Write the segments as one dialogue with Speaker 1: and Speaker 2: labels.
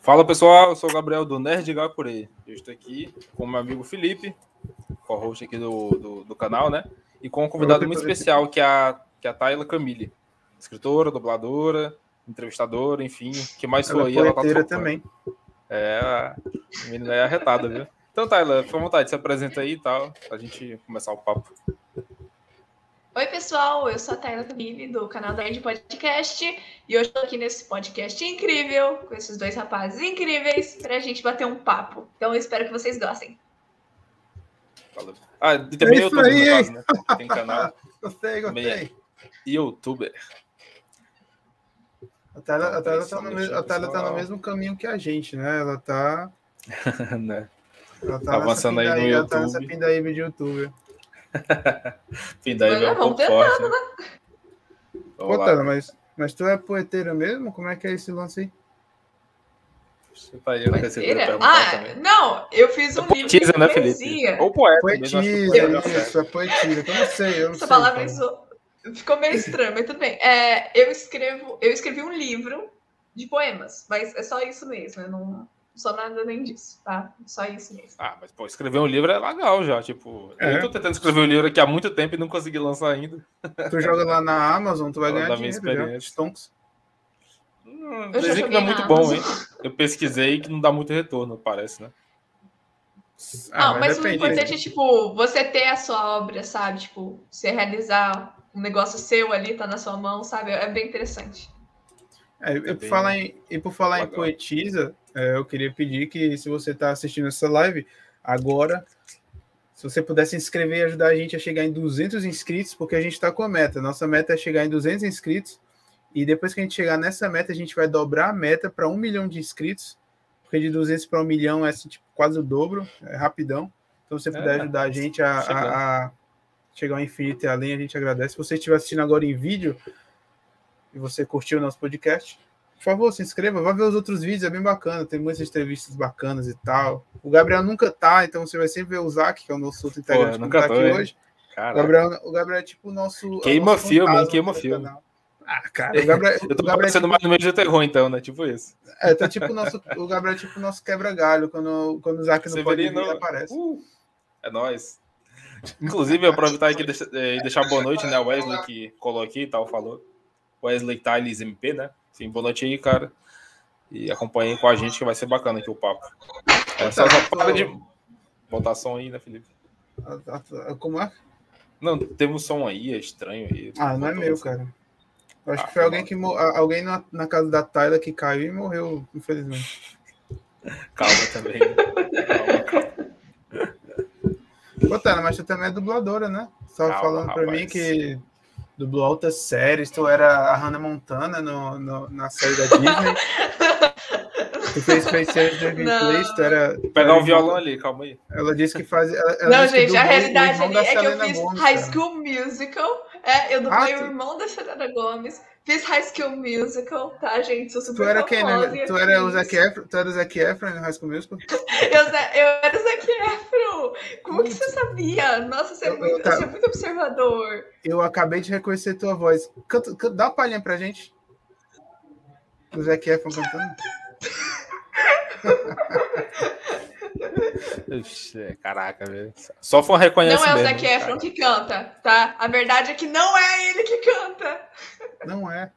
Speaker 1: Fala pessoal, eu sou o Gabriel do Nerd Gakure. Eu estou aqui com meu amigo Felipe, co-host aqui do, do, do, canal, né? E com um convidado muito especial, que é a, que é a Tayla Camille. Escritora, dubladora, entrevistadora, enfim, que mais
Speaker 2: ela
Speaker 1: sou aí.
Speaker 2: É ela tá também.
Speaker 1: É, a menina é arretada, viu? Então, Tayla, fica à vontade, se apresenta aí e tal, pra gente começar o papo.
Speaker 3: Oi, pessoal, eu sou a Tayla Camille, do canal da Indie Podcast, e hoje estou aqui nesse podcast incrível, com esses dois rapazes incríveis, para a gente bater um papo. Então, eu espero que vocês gostem.
Speaker 1: Falou. Ah, e também
Speaker 2: é
Speaker 1: eu
Speaker 2: tô aí. Caso,
Speaker 1: né? Tem canal.
Speaker 2: gostei, gostei. Meia.
Speaker 1: Youtuber.
Speaker 2: A Tayla, a Tayla, tá, no me... a Tayla tá no mesmo caminho que a gente, né? Ela tá...
Speaker 1: né?
Speaker 2: Ela
Speaker 1: tá avançando aí no
Speaker 2: ela
Speaker 1: YouTube. Ela
Speaker 2: tá nessa pindaíba de youtuber.
Speaker 1: Pindaíba é um pouco forte. Né?
Speaker 2: Vamos Pô, Tana, mas, mas tu é poeteira mesmo? Como é que é esse lance aí?
Speaker 1: Tá aí, eu
Speaker 3: poeteira? Ah, também. não, eu fiz um
Speaker 1: poetisa, livro de né, Felipe?
Speaker 3: poesia.
Speaker 1: Ou poeta.
Speaker 2: Poetisa,
Speaker 1: né?
Speaker 2: mesmo, isso, é poetisa. Eu não sei, eu não
Speaker 3: Essa
Speaker 2: sei.
Speaker 3: palavra isso, ficou meio estranha, mas tudo bem. É, eu, escrevo, eu escrevi um livro de poemas, mas é só isso mesmo, eu não só nada além disso, tá? Só isso mesmo.
Speaker 1: Ah, mas pô, escrever um livro é legal já, tipo, é. eu tô tentando escrever um livro aqui há muito tempo e não consegui lançar ainda.
Speaker 3: é
Speaker 2: então. Tu joga lá na Amazon, tu vai
Speaker 1: Fala
Speaker 2: ganhar
Speaker 1: minha
Speaker 2: dinheiro já,
Speaker 1: experiência.
Speaker 2: stonks.
Speaker 1: Hum,
Speaker 3: Eu já
Speaker 1: dizem que não é
Speaker 3: joguei
Speaker 1: muito
Speaker 3: na
Speaker 1: bom,
Speaker 3: Amazon.
Speaker 1: hein? Eu pesquisei que não dá muito retorno, parece, né?
Speaker 3: Não, mas, o
Speaker 2: depende,
Speaker 3: importante
Speaker 2: né?
Speaker 3: é, tipo, você ter a sua obra, sabe? Tipo, você realizar um negócio seu ali, tá na sua mão, sabe? É bem interessante.
Speaker 2: É, e, por
Speaker 1: Tá bem
Speaker 2: falar em, e por falar em
Speaker 1: legal.
Speaker 2: poetisa, é, eu queria pedir que se você está assistindo essa live agora, se você pudesse se inscrever e ajudar a gente a chegar em 200 inscritos, porque a gente está com a meta. Nossa meta é chegar em 200 inscritos e depois que a gente chegar nessa meta, a gente vai dobrar a meta para 1 milhão de inscritos, porque de 200 para 1 milhão é assim, tipo, quase o dobro, é rapidão. Então, se você puder
Speaker 1: É,
Speaker 2: ajudar a gente a,
Speaker 1: chegando.
Speaker 2: a- a chegar ao infinito e além, a gente agradece. Se você estiver assistindo agora em vídeo e você curtiu o nosso podcast, por favor, se inscreva, vá ver os outros vídeos, é bem bacana, tem muitas entrevistas bacanas e tal. O Gabriel nunca tá, então você vai sempre ver o Zac, que é o nosso outro integrante que não
Speaker 1: nunca
Speaker 2: tá
Speaker 1: tô,
Speaker 2: aqui
Speaker 1: hein?
Speaker 2: hoje. O
Speaker 1: Cara,
Speaker 2: Gabriel, o Gabriel é tipo o nosso. é o
Speaker 1: Queima
Speaker 2: nosso
Speaker 1: filme, hein?
Speaker 2: fantasma
Speaker 1: Queima
Speaker 2: do
Speaker 1: filme.
Speaker 2: canal. Ah, cara, o Gabriel,
Speaker 1: eu tô
Speaker 2: o Gabriel é
Speaker 1: parecendo mais no meio de terror, então, né? Tipo isso.
Speaker 2: é, tá tipo o nosso, o Gabriel é tipo o nosso quebra-galho, quando, quando o Zac não pode vir,
Speaker 1: Severino.
Speaker 2: ele aparece.
Speaker 1: Uh, é nóis. Inclusive, eu aproveitar aqui e deixa- eh, e deixar boa noite, né? O Wesley que colou aqui e tal, falou. Wesley Tiles MP, né? Sim, boa noite aí, cara. E acompanhem com a gente que vai ser bacana aqui o papo. É,
Speaker 2: Tá,
Speaker 1: só, só para de. Botar som aí, né, Felipe?
Speaker 2: A- a- a- Como é?
Speaker 1: Não, teve um som aí, é estranho aí.
Speaker 2: Ah, não é
Speaker 1: Botou
Speaker 2: meu,
Speaker 1: um-
Speaker 2: cara. Eu acho
Speaker 1: Ah,
Speaker 2: que foi
Speaker 1: foi
Speaker 2: alguém
Speaker 1: mal.
Speaker 2: que mo- a- alguém na, na casa da Tyler que caiu e morreu, infelizmente.
Speaker 1: Calma também. né? Calma, calma.
Speaker 2: Ô, Tyler, mas tu também é dubladora, né? Tava
Speaker 1: Calma,
Speaker 2: falando pra
Speaker 1: rapaz.
Speaker 2: mim que dublou altas séries, tu era a Hannah Montana no, no- na série da Disney. tu fez Space Jam
Speaker 3: Não.
Speaker 2: Place, tu era. tu
Speaker 1: Pegar
Speaker 2: era
Speaker 1: o um violão ali, calma aí.
Speaker 2: Ela disse que faz. Ela, ela
Speaker 3: não,
Speaker 2: disse É, que
Speaker 3: gente,
Speaker 2: dublou
Speaker 3: a
Speaker 2: o
Speaker 3: realidade
Speaker 2: irmão
Speaker 3: ali
Speaker 2: da
Speaker 3: é que eu
Speaker 2: Selena
Speaker 3: fiz
Speaker 2: Gomez,
Speaker 3: High
Speaker 2: cara.
Speaker 3: School Musical. É, eu dublei
Speaker 2: Ah,
Speaker 3: o
Speaker 2: tu-
Speaker 3: irmão da Selena Gomes, fiz High School Musical, tá, gente? Sou super
Speaker 2: Tu era quem,
Speaker 3: famosa
Speaker 2: né?
Speaker 3: e assim,
Speaker 2: Tu era o
Speaker 3: atriz.
Speaker 2: Zac Efron, tu era o Zac Efron no High School Musical?
Speaker 3: Eu, Zé- eu era o Zac Efron! Como que você sabia? Nossa, você é
Speaker 2: Eu- eu
Speaker 3: muito,
Speaker 2: tava-
Speaker 3: você é muito observador.
Speaker 2: Eu acabei de reconhecer tua voz. Canta, canta- dá uma palhinha pra gente. O Zac Efron cantando.
Speaker 1: Ixi, é, Caraca, velho. Só fã reconhece
Speaker 3: Não é o
Speaker 1: mesmo,
Speaker 3: Zac
Speaker 1: cara.
Speaker 3: Efron que canta, tá? A verdade é que não é ele que canta.
Speaker 2: Não é.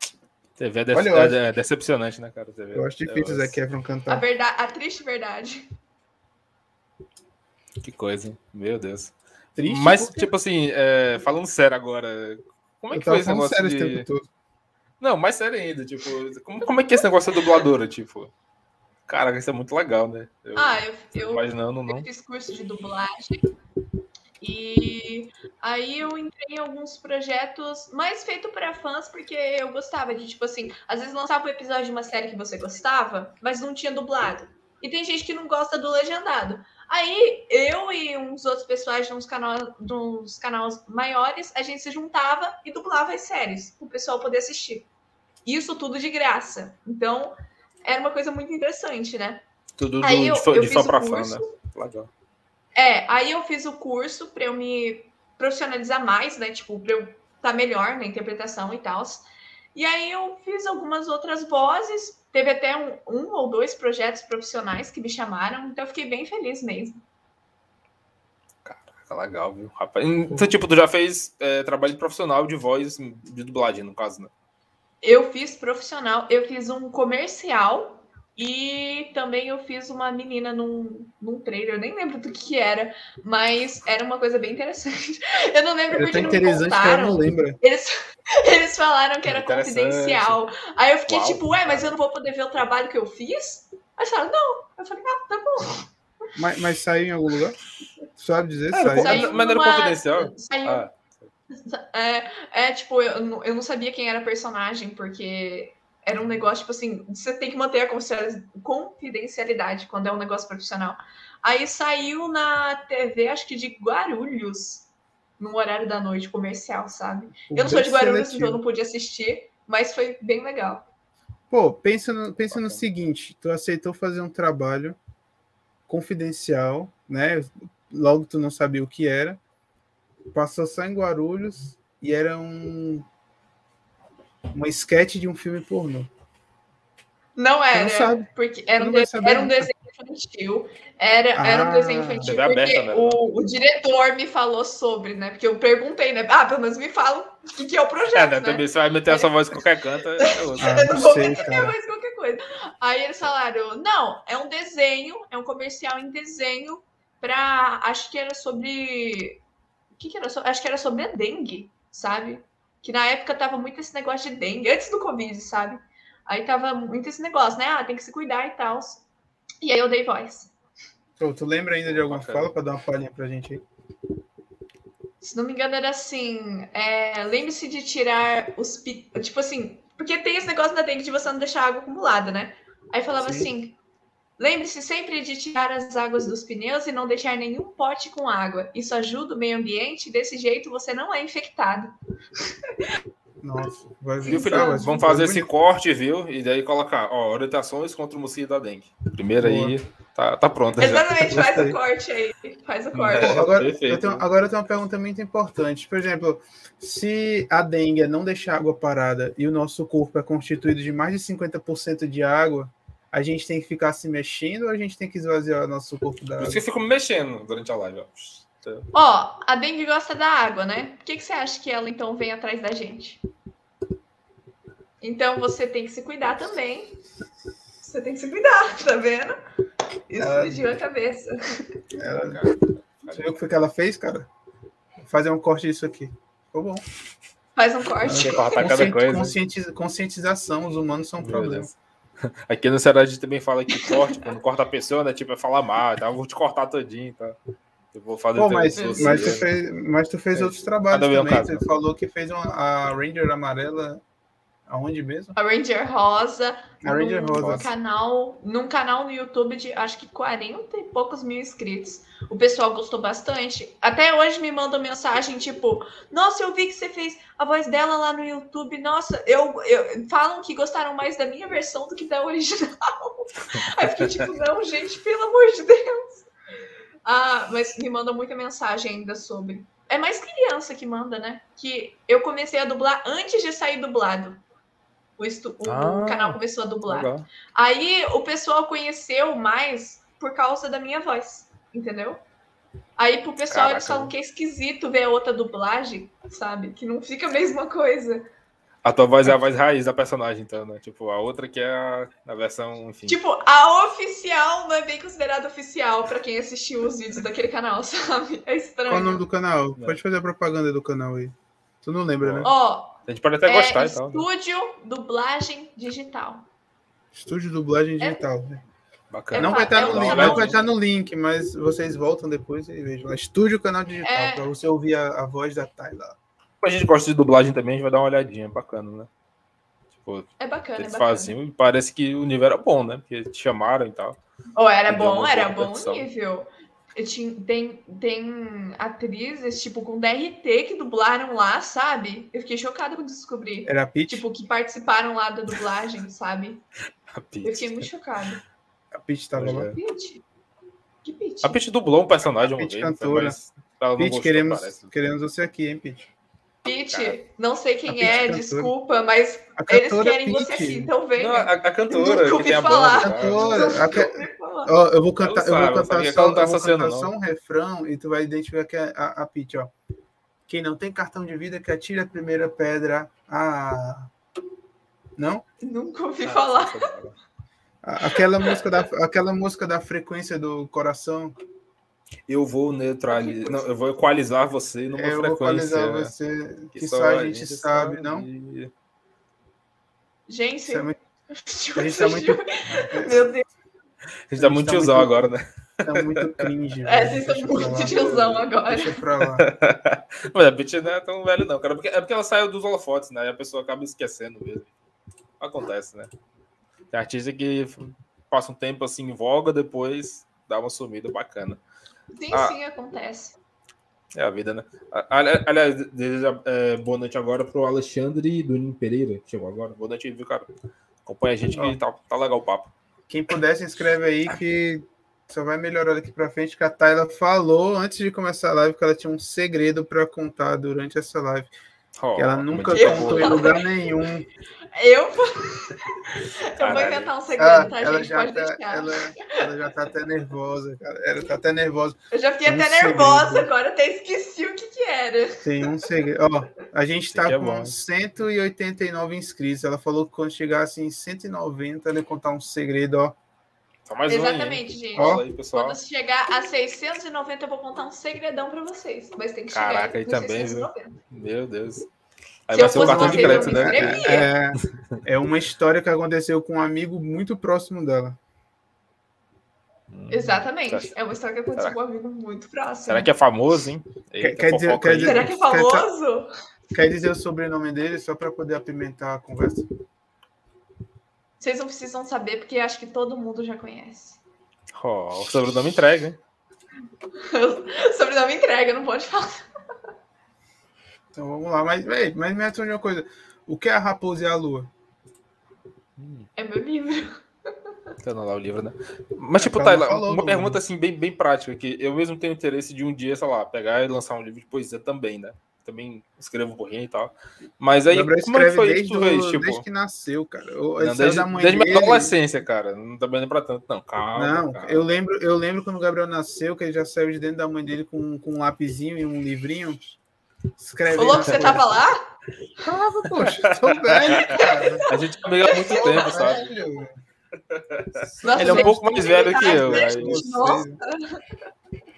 Speaker 1: TV é, dece-
Speaker 2: Olha, eu acho-
Speaker 1: é- é decepcionante, né, cara? TV.
Speaker 2: Eu acho difícil o Zac Efron
Speaker 3: A,
Speaker 2: cantar.
Speaker 3: verdade, a triste verdade.
Speaker 1: Que coisa, hein? Meu Deus.
Speaker 2: Triste.
Speaker 1: Mas,
Speaker 2: porque
Speaker 1: tipo assim, é, falando sério agora, como é
Speaker 2: eu
Speaker 1: que foi
Speaker 2: tava
Speaker 1: esse
Speaker 2: falando
Speaker 1: negócio
Speaker 2: sério
Speaker 1: de...
Speaker 2: esse tempo todo.
Speaker 1: Não, mais sério ainda, tipo, como, como é que é esse negócio da dubladora, tipo? Caraca, isso é muito legal, né? Eu,
Speaker 3: Ah, eu, eu,
Speaker 1: imaginando,
Speaker 3: eu
Speaker 1: não.
Speaker 3: fiz curso de dublagem. E aí eu entrei em alguns projetos mais feito para fãs, porque eu gostava de, tipo assim, às vezes lançava um episódio de uma série que você gostava, mas não tinha dublado. E tem gente que não gosta do legendado. Aí eu e uns outros pessoais de uns, canal, de uns canais maiores, a gente se juntava e dublava as séries, o pessoal poder assistir. Isso tudo de graça. Então, era uma coisa muito interessante, né?
Speaker 1: Tudo do-
Speaker 3: Aí eu,
Speaker 1: de, fã-
Speaker 3: eu
Speaker 1: de
Speaker 3: fiz
Speaker 1: fã
Speaker 3: o
Speaker 1: pra fã,
Speaker 3: curso.
Speaker 1: né? Legal.
Speaker 3: É, aí eu fiz o curso para eu me profissionalizar mais, né? Tipo, para eu estar melhor na interpretação e tal. E aí eu fiz algumas outras vozes Teve até um, um ou dois projetos profissionais que me chamaram, então eu fiquei bem feliz mesmo.
Speaker 1: Caraca, legal, viu? Rapaz, então, tipo, tu já fez é, trabalho profissional de voz, de dublagem, no caso, né?
Speaker 3: Eu fiz profissional, eu fiz um comercial e também eu fiz uma menina num, num trailer, eu nem lembro do que era, mas era uma coisa bem interessante. Eu não lembro
Speaker 2: Era
Speaker 3: porque
Speaker 2: é tão
Speaker 3: não
Speaker 2: interessante
Speaker 3: me
Speaker 2: que ela
Speaker 3: contaram.
Speaker 2: não lembra.
Speaker 3: Eles, eles falaram que era
Speaker 1: Interessante.
Speaker 3: confidencial. Aí eu fiquei
Speaker 1: Uau.
Speaker 3: tipo, ué, mas eu não vou poder ver o trabalho que eu fiz? Aí eles falaram, não. Eu falei, ah, tá bom.
Speaker 2: Mas, mas saiu em algum lugar? Tu sabe dizer?
Speaker 1: Ah, era
Speaker 2: Saiu.
Speaker 1: Mas- mas não era confidencial?
Speaker 3: Saiu,
Speaker 1: Ah,
Speaker 3: é, é, tipo, eu, não- eu não sabia quem era personagem, porque era um negócio, tipo assim, você tem que manter a confidenciali- confidencialidade quando é um negócio profissional. Aí saiu na TV, acho que de Guarulhos, no horário da noite comercial, sabe?
Speaker 2: O
Speaker 3: eu não sou de
Speaker 2: bem
Speaker 3: Guarulhos,
Speaker 2: seletivo.
Speaker 3: então eu não pude assistir, mas foi bem legal.
Speaker 2: Pô, pensa no, pensa no
Speaker 1: Bacana.
Speaker 2: seguinte: tu aceitou fazer um trabalho confidencial, né? Logo tu não sabia o que era, passou só em Guarulhos e era um uma sketch de um filme pornô.
Speaker 3: Não é,
Speaker 2: Tu
Speaker 3: era,
Speaker 2: não sabe.
Speaker 3: porque era
Speaker 2: não
Speaker 3: um,
Speaker 2: vai
Speaker 3: de-
Speaker 2: saber
Speaker 3: era um
Speaker 2: nunca.
Speaker 3: desenho infantil. Era, era um
Speaker 2: Ah,
Speaker 3: desenho infantil
Speaker 1: TV aberta,
Speaker 3: porque
Speaker 1: né?
Speaker 3: o, o diretor me falou sobre, né? Porque eu perguntei, né? Ah, pelo menos me fala o que, que é o projeto,
Speaker 1: é, né?
Speaker 3: né?
Speaker 1: Também você vai meter a sua voz em qualquer canto. É outro.
Speaker 2: Ah,
Speaker 3: Eu
Speaker 2: não
Speaker 3: não vou
Speaker 2: sei,
Speaker 3: meter
Speaker 2: cara.
Speaker 3: mais qualquer coisa. Aí eles falaram, não, é um desenho, é um comercial em desenho pra, acho que era sobre, o que que era? so- Acho que era sobre a dengue, sabe? Que na época tava muito esse negócio de dengue, antes do Covid, sabe? Aí tava muito esse negócio, né? Ah, tem que se cuidar e tal. E aí eu dei voz.
Speaker 2: Pô, tu lembra ainda de alguma
Speaker 1: Bacana.
Speaker 2: fala para dar uma palhinha pra gente aí?
Speaker 3: Se não me engano, era assim. é, Lembre-se de tirar os. pi- Tipo assim, porque tem esse negócio da dengue de você não deixar água acumulada, né? Aí falava
Speaker 2: Sim.
Speaker 3: assim. Lembre-se sempre de tirar as águas dos pneus e não deixar nenhum pote com água. Isso ajuda o meio ambiente, desse jeito você não é infectado.
Speaker 2: Nossa, vai um
Speaker 1: Viu,
Speaker 2: vir.
Speaker 1: Felipe?
Speaker 3: vai
Speaker 1: Vamos fazer esse corte, viu? E daí colocar, ó, orientações contra o mosquito da dengue. Primeiro aí, tá, tá pronta já.
Speaker 3: Exatamente, faz
Speaker 2: Gostei.
Speaker 3: o corte aí. Faz o
Speaker 2: Pô,
Speaker 3: corte.
Speaker 2: agora,
Speaker 1: É, Perfeito. né?
Speaker 2: eu tenho, agora eu tenho uma pergunta muito importante. Por exemplo, se a dengue é não deixar água parada e o nosso corpo é constituído de mais de 50% de água, a gente tem que ficar se mexendo ou a gente tem que esvaziar o nosso corpo da
Speaker 1: Por isso
Speaker 2: água?
Speaker 1: que eu fico me mexendo durante a live, ó. Então,
Speaker 3: Ó, a dengue gosta da água, né? Por que, que você acha que ela então vem atrás da gente? Então você tem que se cuidar também. Você tem que se cuidar, tá vendo? Explodiu a cabeça.
Speaker 2: Ela-
Speaker 1: tá, cara,
Speaker 2: Você viu o que foi que ela fez, cara? Vou fazer um corte disso aqui. Ficou bom.
Speaker 3: Faz um corte.
Speaker 1: Tem que cortar cada
Speaker 2: Conscien-
Speaker 1: coisa.
Speaker 2: conscientiza- conscientização, os humanos são um problema.
Speaker 1: Aqui no Ceará a gente também fala que corte, quando corta a pessoa, né? Tipo, é falar mal, tá? Eu vou te cortar todinho, tá? Eu vou fazer
Speaker 2: Pô,
Speaker 1: teu
Speaker 2: mas,
Speaker 1: sucesso,
Speaker 2: mas, tu
Speaker 1: né?
Speaker 2: fez, mas tu fez
Speaker 1: É.
Speaker 2: outros trabalhos
Speaker 1: Cada um é um
Speaker 2: também.
Speaker 1: caso,
Speaker 2: tu
Speaker 1: né?
Speaker 2: falou que fez uma, a Ranger amarela aonde mesmo?
Speaker 3: A Ranger Rosa.
Speaker 2: A Ranger
Speaker 3: num
Speaker 2: Rosa.
Speaker 3: Canal, num canal no YouTube de acho que 40 e poucos mil inscritos. O pessoal gostou bastante. Até hoje me mandam mensagem tipo: Nossa, eu vi que você fez a voz dela lá no YouTube. Nossa, eu, eu- falam que gostaram mais da minha versão do que da original. Aí eu fiquei tipo: Não, gente, pelo amor de Deus. Ah, mas me mandam muita mensagem ainda sobre. É mais criança que manda, né? Que eu comecei a dublar antes de sair dublado. O, estu- o
Speaker 1: Ah,
Speaker 3: canal começou a dublar.
Speaker 1: Legal.
Speaker 3: Aí o pessoal conheceu mais por causa da minha voz, entendeu? Aí pro pessoal
Speaker 1: Caraca,
Speaker 3: eles falam
Speaker 1: né?
Speaker 3: que é esquisito ver a outra dublagem, sabe? Que não fica a mesma coisa.
Speaker 1: A tua voz é a voz raiz da personagem, então, né? Tipo, a outra que é a, a versão, enfim.
Speaker 3: Tipo, a oficial não é bem considerada oficial pra quem assistiu os vídeos daquele canal,
Speaker 2: Qual
Speaker 3: sabe? É
Speaker 2: é o
Speaker 3: estranho.
Speaker 2: nome do canal?
Speaker 1: Não.
Speaker 2: Pode fazer a propaganda do canal aí. Tu não lembra, né?
Speaker 3: Ó,
Speaker 1: A gente pode até
Speaker 3: é
Speaker 1: gostar e tal. né?
Speaker 3: Estúdio Dublagem Digital.
Speaker 2: Estúdio Dublagem Digital. né?
Speaker 1: Bacana.
Speaker 2: não
Speaker 3: É fa-
Speaker 2: vai estar
Speaker 3: é
Speaker 2: no
Speaker 3: um
Speaker 2: link,
Speaker 3: canal.
Speaker 2: não vai estar no link, mas vocês voltam depois e vejam. lá. Estúdio Canal Digital,
Speaker 3: É.
Speaker 2: para você ouvir a, a voz da Tayla.
Speaker 1: Como a gente gosta de dublagem também, a gente vai dar uma olhadinha. Bacana, né? Tipo,
Speaker 3: É bacana, é
Speaker 1: eles
Speaker 3: bacana.
Speaker 1: faziam e parece que o nível era bom, né? Porque te chamaram e tal.
Speaker 3: Ou era
Speaker 2: é
Speaker 1: Então,
Speaker 3: bom,
Speaker 1: uma
Speaker 3: era
Speaker 1: boa
Speaker 3: bom
Speaker 1: produção.
Speaker 3: nível. Eu tinha- tem, tem atrizes, tipo, com DRT que dublaram lá, sabe? Eu fiquei chocada quando descobri.
Speaker 2: Era a Peach?
Speaker 3: Tipo, que participaram lá da dublagem, sabe?
Speaker 1: A Peach.
Speaker 3: Eu fiquei muito chocada.
Speaker 2: a Peach tava
Speaker 1: Pois
Speaker 2: lá.
Speaker 1: é.
Speaker 3: Pitch? Que pitch?
Speaker 1: A Peach dublou um personagem
Speaker 2: A
Speaker 1: uma
Speaker 2: Peach
Speaker 1: vez, né?
Speaker 2: cantora.
Speaker 1: mas ela não
Speaker 2: Peach,
Speaker 1: gostou,
Speaker 2: queremos,
Speaker 1: parece.
Speaker 2: queremos você aqui, hein, Peach?
Speaker 3: Pete, não sei quem
Speaker 2: Pitty
Speaker 3: é,
Speaker 2: cantora.
Speaker 3: desculpa, mas
Speaker 2: A
Speaker 3: eles
Speaker 2: cantora
Speaker 3: querem você
Speaker 2: Pitty.
Speaker 3: aqui, então venha.
Speaker 1: Não, a, a cantora
Speaker 3: Nunca
Speaker 1: que tem a banda.
Speaker 3: ouvi falar.
Speaker 1: cara.
Speaker 2: Cantora, a ca-
Speaker 3: Vem falar.
Speaker 2: Ó, eu vou cantar,
Speaker 1: Ela
Speaker 2: eu
Speaker 1: sabe,
Speaker 2: vou
Speaker 1: ela
Speaker 2: cantar,
Speaker 1: sabia que
Speaker 2: só,
Speaker 1: ela não tá
Speaker 2: eu vou
Speaker 1: associando,
Speaker 2: cantar
Speaker 1: não.
Speaker 2: só um refrão e tu vai identificar que é a, a Pete, ó. Quem não tem cartão de vida que atire a primeira pedra. Ah. Não?
Speaker 3: Nunca ouvi
Speaker 1: Ah,
Speaker 3: falar.
Speaker 1: sensacional.
Speaker 2: A- Aquela música da aquela música da frequência do coração.
Speaker 1: Eu vou neutralizar. Não, eu vou equalizar você numa
Speaker 2: É, eu vou
Speaker 1: frequência.
Speaker 2: atualizar você que, só a gente sabe, não?
Speaker 1: tá
Speaker 3: Gente,
Speaker 2: Isso é muito,
Speaker 3: Ju-
Speaker 2: a gente tá muito-
Speaker 3: Ju- Meu Deus,
Speaker 1: A gente tá muito
Speaker 2: Tá
Speaker 1: tiozão
Speaker 2: muito-
Speaker 1: agora, né?
Speaker 2: tá muito cringe.
Speaker 3: é,
Speaker 2: velho.
Speaker 3: vocês são
Speaker 2: Deixa pra
Speaker 3: muito
Speaker 2: lá.
Speaker 3: tiozão agora.
Speaker 2: Deixa pra lá.
Speaker 1: Mas a Pitty não é tão velha, não, cara. Porque, é porque ela saiu dos holofotes, né? E a pessoa acaba esquecendo mesmo. Acontece, né? Tem artista que passa um tempo assim em voga, depois dá uma sumida bacana.
Speaker 3: Sim,
Speaker 1: Ah.
Speaker 3: sim, acontece.
Speaker 1: É a vida, né? A- ali- Aliás, deseja é, boa noite agora pro Alexandre Dunin Pereira, que chegou agora. Boa noite, viu, cara? Acompanha a gente que tá, tá legal o papo.
Speaker 2: Quem puder, se inscreve aí que só vai melhorar daqui pra frente. Que a Tayla falou antes de começar a live que ela tinha um segredo pra contar durante essa live.
Speaker 1: Ó,
Speaker 2: é que ela nunca
Speaker 1: comentário
Speaker 2: contou em
Speaker 1: bom.
Speaker 2: lugar nenhum.
Speaker 3: Eu, vou- eu vou
Speaker 1: Caralho.
Speaker 3: inventar um
Speaker 2: Ah,
Speaker 3: segredo, tá,
Speaker 2: ela,
Speaker 3: gente?
Speaker 2: já
Speaker 3: Pode
Speaker 2: tá,
Speaker 3: deixar.
Speaker 2: ela, ela já tá até nervosa, cara. Ela tá até nervosa.
Speaker 3: Eu já fiquei
Speaker 2: um
Speaker 3: até
Speaker 2: segredo.
Speaker 3: nervosa agora, até esqueci o que que era.
Speaker 2: Tem um segredo. Ó, a gente
Speaker 1: Isso
Speaker 2: tá
Speaker 1: aqui é
Speaker 2: com
Speaker 1: bom.
Speaker 2: 189 inscritos. Ela falou que quando chegasse em 190, ela ia contar um segredo, ó.
Speaker 1: Só mais um aí, hein?
Speaker 3: Exatamente, gente.
Speaker 2: Ó.
Speaker 1: Fala aí, pessoal.
Speaker 3: Quando chegar a 690, eu vou contar um segredão pra vocês. Mas tem que chegar
Speaker 1: Caraca, aí
Speaker 3: nos
Speaker 1: também, viu?
Speaker 3: 690.
Speaker 1: Meu Deus. Aí
Speaker 3: Se
Speaker 1: vai
Speaker 3: eu
Speaker 1: ser um
Speaker 3: fosse
Speaker 1: cartão de
Speaker 3: vocês, eu
Speaker 1: crédito,
Speaker 3: me
Speaker 1: né?
Speaker 3: inscreveria.
Speaker 2: É, é uma história que aconteceu com um amigo muito próximo dela.
Speaker 1: Hum.
Speaker 3: Exatamente.
Speaker 1: Será-
Speaker 3: É uma história que aconteceu
Speaker 1: Será?
Speaker 3: com um amigo muito próximo.
Speaker 1: Será que é famoso, hein? Eita,
Speaker 2: quer dizer-
Speaker 1: fofoca
Speaker 2: quer
Speaker 1: aí.
Speaker 2: dizer-
Speaker 3: Será que é famoso?
Speaker 2: Quer dizer o sobrenome dele só para poder apimentar a conversa?
Speaker 3: Vocês não precisam saber, porque acho que todo mundo já conhece.
Speaker 1: Ó, o sobrenome entrega, hein?
Speaker 3: Sobrenome entrega, não pode falar.
Speaker 2: Então vamos lá, mas, véi, mas me responde uma coisa. O que é a raposa e a lua?
Speaker 3: É meu livro.
Speaker 1: Tá lá o livro, né? Mas, tipo,
Speaker 2: Ela
Speaker 1: Taylor,
Speaker 2: falou,
Speaker 1: uma
Speaker 2: Bruno.
Speaker 1: pergunta assim, bem, bem prática, que eu mesmo tenho interesse de um dia, sei lá, pegar e lançar um livro de poesia também, né? Também escrevo um pouquinho e tal. Mas aí,
Speaker 2: o Gabriel
Speaker 1: como é que
Speaker 2: escreve
Speaker 1: foi que
Speaker 2: desde,
Speaker 1: tu
Speaker 2: o-
Speaker 1: fez, tipo?
Speaker 2: desde que nasceu, cara. O,
Speaker 1: não,
Speaker 2: ele saiu
Speaker 1: desde
Speaker 2: da mãe
Speaker 1: desde minha
Speaker 2: dele.
Speaker 1: adolescência, cara. Não tá bem pra tanto, não. Calma.
Speaker 2: Não,
Speaker 1: calma.
Speaker 2: eu lembro, eu lembro quando o Gabriel nasceu, que ele já saiu de dentro da mãe dele com, com um lapisinho e um livrinho. Escreve.
Speaker 3: Ô, louco, você tava lá?
Speaker 2: Tava, poxa, tô velho, cara.
Speaker 1: A gente é amigo há muito tempo, sabe?
Speaker 2: Velho.
Speaker 3: Nossa,
Speaker 1: Ele é um
Speaker 3: gente,
Speaker 1: pouco mais velho que eu.
Speaker 3: né?
Speaker 1: aí-
Speaker 3: Nossa.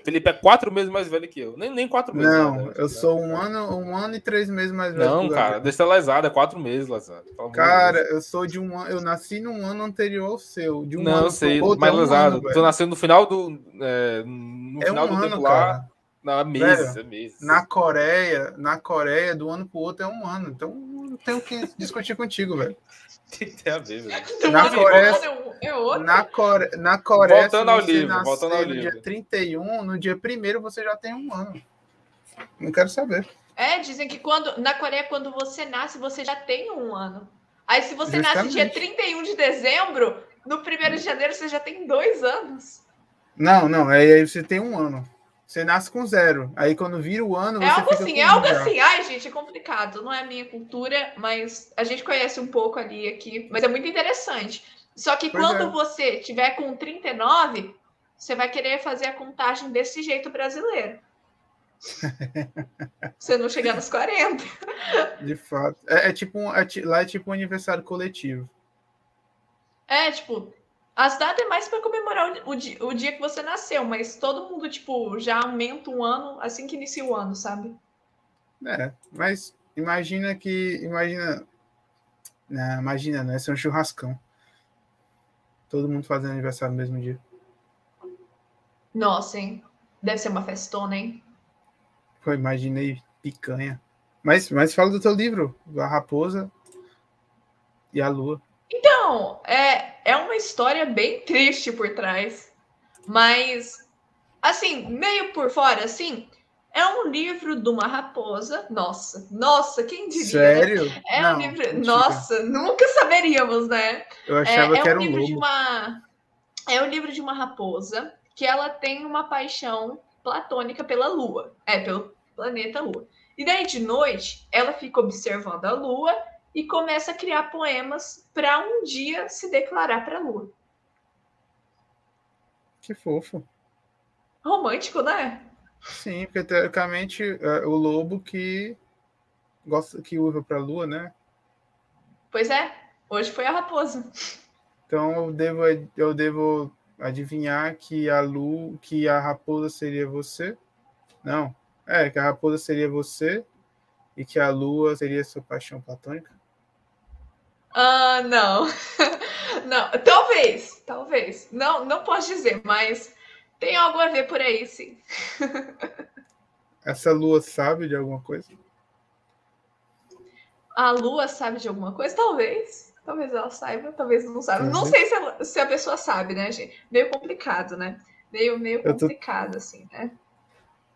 Speaker 1: Felipe é quatro meses mais velho que eu. Nem, nem quatro meses. na
Speaker 2: Não,
Speaker 1: verdade,
Speaker 2: eu
Speaker 1: né?
Speaker 2: sou um ano, um ano e três meses mais velho. que
Speaker 1: Não,
Speaker 2: o
Speaker 1: cara,
Speaker 2: Gabriel.
Speaker 1: destelazado, é quatro meses, Lazado.
Speaker 2: Cara, eu sou de um ano, eu nasci num ano anterior ao seu. De um
Speaker 1: não,
Speaker 2: ano
Speaker 1: eu sei,
Speaker 2: pro outro,
Speaker 1: mas
Speaker 2: é um
Speaker 1: Lazado,
Speaker 2: ano, velho.
Speaker 1: tu nasceu no final do. é, no
Speaker 2: É um
Speaker 1: final do
Speaker 2: ano,
Speaker 1: tempo lá.
Speaker 2: cara.
Speaker 1: Não, é meses,
Speaker 2: Velho,
Speaker 1: é meses.
Speaker 2: Na Coreia, na Coreia, do ano pro outro é um ano. Então não tenho o que discutir contigo, velho.
Speaker 1: Tem que ter a ver, velho.
Speaker 2: Na
Speaker 3: Não,
Speaker 2: Coreia-
Speaker 3: não, É outro.
Speaker 2: Na, Core... na Coreia, se
Speaker 1: Voltando ao
Speaker 2: você
Speaker 1: livro,
Speaker 2: nascer
Speaker 1: voltando ao
Speaker 2: no
Speaker 1: livro.
Speaker 2: dia 31, no dia 1 você já tem um ano. Não quero saber.
Speaker 3: É, dizem que quando na Coreia, quando você nasce, você já tem um ano. Aí, se você nasce dia
Speaker 2: Justamente.
Speaker 3: 31 de dezembro, no 1 de janeiro você já tem dois anos.
Speaker 2: Não, não, aí aí você tem um ano. Você nasce com zero. Aí quando vira o ano,
Speaker 3: É
Speaker 2: você
Speaker 3: algo
Speaker 2: fica
Speaker 3: assim,
Speaker 2: com
Speaker 3: é
Speaker 2: um
Speaker 3: algo
Speaker 2: já.
Speaker 3: assim. Ai, gente, é complicado. Não é a minha cultura, mas a gente conhece um pouco ali e aqui. Mas é muito interessante. Só que
Speaker 2: Pois
Speaker 3: quando
Speaker 2: é.
Speaker 3: você tiver com 39, você vai querer fazer a contagem desse jeito brasileiro. você não chegar nos 40.
Speaker 2: De fato. É, é tipo um, é ti- lá é tipo um aniversário coletivo.
Speaker 3: É, tipo, as datas é mais pra comemorar o, o di- o dia que você nasceu, mas todo mundo, tipo, já aumenta um ano assim que inicia o ano, sabe?
Speaker 2: É, mas imagina que. Imagina. Não, imagina, né? Isso é um churrascão. Todo mundo fazendo aniversário no mesmo dia.
Speaker 3: Nossa, hein? Deve ser uma festona, hein?
Speaker 2: Pô, imaginei picanha. Mas, mas fala do teu livro, A Raposa e a Lua.
Speaker 3: Então, é, é uma história bem triste por trás. Mas, assim, meio por fora, assim, é um livro de uma raposa. Nossa, nossa, quem diria? né?
Speaker 2: Sério?
Speaker 3: É
Speaker 2: Não,
Speaker 3: um livro.
Speaker 2: mentira.
Speaker 3: Nossa, nunca saberíamos, né?
Speaker 2: Eu
Speaker 3: É,
Speaker 2: achava
Speaker 3: é
Speaker 2: que era
Speaker 3: um
Speaker 2: um
Speaker 3: livro de
Speaker 2: lobo.
Speaker 3: uma é um livro de uma raposa que ela tem uma paixão platônica pela Lua, é pelo planeta Lua. E daí de noite, ela fica observando a lua e começa a criar poemas para um dia se declarar para a lua.
Speaker 2: Que fofo.
Speaker 3: Romântico, né?
Speaker 2: Sim, porque teoricamente é o lobo que gosta que usa para a lua, né?
Speaker 3: Pois é, hoje foi a raposa.
Speaker 2: Então eu devo eu devo adivinhar que a lua, que a raposa seria você? Não. É, que a raposa seria você e que a lua seria sua paixão platônica?
Speaker 3: Ah, não. não, talvez, talvez. Não, não posso dizer, mas tem algo a ver por aí, sim.
Speaker 2: Essa lua sabe de alguma coisa?
Speaker 3: A lua sabe de alguma coisa? Talvez. Talvez ela saiba, talvez não saiba. Uhum. Não sei se, ela, se, a pessoa sabe, né, gente? Meio complicado, né? Meio, meio
Speaker 2: Eu tô-
Speaker 3: complicado, assim, né?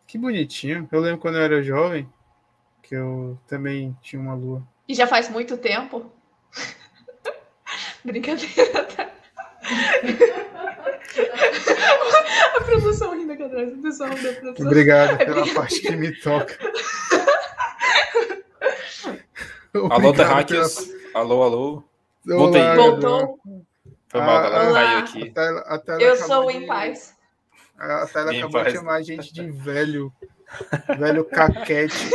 Speaker 2: Que bonitinho. Eu lembro quando eu era jovem que eu também tinha uma lua.
Speaker 3: E já faz muito tempo. Brincadeira, tá? a produção rindo aqui atrás, o pessoal da produção.
Speaker 2: Obrigado
Speaker 3: É
Speaker 2: pela parte que me toca.
Speaker 1: Alô,
Speaker 2: Obrigado
Speaker 1: Terráqueas. Alô, alô.
Speaker 2: pela-
Speaker 1: Voltei.
Speaker 2: Olá,
Speaker 3: Voltou,
Speaker 1: Foi mal,
Speaker 2: Ah,
Speaker 1: galera.
Speaker 3: olá.
Speaker 1: Caiu
Speaker 2: A
Speaker 1: aqui.
Speaker 2: Tayla, a Tayla
Speaker 3: eu
Speaker 2: acabou
Speaker 3: sou o em
Speaker 2: de-
Speaker 3: paz.
Speaker 2: A Tayla
Speaker 1: Em
Speaker 2: acabou de
Speaker 1: paz.
Speaker 2: chamar a gente de velho. Velho caquete.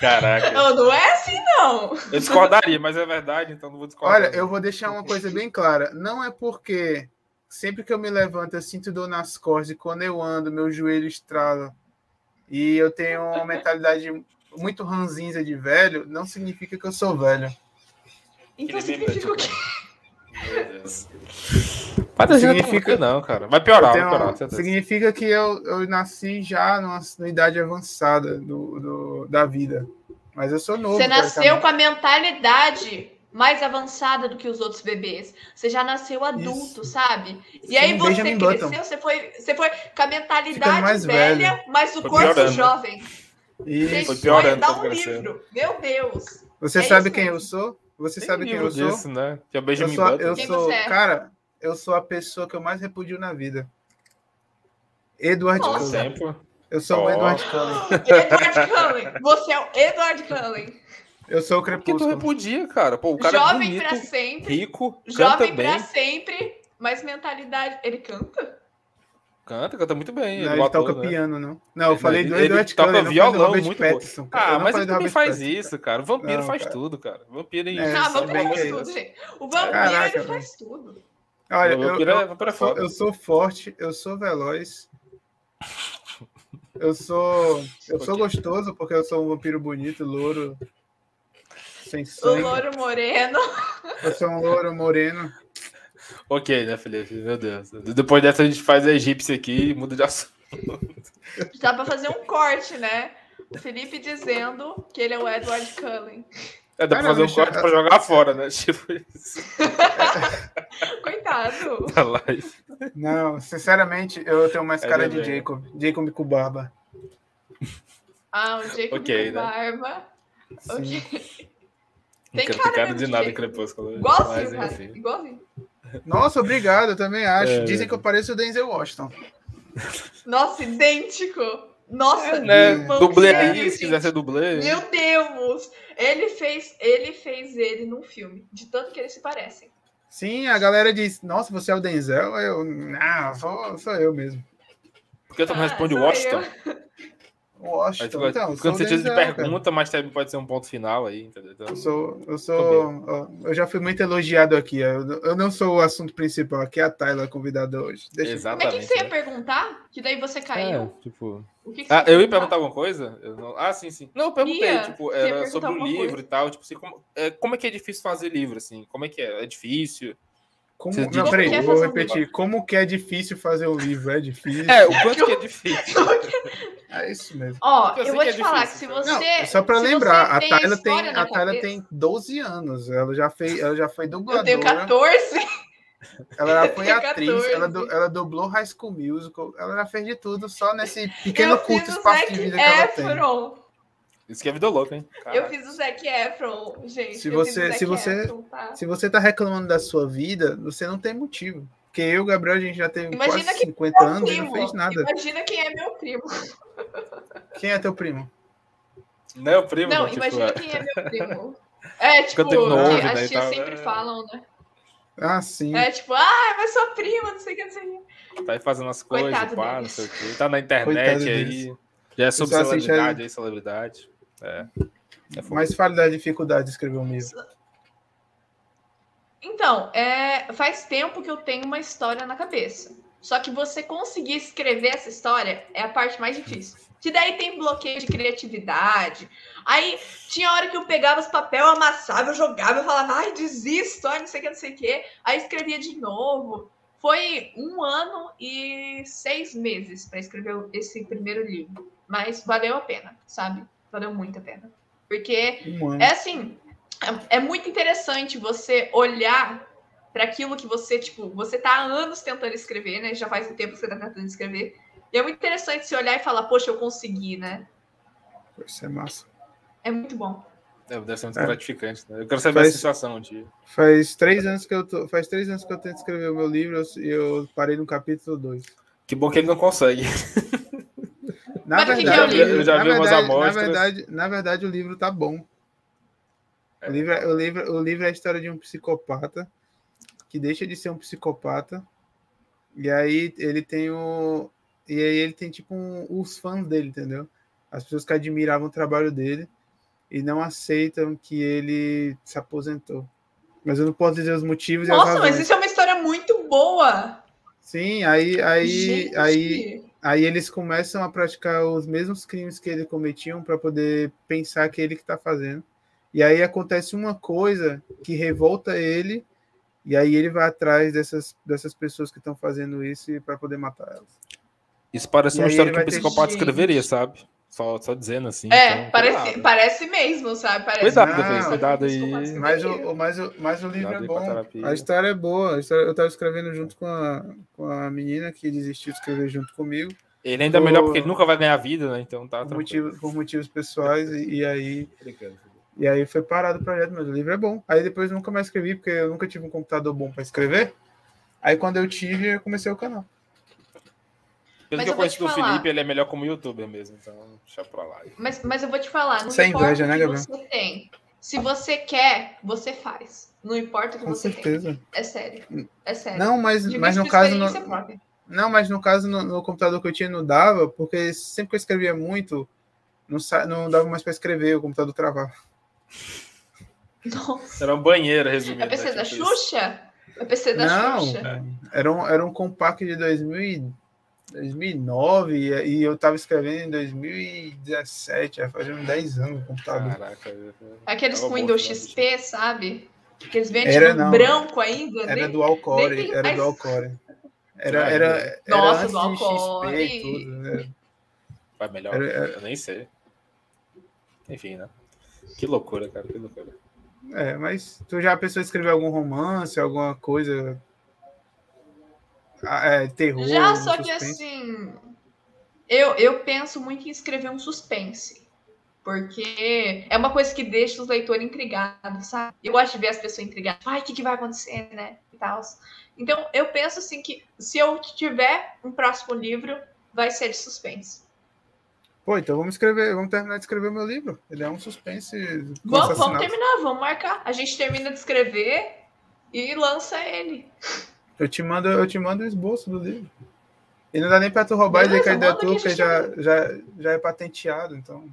Speaker 1: Caraca.
Speaker 3: Não, não é assim, não.
Speaker 1: Eu discordaria, mas é verdade, então não vou discordar.
Speaker 2: Olha, eu vou deixar uma coisa bem clara. Não é porque sempre que eu me levanto eu sinto dor nas costas e quando eu ando meu joelho estrala e eu tenho uma mentalidade muito ranzinza de velho, não significa que eu sou velho.
Speaker 3: Então
Speaker 1: Aquele meme
Speaker 3: significa
Speaker 1: da
Speaker 3: o quê?
Speaker 1: Meu Deus. Mas não significa
Speaker 2: Significa-
Speaker 1: não, cara. Vai
Speaker 2: Eu
Speaker 1: piorar, vai
Speaker 2: tenho
Speaker 1: piorar. tá-
Speaker 2: uma-
Speaker 1: com certeza.
Speaker 2: significa que eu, eu nasci já numa, numa idade avançada do, do- da vida. Mas eu sou novo.
Speaker 3: Você nasceu
Speaker 2: teoricamente.
Speaker 3: com a mentalidade mais avançada do que os outros bebês. Você já nasceu adulto, sabe? E
Speaker 2: Sim,
Speaker 3: aí você
Speaker 2: Benjamin
Speaker 3: cresceu,
Speaker 2: Button.
Speaker 3: você foi, você foi com a mentalidade
Speaker 2: Ficando mais
Speaker 3: velha, mas o
Speaker 1: Foi
Speaker 3: corpo
Speaker 1: piorando.
Speaker 3: jovem.
Speaker 2: E
Speaker 3: Gente,
Speaker 1: Foi piorando
Speaker 3: dá
Speaker 1: quando
Speaker 3: um
Speaker 1: cresceu.
Speaker 3: livro. Meu Deus.
Speaker 2: você
Speaker 3: é
Speaker 2: sabe
Speaker 3: isso
Speaker 2: quem eu
Speaker 3: mesmo.
Speaker 2: sou? Você
Speaker 1: Tem
Speaker 2: sabe quem
Speaker 1: livro
Speaker 2: eu sou?
Speaker 1: disso, né? Que é o
Speaker 2: Eu
Speaker 1: Benjamin
Speaker 2: sou,
Speaker 1: Button.
Speaker 2: eu
Speaker 3: Quem
Speaker 2: sou-
Speaker 3: você é?
Speaker 2: cara, eu sou a pessoa que eu mais repudio na vida. Eduardo
Speaker 3: Nossa.
Speaker 1: Faz
Speaker 2: Cullen.
Speaker 1: tempo.
Speaker 2: Eu sou o
Speaker 1: Ó.
Speaker 2: Edward Cullen.
Speaker 3: Edward Cullen. Você é o Edward Cullen.
Speaker 2: Eu sou o
Speaker 1: Por que tu
Speaker 2: Crepúsculo.
Speaker 1: repudia, cara? Pô, o cara é
Speaker 3: jovem
Speaker 1: bonito,
Speaker 3: pra sempre.
Speaker 1: rico, canta
Speaker 3: Jovem
Speaker 1: bem.
Speaker 3: pra sempre, mas mentalidade. Ele canta?
Speaker 1: Canta, canta muito bem.
Speaker 2: Não,
Speaker 1: é o
Speaker 2: ele
Speaker 1: ator,
Speaker 2: toca
Speaker 1: né?
Speaker 2: piano, não. Não, eu
Speaker 1: Ele-
Speaker 2: falei do
Speaker 1: ele
Speaker 2: Edward
Speaker 1: toca
Speaker 2: Cullen, não falei do
Speaker 1: violão
Speaker 2: Robert
Speaker 1: muito bom.
Speaker 2: Pattinson.
Speaker 1: Ah,
Speaker 2: Eu
Speaker 1: mas
Speaker 2: não falei
Speaker 1: ele
Speaker 2: do
Speaker 1: também
Speaker 2: Robert
Speaker 1: faz
Speaker 2: Pattinson.
Speaker 1: isso, cara. O vampiro
Speaker 2: Não,
Speaker 1: faz
Speaker 2: cara.
Speaker 1: tudo, cara. O vampiro é
Speaker 2: É,
Speaker 1: isso.
Speaker 3: ah,
Speaker 2: sei
Speaker 3: vamos
Speaker 2: bem
Speaker 3: faz
Speaker 2: que é
Speaker 3: tudo,
Speaker 2: isso.
Speaker 3: gente. O vampiro
Speaker 2: Caraca,
Speaker 3: ele faz tudo.
Speaker 2: Olha,
Speaker 1: O
Speaker 2: eu,
Speaker 1: vampiro é-
Speaker 2: eu,
Speaker 1: vampiro é
Speaker 2: eu sou,
Speaker 1: foda.
Speaker 2: eu sou forte, eu sou veloz. Eu sou, eu sou
Speaker 1: Ok.
Speaker 2: gostoso porque eu sou um vampiro bonito, louro, sem
Speaker 3: O
Speaker 2: sangue.
Speaker 3: Louro Moreno.
Speaker 2: Eu sou um louro moreno.
Speaker 1: Ok, né, Felipe? Meu Deus. Depois dessa a gente faz a egípcia aqui e muda de assunto.
Speaker 3: Dá pra fazer um corte, né? O Felipe dizendo que ele é o Edward Cullen.
Speaker 1: É, dá
Speaker 2: Cara,
Speaker 1: pra fazer um
Speaker 2: deixa-
Speaker 1: corte pra jogar fora, né? Tipo isso.
Speaker 3: Coitado.
Speaker 1: Da live.
Speaker 2: Não, sinceramente, eu tenho mais
Speaker 1: É
Speaker 2: cara de
Speaker 1: verdade.
Speaker 2: Jacob. Jacob com barba.
Speaker 3: Ah, o Jacob
Speaker 1: Ok, né?
Speaker 3: com barba.
Speaker 2: Sim.
Speaker 3: Ok.
Speaker 1: Não
Speaker 3: Tem
Speaker 1: quero ter
Speaker 3: cara
Speaker 1: cara
Speaker 3: mesmo
Speaker 1: de
Speaker 3: de
Speaker 1: nada em
Speaker 3: jeito.
Speaker 1: Crepúsculo. né?
Speaker 3: Igualzinho,
Speaker 1: mas,
Speaker 3: cara.
Speaker 1: enfim.
Speaker 3: Igualzinho.
Speaker 2: Nossa, obrigado, eu também acho.
Speaker 1: É.
Speaker 2: Dizem que eu pareço o Denzel Washington.
Speaker 3: Nossa, idêntico. Nossa,
Speaker 1: Né?
Speaker 3: Deus.
Speaker 1: Dublê
Speaker 3: Sério,
Speaker 1: aí, se
Speaker 3: gente.
Speaker 1: quiser ser dublê. né?
Speaker 3: Meu Deus! Ele fez, ele fez ele num filme, de tanto que eles se parecem.
Speaker 2: Sim, a galera diz, nossa, você é o Denzel? Eu, não, sou, sou eu mesmo.
Speaker 1: Por que tu não
Speaker 3: Ah,
Speaker 1: responde
Speaker 3: sou
Speaker 1: Washington?
Speaker 3: eu.
Speaker 1: Aí
Speaker 2: Washington,
Speaker 1: fica
Speaker 2: então, eu sou
Speaker 1: ficando
Speaker 2: o
Speaker 1: sentido de
Speaker 2: Denzel, cara.
Speaker 1: pergunta, mas também pode ser um ponto final aí, entendeu? Então,
Speaker 2: Eu sou, eu sou, ó, eu já fui muito elogiado aqui. Eu, eu não sou o assunto principal aqui, é a Tayla convidada hoje. Deixa eu-
Speaker 3: Mas o é que, que
Speaker 1: exatamente.
Speaker 3: você ia
Speaker 1: né?
Speaker 3: perguntar? Que daí você caiu.
Speaker 1: É, tipo...
Speaker 3: O que que você
Speaker 1: Ah, eu ia perguntar
Speaker 3: perguntar?
Speaker 1: alguma coisa? Eu não- Ah, sim, sim. Não, eu perguntei,
Speaker 3: Tá. Ia,
Speaker 1: tipo,
Speaker 3: você ia
Speaker 1: era
Speaker 3: perguntar
Speaker 1: sobre o
Speaker 3: alguma
Speaker 1: livro
Speaker 3: coisa.
Speaker 1: e tal, tipo assim, como é, como é que é difícil fazer livro, assim? Como é que é? É difícil?
Speaker 2: Como,
Speaker 1: Vocês
Speaker 2: não,
Speaker 1: dizem-
Speaker 2: peraí,
Speaker 3: Como que é
Speaker 2: vou
Speaker 3: fazer um
Speaker 2: repetir. Como que é difícil fazer um livro? É difícil?
Speaker 1: É, o quanto que é difícil?
Speaker 2: É isso mesmo.
Speaker 3: Ó,
Speaker 1: Eu
Speaker 3: eu,
Speaker 1: sei
Speaker 3: vou
Speaker 1: que
Speaker 3: te
Speaker 1: é
Speaker 3: falar que se
Speaker 1: difícil,
Speaker 3: você.
Speaker 2: Não, é só para
Speaker 3: se
Speaker 2: lembrar,
Speaker 3: você
Speaker 2: a
Speaker 3: a
Speaker 2: Tayla tem,
Speaker 3: história na
Speaker 2: a Tayla
Speaker 3: cabeça-
Speaker 2: tem 12 anos. Ela já fez, ela já foi
Speaker 3: Eu tenho
Speaker 2: dubladora.
Speaker 3: 14.
Speaker 2: Ela já foi
Speaker 3: tenho
Speaker 2: atriz,
Speaker 3: 14.
Speaker 2: ela, do- ela dublou High School Musical, ela já fez de tudo só nesse pequeno
Speaker 3: eu
Speaker 2: curto
Speaker 3: fiz o
Speaker 2: espaço
Speaker 3: Zac
Speaker 2: de vida que ela tem.
Speaker 3: Efron.
Speaker 1: Isso que é vida louca, hein?
Speaker 3: Eu
Speaker 1: Caraca.
Speaker 3: fiz o Zac Efron, gente.
Speaker 2: Se
Speaker 3: eu
Speaker 2: você-
Speaker 3: fiz o Zac
Speaker 2: se você-
Speaker 3: Efron, tá?
Speaker 2: Se você tá reclamando da sua vida, você não tem motivo. Porque eu e o Gabriel, a gente já teve
Speaker 3: Imagina
Speaker 2: quase
Speaker 3: que
Speaker 2: 50 anos e não
Speaker 3: primo.
Speaker 2: fez nada.
Speaker 3: Imagina quem é meu primo.
Speaker 2: Quem é teu primo?
Speaker 1: Não é o primo,
Speaker 3: Não,
Speaker 1: tipo,
Speaker 3: imagina
Speaker 1: é.
Speaker 3: quem é meu primo. É, tipo,
Speaker 1: ele não ouve,
Speaker 3: que
Speaker 1: né, e
Speaker 3: as tias
Speaker 1: tal,
Speaker 3: sempre
Speaker 1: é.
Speaker 3: falam, né?
Speaker 2: Ah, sim.
Speaker 3: É tipo, ah, mas sua prima, não sei o que, não sei o que.
Speaker 1: Tá aí fazendo as coisas,
Speaker 3: Coitado
Speaker 1: pá, não
Speaker 3: deles.
Speaker 1: sei o quê. Tá na internet
Speaker 2: Coitado
Speaker 1: aí.
Speaker 2: deles.
Speaker 1: Já é
Speaker 2: só
Speaker 1: subcelebridade
Speaker 2: assisti
Speaker 1: aí, celebridade. É. É fogo.
Speaker 2: Mas fale da dificuldade de escrever um livro.
Speaker 3: Então, é, faz tempo que eu tenho uma história na cabeça. Só que você conseguir escrever essa história é a parte mais difícil. Que daí tem bloqueio de criatividade. Aí tinha hora que eu pegava os papel, amassava, eu jogava, eu falava, ai, desisto, ai, não sei o que, não sei o que. Aí escrevia de novo. Foi um ano e seis meses para escrever esse primeiro livro. Mas valeu a pena, sabe? Valeu muito a pena. Porque
Speaker 2: Um ano.
Speaker 3: é assim, é, é muito interessante você olhar para aquilo que você, tipo, você tá há anos tentando escrever, né? Já faz um tempo que você tá tentando escrever. E é muito interessante você olhar e falar, poxa, eu consegui, né?
Speaker 2: Isso é massa.
Speaker 3: É muito bom.
Speaker 1: É, deve ser muito
Speaker 2: É.
Speaker 1: gratificante, né? Eu quero saber a
Speaker 2: Faz-
Speaker 1: sensação de.
Speaker 2: Faz três anos que eu tô, faz três anos que eu tento escrever o meu livro eu- e eu, parei no capítulo 2.
Speaker 1: Que bom que ele não consegue.
Speaker 2: Na
Speaker 3: Mas o que que é o
Speaker 2: verdade,
Speaker 3: livro?
Speaker 1: Eu já
Speaker 2: na
Speaker 1: vi umas
Speaker 2: verdade-
Speaker 1: amostras.
Speaker 2: Na verdade, na verdade, o livro tá bom.
Speaker 1: É.
Speaker 2: O, livro, é- o, livro, o livro é a história de um psicopata que deixa de ser um psicopata. E aí ele tem o. E aí ele tem tipo um- os fãs dele, entendeu? As pessoas que admiravam o trabalho dele e não aceitam que ele se aposentou. Mas eu não posso dizer os motivos e as
Speaker 3: Nossa,
Speaker 2: razões.
Speaker 3: mas isso é uma história muito boa.
Speaker 2: Sim, aí, aí,
Speaker 3: Gente.
Speaker 2: aí, Aí eles começam a praticar os mesmos crimes que ele cometiam para poder pensar que é ele que está fazendo. E aí acontece uma coisa que revolta ele, e aí ele vai atrás dessas, dessas pessoas que estão fazendo isso para poder matar elas.
Speaker 1: Isso parece
Speaker 2: E
Speaker 1: uma
Speaker 2: aí
Speaker 1: história
Speaker 2: ele
Speaker 1: que um
Speaker 2: vai ter-
Speaker 1: psicopata
Speaker 3: Gente.
Speaker 1: escreveria, sabe? Só, só dizendo assim.
Speaker 3: É,
Speaker 1: então,
Speaker 3: parece,
Speaker 1: cuidado.
Speaker 3: parece mesmo, sabe? Parece
Speaker 1: Cuidado,
Speaker 3: mesmo.
Speaker 2: Beatriz,
Speaker 1: cuidado aí.
Speaker 3: Desculpa,
Speaker 2: Mas
Speaker 3: desculpa.
Speaker 2: o, o- mas o, mas o livro é
Speaker 1: Cuidado aí com a
Speaker 2: bom,
Speaker 1: terapia.
Speaker 2: a história é boa. a história- eu estava escrevendo junto com a, com a menina que desistiu de escrever junto comigo.
Speaker 1: Ele ainda é melhor porque ele nunca vai ganhar vida, né? Então tá.
Speaker 2: Por
Speaker 1: tranquilo.
Speaker 2: motivos, por motivos pessoais, e, e aí
Speaker 1: Brincando.
Speaker 2: E aí foi parado o projeto, mas o livro é bom. Aí depois eu nunca mais escrevi, porque eu nunca tive um computador bom para escrever. Aí quando eu tive, eu comecei o canal.
Speaker 1: Pelo
Speaker 3: Mas
Speaker 1: que
Speaker 3: eu
Speaker 1: eu
Speaker 3: vou
Speaker 1: conheço
Speaker 3: te
Speaker 1: do
Speaker 3: falar.
Speaker 1: Felipe, ele é melhor como youtuber mesmo, então deixa pra lá.
Speaker 3: Mas, mas eu vou te falar, não
Speaker 2: Isso é
Speaker 3: importa
Speaker 2: inveja,
Speaker 3: o
Speaker 2: né,
Speaker 3: que
Speaker 2: Gabriel?
Speaker 3: você tem. Se você quer, você faz. Não importa o que
Speaker 2: Com
Speaker 3: você
Speaker 2: certeza.
Speaker 3: tem. É sério. É sério.
Speaker 2: Não, mas,
Speaker 3: Digo
Speaker 2: mas
Speaker 3: isso
Speaker 2: no
Speaker 3: por
Speaker 2: caso.
Speaker 3: experiência
Speaker 2: no-
Speaker 3: própria.
Speaker 2: Não, mas no caso, no, no computador que eu tinha não dava, porque sempre que eu escrevia muito, não, sa- não dava mais para escrever, o computador travava.
Speaker 3: Nossa.
Speaker 1: Era um banheiro, resumindo.
Speaker 3: A PC
Speaker 1: né,
Speaker 3: da
Speaker 1: tipo isso.
Speaker 3: Xuxa? A PC da
Speaker 2: Não,
Speaker 3: Xuxa?
Speaker 2: era um, era um compact de 2000, e- 2009 e, e eu tava escrevendo em 2017, já fazia uns 10 anos o
Speaker 1: Tá
Speaker 2: computador.
Speaker 1: Caraca.
Speaker 3: Aqueles
Speaker 1: Tava
Speaker 3: com
Speaker 1: bom,
Speaker 3: Windows
Speaker 1: tava bom.
Speaker 3: XP, sabe? Aqueles bem
Speaker 2: Era,
Speaker 3: antigos,
Speaker 2: não.
Speaker 3: branco ainda,
Speaker 2: Era
Speaker 3: né?
Speaker 2: dual
Speaker 3: nem
Speaker 2: core,
Speaker 3: tem
Speaker 2: era
Speaker 3: mais-
Speaker 2: dual core. Era,
Speaker 1: Ah,
Speaker 2: era,
Speaker 1: meu.
Speaker 2: era
Speaker 3: Nossa,
Speaker 2: antes
Speaker 3: dual
Speaker 2: de XP e
Speaker 3: core.
Speaker 2: tudo, né?
Speaker 1: Vai melhor.
Speaker 2: Era- era-
Speaker 1: Eu nem sei. Enfim, né? Que loucura, cara. Que loucura.
Speaker 2: É, mas tu já pensou em escrever algum romance, alguma coisa? Ah, é, terror.
Speaker 3: Já, só que
Speaker 2: suspense?
Speaker 3: assim. Eu, eu penso muito em escrever um suspense. Porque é uma coisa que deixa os leitores intrigados, sabe? Eu gosto de ver as pessoas intrigadas. Ai, o que, que vai acontecer, né? E tal. Então, eu penso assim que se eu tiver um próximo livro, vai ser de suspense.
Speaker 2: Pô, então vamos escrever, vamos terminar de escrever meu livro. Ele é um suspense. com
Speaker 3: Vamos, vamos
Speaker 2: assassinato.
Speaker 3: terminar, vamos marcar. A gente termina de escrever e lança ele.
Speaker 2: Eu te mando, eu te mando o esboço do livro. E não dá nem pra tu roubar e dizer
Speaker 3: Beleza,
Speaker 2: que a ideia
Speaker 3: manda que
Speaker 2: tua,
Speaker 3: a
Speaker 2: porque
Speaker 3: gente
Speaker 2: já, já, já é patenteado, então.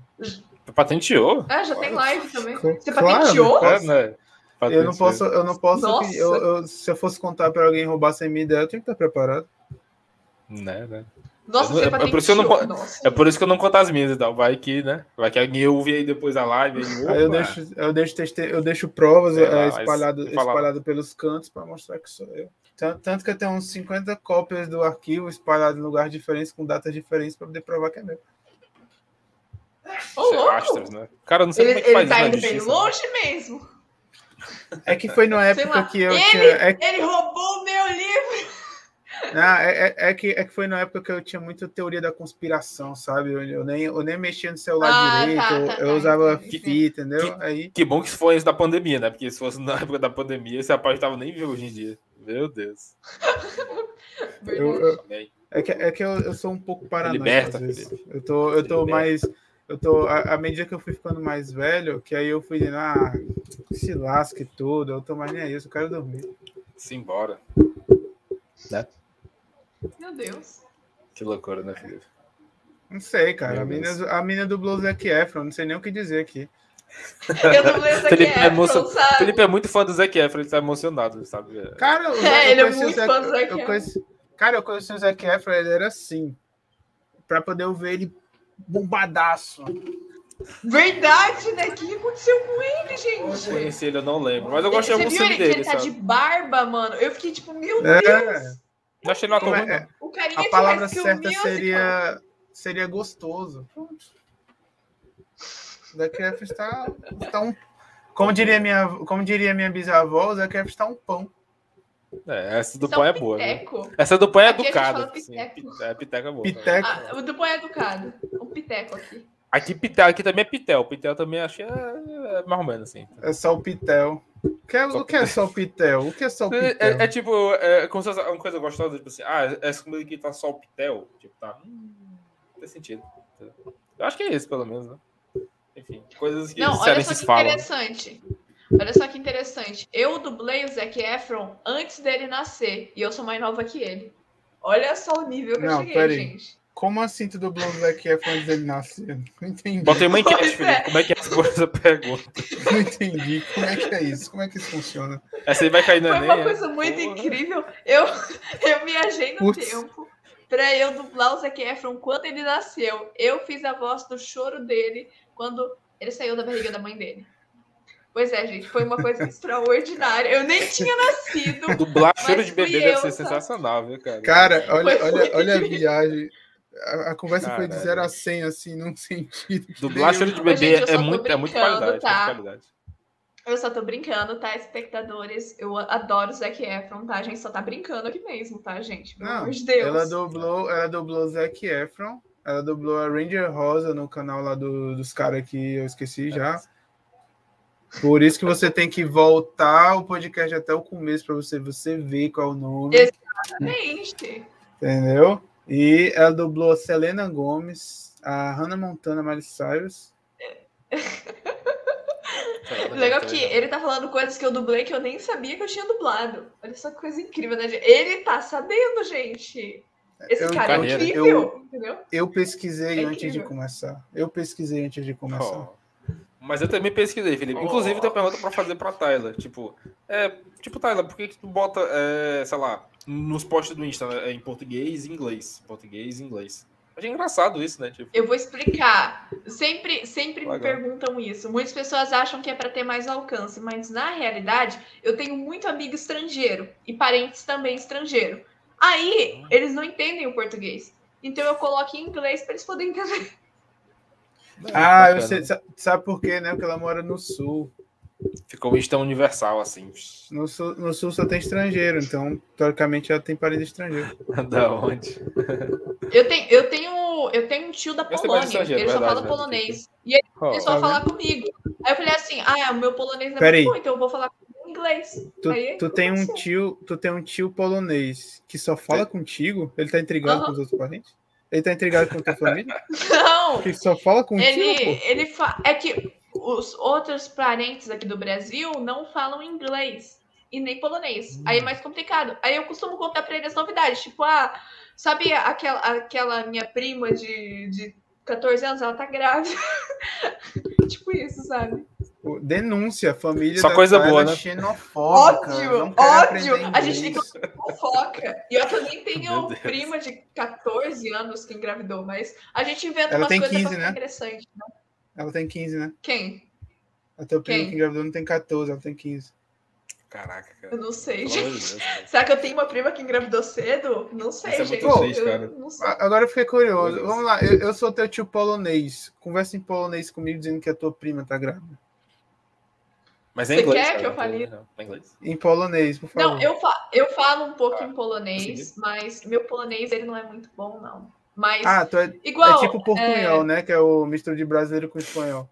Speaker 1: Patenteou?
Speaker 3: Ah, já tem live também. Você
Speaker 2: Claro,
Speaker 3: patenteou?
Speaker 2: Posso?
Speaker 1: É, né?
Speaker 2: Eu não posso, eu não posso.
Speaker 3: Nossa.
Speaker 2: pedir- eu- eu- se eu fosse contar pra alguém roubar sem minha ideia, eu tenho que estar preparado.
Speaker 1: Né, né? Eu
Speaker 3: Nossa,
Speaker 1: não-
Speaker 3: você
Speaker 1: é- é por isso que eu não
Speaker 3: patenteou.
Speaker 1: po-
Speaker 3: Nossa.
Speaker 1: É por isso que eu não conto as minhas e tal. Vai que, né? Vai que alguém ouve aí depois a live.
Speaker 2: Aí eu deixo, eu deixo, teste- eu deixo provas
Speaker 1: Sei lá,
Speaker 2: eh,
Speaker 1: mas
Speaker 2: espalhado,
Speaker 1: eu falava-
Speaker 2: espalhado pelos cantos para mostrar que sou eu. Tanto, tanto que eu tenho uns 50 cópias do arquivo espalhado em lugares diferentes, com datas diferentes, para poder provar que é meu.
Speaker 3: Ô, louco!
Speaker 1: Astros, né? Cara, eu não sei
Speaker 3: Ele,
Speaker 1: como é que
Speaker 3: ele
Speaker 1: faz
Speaker 3: tá
Speaker 1: isso
Speaker 3: indo
Speaker 1: na
Speaker 3: bem
Speaker 1: justiça.
Speaker 3: longe mesmo.
Speaker 2: É que foi na
Speaker 3: Sei
Speaker 2: época
Speaker 3: lá.
Speaker 2: que eu
Speaker 3: Ele-
Speaker 2: tinha. É,
Speaker 3: Ele roubou o meu livro.
Speaker 2: não, é, é- é que, é que foi na época que eu tinha muita teoria da conspiração, sabe? Eu, eu nem, eu nem mexia no celular
Speaker 3: Ah,
Speaker 2: direito,
Speaker 3: tá,
Speaker 2: eu,
Speaker 3: tá,
Speaker 2: eu
Speaker 3: tá,
Speaker 2: usava
Speaker 3: entendi.
Speaker 2: FI, entendeu? Aí.
Speaker 1: Que bom que isso foi antes da pandemia, né? Porque se fosse na época da pandemia, esse rapaz tava nem vivo hoje em dia. Meu Deus.
Speaker 2: Eu, eu-
Speaker 1: Amém.
Speaker 2: é que, é que eu, eu sou um pouco paranoico.
Speaker 1: liberta,
Speaker 2: às vezes. Eu tô, eu tô
Speaker 1: Liberta.
Speaker 2: mais. eu tô, à à medida que eu fui ficando mais velho, que aí eu fui, ah, se lasque tudo, eu tô mais nem aí, eu só quero dormir.
Speaker 1: Simbora.
Speaker 3: Meu Deus.
Speaker 1: Que loucura, né, Felipe?
Speaker 2: Não sei, cara, a
Speaker 1: Meu
Speaker 2: mina,
Speaker 1: Deus.
Speaker 2: a mina dublou o Zac Efron, não sei nem o que dizer aqui.
Speaker 3: Eu não lembro aqui,
Speaker 1: Felipe é
Speaker 3: é,
Speaker 1: moço-
Speaker 3: sabe?
Speaker 1: Felipe é muito fã do Zac Efron, ele tá emocionado, sabe?
Speaker 2: Cara, o
Speaker 3: É,
Speaker 2: Zac- eu
Speaker 3: ele é
Speaker 2: conheci o
Speaker 3: muito
Speaker 2: Zac-
Speaker 3: fã do Zac
Speaker 2: eu
Speaker 3: Efron.
Speaker 2: conheci- Cara, eu conheci o Zac Efron, ele era assim, pra poder eu ver ele bombadaço.
Speaker 3: Verdade, né? O que aconteceu com ele,
Speaker 1: Eu
Speaker 3: gente?
Speaker 1: conheci ele, eu não lembro. Mas eu gostei
Speaker 3: Você
Speaker 1: muito
Speaker 3: viu ele que
Speaker 1: dele,
Speaker 3: ele tá
Speaker 1: sabe?
Speaker 3: de barba, mano? Eu fiquei tipo, meu
Speaker 2: É.
Speaker 3: Deus!
Speaker 1: Não achei ele um ator
Speaker 2: Como
Speaker 1: ruim,
Speaker 2: é-
Speaker 1: não.
Speaker 3: O carinha
Speaker 2: A
Speaker 3: que
Speaker 2: palavra
Speaker 3: faz Kill
Speaker 2: certa
Speaker 3: Musical.
Speaker 2: seria, seria gostoso. Putz. O Zac Efron está, está um. Como diria minha, como diria minha bisavó, o Zac Efron está um pão.
Speaker 1: É, essa do
Speaker 3: Isso
Speaker 1: pão
Speaker 3: um
Speaker 1: é boa, né?
Speaker 3: piteco.
Speaker 1: Essa do pão é
Speaker 3: Aqui a gente
Speaker 1: educada.
Speaker 3: fala
Speaker 1: assim.
Speaker 3: piteco.
Speaker 1: É, piteca é boa. também.
Speaker 2: Piteco.
Speaker 3: Ah, o do pão é educado. Um piteco aqui.
Speaker 1: Aqui, pite- aqui também é pitel. Pitel também achei é, é mais ou menos assim.
Speaker 2: É só o pitel. O que é, o que é só o pitel? O que é só o
Speaker 1: É,
Speaker 2: pitel?
Speaker 1: é tipo, é como se fosse uma coisa gostosa, tipo assim, ah, essa comida aqui tá só o pitel. Tipo, tá. hum, tem sentido. Eu acho que é isso, pelo menos, né? Enfim, coisas que
Speaker 3: Não,
Speaker 1: os
Speaker 3: olha só
Speaker 1: cearenses
Speaker 3: que
Speaker 1: falam.
Speaker 3: interessante. Olha só que interessante. Eu é dublei o Zac Efron antes dele nascer. E eu sou mais nova que ele. Olha só o nível que
Speaker 2: Não,
Speaker 3: eu cheguei,
Speaker 2: peraí.
Speaker 3: gente.
Speaker 2: Como assim tu dublou o Zac Efron antes dele nascer? Não entendi.
Speaker 1: Bota aí uma enquete,
Speaker 3: Pois é.
Speaker 1: Felipe. Como é que é essa pergunta?
Speaker 2: Não entendi. Como é que é isso? Como é que isso funciona?
Speaker 1: Essa aí vai cair no
Speaker 3: Foi
Speaker 1: Enem.
Speaker 3: uma
Speaker 1: né?
Speaker 3: coisa muito
Speaker 1: Porra.
Speaker 3: incrível. Eu, eu viajei no
Speaker 2: Putz.
Speaker 3: tempo pra eu é dublar o Zac Efron quando ele nasceu. Eu fiz a voz do choro dele quando ele saiu da barriga da mãe dele. Pois é, gente, foi uma coisa extraordinária. Eu nem tinha nascido.
Speaker 1: Dublar
Speaker 3: Mas
Speaker 1: cheiro de
Speaker 3: fui
Speaker 1: bebê deve
Speaker 3: eu, tá?
Speaker 1: ser
Speaker 3: sabe?
Speaker 1: sensacional, viu, cara?
Speaker 2: Cara, olha,
Speaker 3: Foi
Speaker 2: olha,
Speaker 3: muito
Speaker 2: olha a
Speaker 3: incrível.
Speaker 2: viagem. A, a conversa foi de
Speaker 1: Caralho.
Speaker 2: 0 a 100, assim, num sentido. que
Speaker 1: Dublar
Speaker 2: nem
Speaker 1: cheiro de
Speaker 3: Mas,
Speaker 1: bebê
Speaker 3: gente, eu
Speaker 1: é,
Speaker 3: só tô
Speaker 1: muito, é muito
Speaker 3: brincando,
Speaker 1: qualidade.
Speaker 3: tá?
Speaker 1: muito qualidade.
Speaker 3: Eu só tô brincando, tá, espectadores? Eu adoro o Zac Efron, tá? A gente só tá brincando aqui mesmo, tá, gente? Pelo
Speaker 2: Não,
Speaker 3: amor de Deus.
Speaker 2: Ela é dublou, ela dublou Zac Efron, ela dublou a Ranger Rosa no canal lá do- dos caras que eu esqueci já. Por isso que você tem que voltar o podcast até o começo para você, você ver qual é o nome,
Speaker 3: Esse- Gente,
Speaker 2: entendeu? E ela dublou a Selena Gomes, a Hannah Montana Miley Cyrus.
Speaker 3: o legal é que ele tá falando coisas que eu dublei que eu nem sabia que eu tinha dublado. Olha só que coisa incrível, né? gente? Ele tá sabendo, gente. Esse
Speaker 2: Eu-
Speaker 3: cara é
Speaker 1: Carreira.
Speaker 3: incrível,
Speaker 2: Eu-
Speaker 3: entendeu?
Speaker 2: Eu pesquisei
Speaker 3: É
Speaker 2: antes de
Speaker 3: incrível.
Speaker 2: começar. Eu pesquisei antes de começar.
Speaker 1: Ó, Mas eu também pesquisei, Felipe. Inclusive, tem uma pergunta pra fazer pra Tyler. Tipo, é, tipo Tyler, por que, que tu bota, é, sei lá, nos posts do Insta né, em português e inglês? Português e inglês. Achei engraçado isso, né? Tipo,
Speaker 3: Eu vou explicar. Sempre, sempre me
Speaker 1: Legal.
Speaker 3: perguntam isso. Muitas pessoas acham que é para ter mais alcance, mas na realidade, eu tenho muito amigo estrangeiro e parentes também estrangeiro.
Speaker 2: Uhum.
Speaker 3: Aí, eles não entendem o português. Então eu coloco em inglês para eles poderem entender.
Speaker 2: Ah, eu
Speaker 1: é bacana.
Speaker 2: sei, sa- sabe por quê, né? Porque ela mora no sul.
Speaker 1: Ficou um Insta universal, assim.
Speaker 2: No sul, no sul só tem estrangeiro, então, teoricamente, ela tem parente estrangeiro.
Speaker 1: da onde?
Speaker 3: Eu tenho, eu tenho, eu tenho um tio da
Speaker 1: Esse é mais
Speaker 3: Polônia,
Speaker 1: estrangeiro,
Speaker 3: ele só
Speaker 1: verdade,
Speaker 3: fala
Speaker 1: né?
Speaker 3: polonês. E ele
Speaker 1: Ó,
Speaker 3: começou a
Speaker 2: tá
Speaker 3: falar comigo. Aí eu falei assim: "Ah, o meu polonês não é
Speaker 2: Peraí.
Speaker 3: muito bom, então eu vou falar em inglês".
Speaker 2: Tu,
Speaker 3: Aí,
Speaker 2: tu tem um
Speaker 3: aconteceu.
Speaker 2: tio, tu tem um tio polonês que só
Speaker 1: É.
Speaker 2: fala contigo? Ele tá intrigado
Speaker 3: Aham.
Speaker 2: com os outros parentes? Ele tá intrigado com a tua família?
Speaker 3: Não,
Speaker 2: Que só fala contigo,
Speaker 3: Ele,
Speaker 2: pô?
Speaker 3: ele fa... É que os outros parentes aqui do Brasil não falam inglês e nem polonês.
Speaker 2: Hum.
Speaker 3: Aí é mais complicado. Aí eu costumo contar pra ele as novidades. Tipo, ah, sabe aquela, aquela minha prima de, de 14 anos? Ela tá grávida. tipo isso, sabe?
Speaker 2: Pô, Denúncia, a família
Speaker 1: Só
Speaker 2: da
Speaker 1: coisa
Speaker 2: Tayla
Speaker 1: boa, né?
Speaker 2: xenofóbica.
Speaker 3: Ódio,
Speaker 2: não quer
Speaker 3: ódio.
Speaker 2: aprender
Speaker 3: A gente
Speaker 2: inglês.
Speaker 3: fica com fofoca. E eu também
Speaker 1: Meu
Speaker 3: tenho
Speaker 1: Deus.
Speaker 3: prima de 14 anos que engravidou, mas a gente inventa
Speaker 2: Ela
Speaker 3: umas
Speaker 2: tem
Speaker 3: coisas
Speaker 2: 15,
Speaker 3: pra ficar
Speaker 2: né?
Speaker 3: interessante.
Speaker 2: Ela tem 15, né?
Speaker 3: Quem?
Speaker 2: A tua prima
Speaker 3: Quem?
Speaker 2: que engravidou não tem 14, ela tem 15.
Speaker 1: Caraca, cara.
Speaker 3: Eu não sei,
Speaker 1: Pelo amor
Speaker 3: gente.
Speaker 1: de Deus, cara.
Speaker 3: Será que eu tenho uma prima que engravidou cedo? Não sei,
Speaker 1: Isso é
Speaker 3: gente.
Speaker 1: muito triste,
Speaker 3: Eu
Speaker 1: cara. Ah,
Speaker 3: Não sei.
Speaker 2: A- Agora eu fiquei curioso.
Speaker 1: Beleza.
Speaker 2: Vamos lá, eu, eu sou teu tio polonês. Conversa em polonês comigo dizendo que a tua prima tá grávida.
Speaker 1: Mas é
Speaker 3: Você
Speaker 1: inglês.
Speaker 3: quer
Speaker 1: cara,
Speaker 3: que eu
Speaker 1: não tem
Speaker 3: fale?
Speaker 1: problema, não. É inglês.
Speaker 2: Em polonês, por favor.
Speaker 3: Não, eu, fa- eu falo um pouco
Speaker 1: Ah,
Speaker 3: em polonês,
Speaker 1: consegui.
Speaker 3: mas meu polonês ele não é muito bom, não. Mas
Speaker 2: Ah, tu é, é
Speaker 3: igual.
Speaker 2: tipo portunhol, né? Que é o misto de brasileiro com espanhol.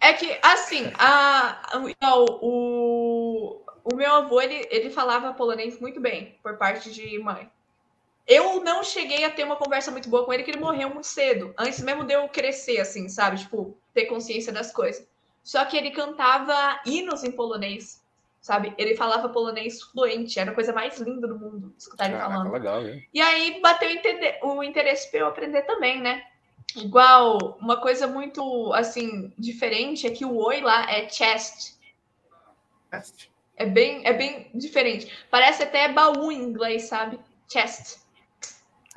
Speaker 3: É que, assim, a, a- igual o, o meu avô, ele, ele falava polonês muito bem, por parte de mãe. Eu não cheguei a ter uma conversa muito boa com ele, que ele morreu muito cedo. Antes mesmo de eu crescer, assim, sabe? Tipo, ter consciência das coisas. Só que ele cantava hinos em polonês, sabe? Ele falava polonês fluente, era a coisa mais linda do mundo escutar ele
Speaker 1: Caraca,
Speaker 3: Tá falando.
Speaker 1: legal, hein?
Speaker 3: E aí bateu entender- o interesse para eu aprender também, né? Igual, uma coisa muito, assim, diferente é que o oi lá é chest. É bem, é bem diferente. Parece até baú em inglês, sabe? Chest.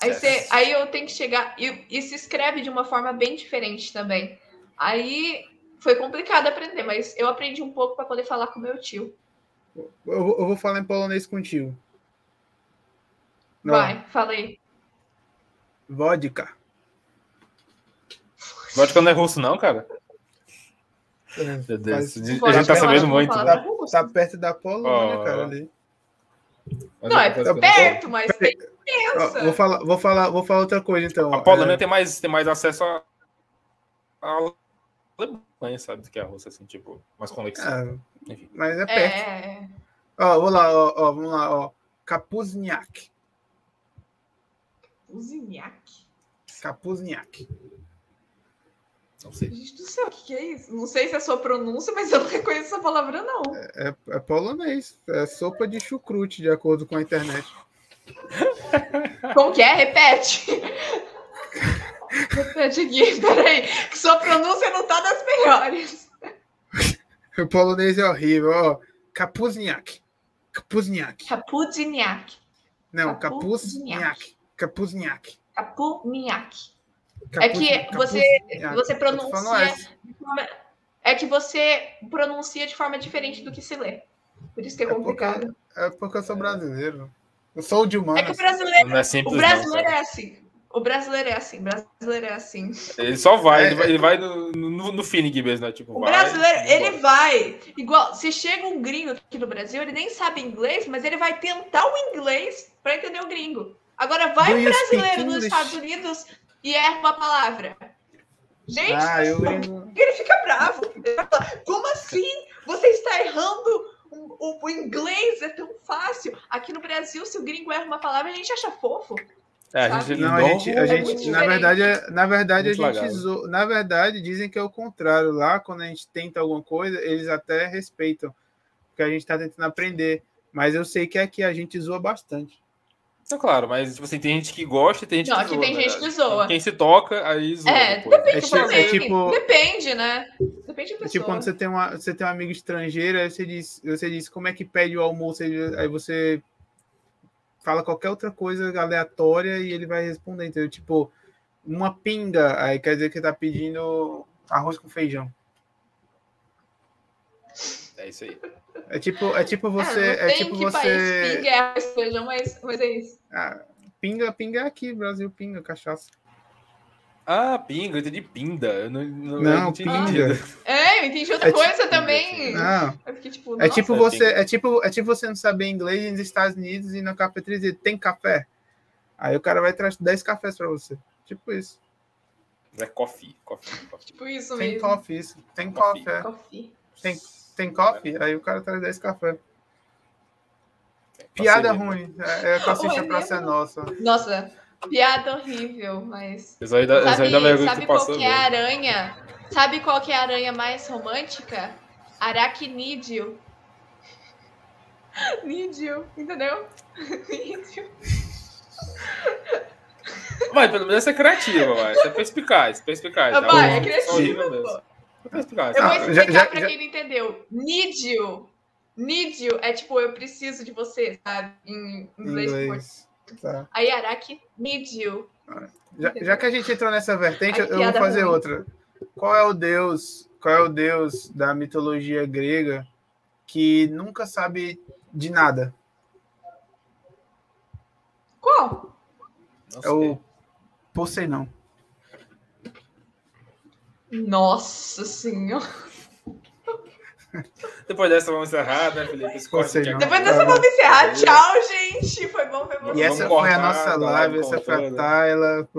Speaker 3: Aí, você-
Speaker 1: Chest.
Speaker 3: aí eu tenho que chegar. E, e se escreve de uma forma bem diferente também. Aí foi complicado aprender, mas eu aprendi um pouco para poder falar com meu tio.
Speaker 2: Eu, vou- eu vou falar em polonês contigo. Não,
Speaker 3: Vai, falei.
Speaker 2: Vodka.
Speaker 1: Vodka não é russo, não, cara. Meu Deus.
Speaker 2: Mas-
Speaker 1: A gente
Speaker 2: Vodka
Speaker 1: tá
Speaker 2: é
Speaker 1: sabendo
Speaker 2: ótimo,
Speaker 1: muito.
Speaker 2: fala.
Speaker 1: né?
Speaker 2: Tá perto da Polônia,
Speaker 1: Ó.
Speaker 2: cara. Ali.
Speaker 1: Mas
Speaker 3: Não,
Speaker 1: eu
Speaker 3: é
Speaker 1: confesso que eu
Speaker 3: perto, mas tem
Speaker 2: Ó,
Speaker 3: pensa.
Speaker 2: vou, falar, vou, falar, vou falar outra coisa, então.
Speaker 1: A Polônia é tem, mais, tem mais acesso a. a Alemanha, sabe? Do que a Rússia, assim, tipo, mais
Speaker 2: É,
Speaker 1: conexão.
Speaker 2: ah,
Speaker 1: Enfim.
Speaker 2: mas é perto.
Speaker 3: É,
Speaker 2: Ó, vou lá, ó, ó, vamos lá, ó. Kapuzniak.
Speaker 3: Uzinhaque.
Speaker 2: Kapuzniak.
Speaker 1: Não sei.
Speaker 3: Gente do céu, o que, que é isso? Não sei se é a sua pronúncia, mas eu não reconheço essa palavra, não.
Speaker 2: É, é polonês. É sopa de chucrute, de acordo com a internet.
Speaker 3: Como que é? Repete. Repete aqui, peraí. Que sua pronúncia não tá das melhores.
Speaker 2: O polonês é horrível, ó. Kapuzniak. Kapuzniak.
Speaker 3: Kapuzniak.
Speaker 2: Não,
Speaker 3: Kapuzniak.
Speaker 2: Kapuzniak. Kapuzniak.
Speaker 3: Kapuniak.
Speaker 2: Kapuz-
Speaker 3: É que você-
Speaker 2: Kapuzniak.
Speaker 3: Você
Speaker 2: Eu tô falando
Speaker 3: pronuncia.
Speaker 2: S.
Speaker 3: de forma- É que você pronuncia de forma diferente do que se lê. Por isso que é
Speaker 2: É porque-
Speaker 3: complicado.
Speaker 2: É porque eu sou brasileiro. Eu sou de
Speaker 3: É que o
Speaker 2: humanas.
Speaker 3: brasileiro,
Speaker 1: Não é
Speaker 3: o
Speaker 1: simples, não.
Speaker 3: brasileiro
Speaker 1: sabe?
Speaker 3: é assim. O brasileiro é assim. O brasileiro é assim.
Speaker 1: Ele só vai,
Speaker 2: É,
Speaker 1: ele vai,
Speaker 2: é.
Speaker 1: ele vai no, no, no feeling mesmo, né? Tipo,
Speaker 3: O
Speaker 1: vai,
Speaker 3: brasileiro, ele
Speaker 1: bora.
Speaker 3: vai. Igual, se chega um gringo aqui no Brasil, ele nem sabe inglês, mas ele vai tentar o inglês para entender o gringo. Agora vai
Speaker 2: Do
Speaker 3: um
Speaker 2: you speak
Speaker 3: brasileiro nos
Speaker 2: English?
Speaker 3: Estados Unidos e erra uma palavra. Gente, é
Speaker 2: Ah, eu
Speaker 3: ele fica bravo. Ele vai falar, Como assim? Você está errando? O, o- o inglês é tão fácil. Aqui no Brasil, se o gringo erra uma palavra, a gente acha fofo.
Speaker 1: É, a gente,
Speaker 2: Não, a gente, a
Speaker 3: É
Speaker 2: gente-
Speaker 3: muito
Speaker 2: na
Speaker 3: diferente.
Speaker 2: verdade, é- na verdade a
Speaker 1: Muito
Speaker 2: gente
Speaker 1: legal.
Speaker 2: zo- na verdade dizem que é o contrário lá, quando a gente tenta alguma coisa, eles até respeitam, porque a gente está tentando aprender, mas eu sei que aqui a gente zoa bastante.
Speaker 1: É claro, mas tipo assim, tem gente que gosta e tem gente
Speaker 3: Não,
Speaker 1: que
Speaker 3: aqui
Speaker 1: zoa,
Speaker 3: tem
Speaker 1: na
Speaker 3: gente
Speaker 1: verdade.
Speaker 3: que zoa.
Speaker 1: Quem se toca, aí zoa.
Speaker 3: É,
Speaker 1: depois.
Speaker 2: É
Speaker 3: Tipo,
Speaker 2: tipo, é
Speaker 3: assim,
Speaker 2: tipo-
Speaker 3: Depende, né? Depende da
Speaker 2: É
Speaker 3: pessoa.
Speaker 2: tipo quando você tem uma, você tem um amigo estrangeiro, aí você diz, você diz como é que pede o almoço, Ele- aí você fala qualquer outra coisa aleatória e ele vai responder, entendeu? Tipo, uma pinga, aí quer dizer que tá pedindo arroz com feijão.
Speaker 1: É isso aí.
Speaker 2: É tipo, é tipo você,
Speaker 3: Ah, não
Speaker 2: é
Speaker 3: tem
Speaker 2: tipo
Speaker 3: que
Speaker 2: você
Speaker 3: país pinga é arroz com feijão, mas, mas é isso.
Speaker 2: Ah, pinga, pinga é aqui, Brasil, pinga, cachaça.
Speaker 1: Ah, pinga, eu entendi pinda. Eu não, não, eu
Speaker 2: Não,
Speaker 1: tinha
Speaker 2: pinga.
Speaker 1: entendido.
Speaker 3: É, eu entendi outra
Speaker 2: É
Speaker 3: coisa
Speaker 1: tipo-
Speaker 3: também.
Speaker 2: Não.
Speaker 3: Eu fiquei tipo,
Speaker 2: É
Speaker 3: nossa,
Speaker 2: tipo
Speaker 1: é
Speaker 2: você,
Speaker 1: pinga.
Speaker 2: é tipo, é tipo você não saber inglês nos Estados Unidos e na cafeteria dizer, tem café. Aí o cara vai trazer 10 cafés pra você. Tipo isso.
Speaker 1: É coffee, coffee, coffee.
Speaker 3: tipo isso
Speaker 2: Tem
Speaker 3: mesmo.
Speaker 2: coffee, isso. Tem
Speaker 1: Coffee.
Speaker 2: café.
Speaker 3: Coffee.
Speaker 2: Tem, tem coffee? Aí o cara traz 10 cafés. Piada ruim. É, é salsicha
Speaker 3: né? Olha,
Speaker 2: pra ser nossa.
Speaker 3: Nossa, piada horrível, mas.
Speaker 1: Isso aí dá, isso aí
Speaker 3: Sabe,
Speaker 1: dá vergonha que
Speaker 3: sabe
Speaker 1: tu
Speaker 3: qual
Speaker 1: passou. né?
Speaker 3: que é a
Speaker 1: velho.
Speaker 3: aranha? Sabe qual que é a aranha mais romântica? Aracnídeo. Nídeo, entendeu? Nídeo.
Speaker 1: Mas pelo menos essa é criativa, vai. Essa é perspicaz, perspicaz.
Speaker 3: Ah,
Speaker 1: Tá
Speaker 3: vai,
Speaker 1: bom?
Speaker 3: é criativa,
Speaker 1: Horrível mesmo. É perspicaz.
Speaker 3: Eu vou
Speaker 2: Ah, já-
Speaker 3: explicar
Speaker 2: já-
Speaker 3: pra
Speaker 2: já-
Speaker 3: quem não entendeu. Need you. Need you é tipo, eu preciso de você, sabe? Em inglês. português.
Speaker 2: Inglês. Tá.
Speaker 3: Aí, Araki, need you.
Speaker 2: Já, já que a gente entrou nessa vertente,
Speaker 3: Ai,
Speaker 2: eu vou
Speaker 3: piada
Speaker 2: fazer
Speaker 3: ruim.
Speaker 2: outra. Qual é o deus? Qual é o deus da mitologia grega que nunca sabe de nada?
Speaker 3: Qual?
Speaker 1: Não
Speaker 2: É
Speaker 1: sei.
Speaker 2: o Poseidon.
Speaker 3: Nossa senhora.
Speaker 1: Depois dessa vamos encerrar, né, Felipe? Esse corte
Speaker 2: Você
Speaker 1: aqui é
Speaker 2: não.
Speaker 1: uma-
Speaker 3: Depois dessa vamos encerrar. Tchau, gente. Foi bom, foi bom.
Speaker 2: E
Speaker 1: Vamos
Speaker 2: essa foi
Speaker 1: cortar,
Speaker 2: a nossa
Speaker 1: tá lá
Speaker 2: live, essa foi a
Speaker 1: contando.
Speaker 2: Tayla.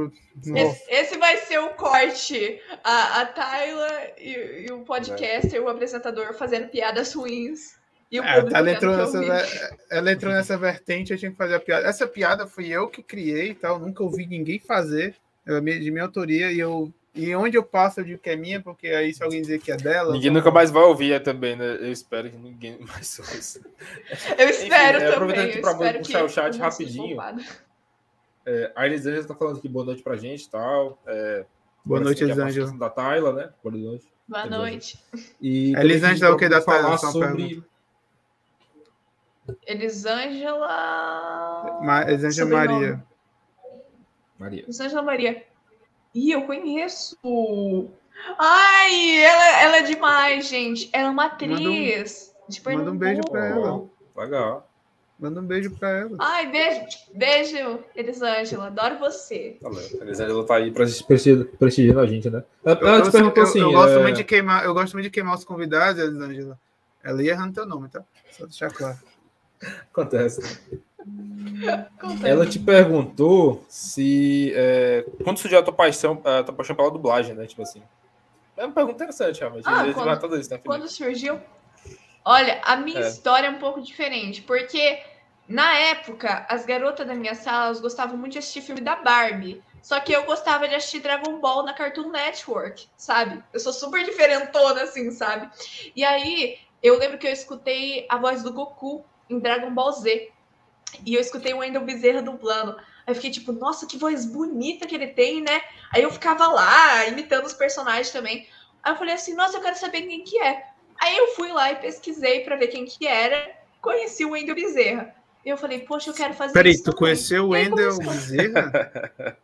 Speaker 3: Esse, esse vai ser o corte. A, a Tayla e, e o podcaster, o apresentador, fazendo piadas ruins. E o
Speaker 2: É,
Speaker 3: público
Speaker 2: ela,
Speaker 3: quer
Speaker 2: entrou
Speaker 3: que eu
Speaker 2: nessa,
Speaker 3: vi.
Speaker 2: ver- ela entrou nessa vertente, eu tinha que fazer a piada. Essa piada fui eu que criei e tal, nunca ouvi ninguém fazer, ela é minha- de minha autoria, e eu e onde eu passo eu digo que é minha, porque aí se alguém dizer que é dela...
Speaker 1: Ninguém
Speaker 2: eu-
Speaker 1: nunca mais vai ouvir é, também, né? Eu espero que ninguém mais ouça.
Speaker 3: Eu espero
Speaker 1: Enfim, é,
Speaker 3: também.
Speaker 1: aproveitando aqui
Speaker 3: eu
Speaker 1: pra
Speaker 3: espero
Speaker 1: puxar
Speaker 3: que
Speaker 1: o chat
Speaker 3: eu não seja
Speaker 1: rapidinho.
Speaker 3: roubada.
Speaker 1: É, a Elisângela está falando aqui boa noite pra gente e tal. É,
Speaker 2: Boa
Speaker 1: agora
Speaker 2: noite,
Speaker 1: sim, que é a
Speaker 2: Elisângela.
Speaker 1: participação Da Taila, né? Boa noite.
Speaker 3: Boa
Speaker 1: Beleza.
Speaker 3: noite.
Speaker 1: E
Speaker 2: A Elisângela é o quê da Taila?
Speaker 1: falar
Speaker 2: Só uma
Speaker 1: sobre
Speaker 3: Elisângela.
Speaker 2: Ma- Elisângela
Speaker 3: Sobrenome.
Speaker 2: Maria.
Speaker 1: Maria.
Speaker 3: Elisângela Maria. Ih, eu conheço. Ai, ela, ela é demais, gente. Ela é uma
Speaker 2: Manda um-
Speaker 3: atriz. de
Speaker 2: manda um beijo pra
Speaker 3: Pernambuco.
Speaker 2: ela.
Speaker 1: Legal.
Speaker 2: Manda um beijo pra ela.
Speaker 3: Ai, beijo, beijo, Elisângela. Adoro você.
Speaker 1: Valeu. A Elisângela tá aí pra prestigi- prestigiando a gente, né? Ela,
Speaker 2: Eu,
Speaker 1: ela
Speaker 2: eu-
Speaker 1: te perguntou
Speaker 2: eu-
Speaker 1: assim.
Speaker 2: eu gosto
Speaker 1: é,
Speaker 2: muito de queimar, eu gosto muito de queimar os convidados, Elisângela. Ela ia errando teu nome, tá? Só deixar claro.
Speaker 1: Acontece.
Speaker 3: Conta.
Speaker 1: Ela te perguntou se. é, quando surgiu a tua paixão, a tua paixão pela dublagem, né? Tipo assim. É uma pergunta interessante, realmente.
Speaker 3: Ah,
Speaker 1: Às vezes
Speaker 3: quando-
Speaker 1: mata tudo isso, né, Felipe?
Speaker 3: Quando surgiu. Olha, a minha
Speaker 1: É.
Speaker 3: história é um pouco diferente, porque na época, as garotas da minha sala elas gostavam muito de assistir filme da Barbie. Só que eu gostava de assistir Dragon Ball na Cartoon Network, sabe? Eu sou super diferentona, assim, sabe? E aí, eu lembro que eu escutei a voz do Goku em Dragon Ball Z. E eu escutei o Wendel Bezerra dublando. Aí eu fiquei tipo, nossa, que voz bonita que ele tem, né? Aí eu ficava lá, imitando os personagens também. Aí eu falei assim, nossa, eu quero saber quem que é. Aí eu fui lá e pesquisei pra ver quem que era. Conheci o Wendel Bezerra. E eu falei, poxa, eu quero fazer
Speaker 2: Peraí,
Speaker 3: isso
Speaker 2: tu
Speaker 3: também.
Speaker 2: conheceu o
Speaker 3: E aí
Speaker 2: Wendel
Speaker 3: começou.
Speaker 2: Bezerra?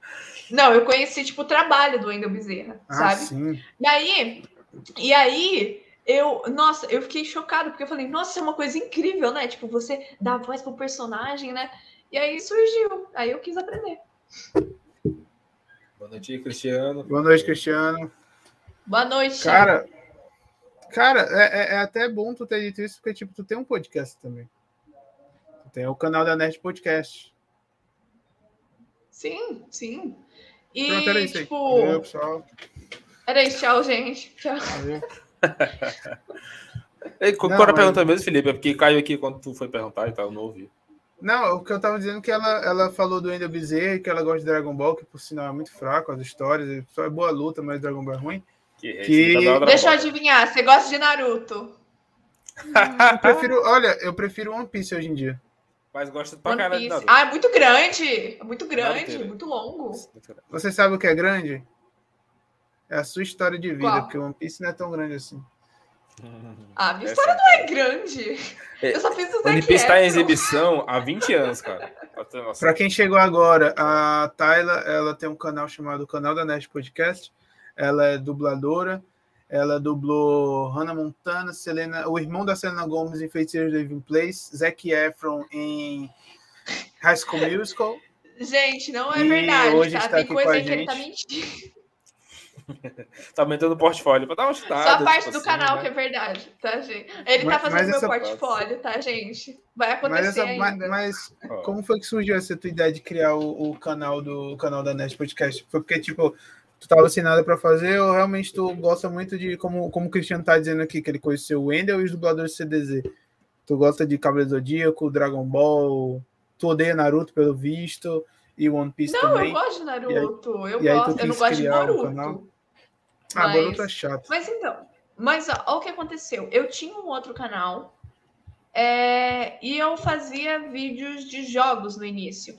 Speaker 3: Não, eu conheci, tipo, o trabalho do Wendel Bezerra,
Speaker 2: Ah,
Speaker 3: sabe?
Speaker 2: sim.
Speaker 3: E aí, e aí, eu, nossa, eu fiquei chocada, porque eu falei, nossa, isso é uma coisa incrível, né? Tipo, você dá voz pro personagem, né? E aí surgiu, aí eu quis aprender.
Speaker 1: Boa noite, Cristiano.
Speaker 2: Boa noite, Cristiano.
Speaker 3: Boa noite.
Speaker 2: Cara, cara, é, é- é até bom tu ter dito isso, porque tipo, tu tem um podcast também. Tu tem o canal da Nerd Podcast.
Speaker 3: Sim, sim. E,
Speaker 2: Pronto, era isso aí.
Speaker 3: tipo,
Speaker 2: Valeu, pessoal.
Speaker 3: era isso, tchau, gente. Tchau.
Speaker 2: Valeu.
Speaker 1: Ei, qual
Speaker 2: Não,
Speaker 1: era a
Speaker 2: mas-
Speaker 1: pergunta mesmo, Felipe? É porque caiu aqui quando tu foi perguntar e tal, eu não ouvi.
Speaker 2: Não, o que eu tava dizendo é que ela, ela falou do Wendel Bezerra, e que ela gosta de Dragon Ball, que por sinal é muito fraco, as histórias, só é boa luta, mas Dragon Ball é ruim.
Speaker 1: Que,
Speaker 2: Que-
Speaker 1: tá da hora,
Speaker 3: Deixa eu
Speaker 1: mano.
Speaker 3: adivinhar, você gosta de Naruto?
Speaker 2: Eu prefiro, olha, eu prefiro One Piece hoje em dia.
Speaker 1: Mas gosta pra
Speaker 3: One
Speaker 1: caralho. de
Speaker 3: Piece.
Speaker 1: Naruto.
Speaker 3: Ah, é muito grande, é muito grande,
Speaker 1: inteiro.
Speaker 3: muito longo.
Speaker 2: Você sabe o que é grande? É a sua história de vida,
Speaker 3: Qual?
Speaker 2: porque One Piece não é tão grande assim.
Speaker 3: Ah, minha
Speaker 1: É
Speaker 3: história
Speaker 1: assim.
Speaker 3: não é grande.
Speaker 1: É,
Speaker 3: Eu só fiz isso
Speaker 1: O One
Speaker 3: daqui.
Speaker 1: Piece tá em
Speaker 3: é, não.
Speaker 1: exibição há 20 anos, cara. Pra ter noção.
Speaker 2: Para quem chegou agora, a Tayla, ela tem um canal chamado Canal da Nerd Podcast. Ela é dubladora. Ela dublou Hannah Montana, Selena, o irmão da Selena Gomes em Feiticeiros do Living Place, Zac Efron em High School Musical.
Speaker 3: Gente, não é
Speaker 2: E
Speaker 3: verdade,
Speaker 2: hoje
Speaker 3: tá?
Speaker 2: está
Speaker 3: Tem
Speaker 2: aqui
Speaker 3: coisa
Speaker 2: com a
Speaker 3: aí que ele tá
Speaker 2: gente.
Speaker 3: mentindo.
Speaker 1: Tá aumentando o portfólio pra dar uma chutada.
Speaker 3: Só a parte
Speaker 1: tipo
Speaker 3: do
Speaker 1: assim,
Speaker 3: canal
Speaker 1: né?
Speaker 3: que é verdade, tá, gente? Ele tá
Speaker 2: Mas-
Speaker 3: fazendo
Speaker 2: mas
Speaker 3: meu
Speaker 2: essa-
Speaker 3: portfólio, tá, gente? Vai acontecer
Speaker 2: Mas, essa- ma-
Speaker 3: ainda.
Speaker 2: mas
Speaker 1: né? Ó.
Speaker 2: como foi que surgiu essa tua ideia de criar o, o canal do o canal da Nerd Podcast? Foi porque, tipo, tu tava sem nada para fazer ou realmente tu gosta muito de, como, como o Cristiano tá dizendo aqui, que ele conheceu o Wendel e os dubladores CDZ? Tu gosta de Cavaleiro do Zodíaco, Dragon Ball, tu odeia Naruto, pelo visto, e One Piece
Speaker 3: Não,
Speaker 2: também?
Speaker 3: eu gosto de Naruto, eu
Speaker 2: e aí tu
Speaker 3: gosto, eu não
Speaker 2: quis
Speaker 3: gosto de
Speaker 2: criar o
Speaker 3: Naruto.
Speaker 2: canal? ah,
Speaker 3: mas-
Speaker 2: Naruto é chato.
Speaker 3: Mas então, mas ó, ó o que aconteceu. Eu tinha um outro canal é, e eu fazia vídeos de jogos no início.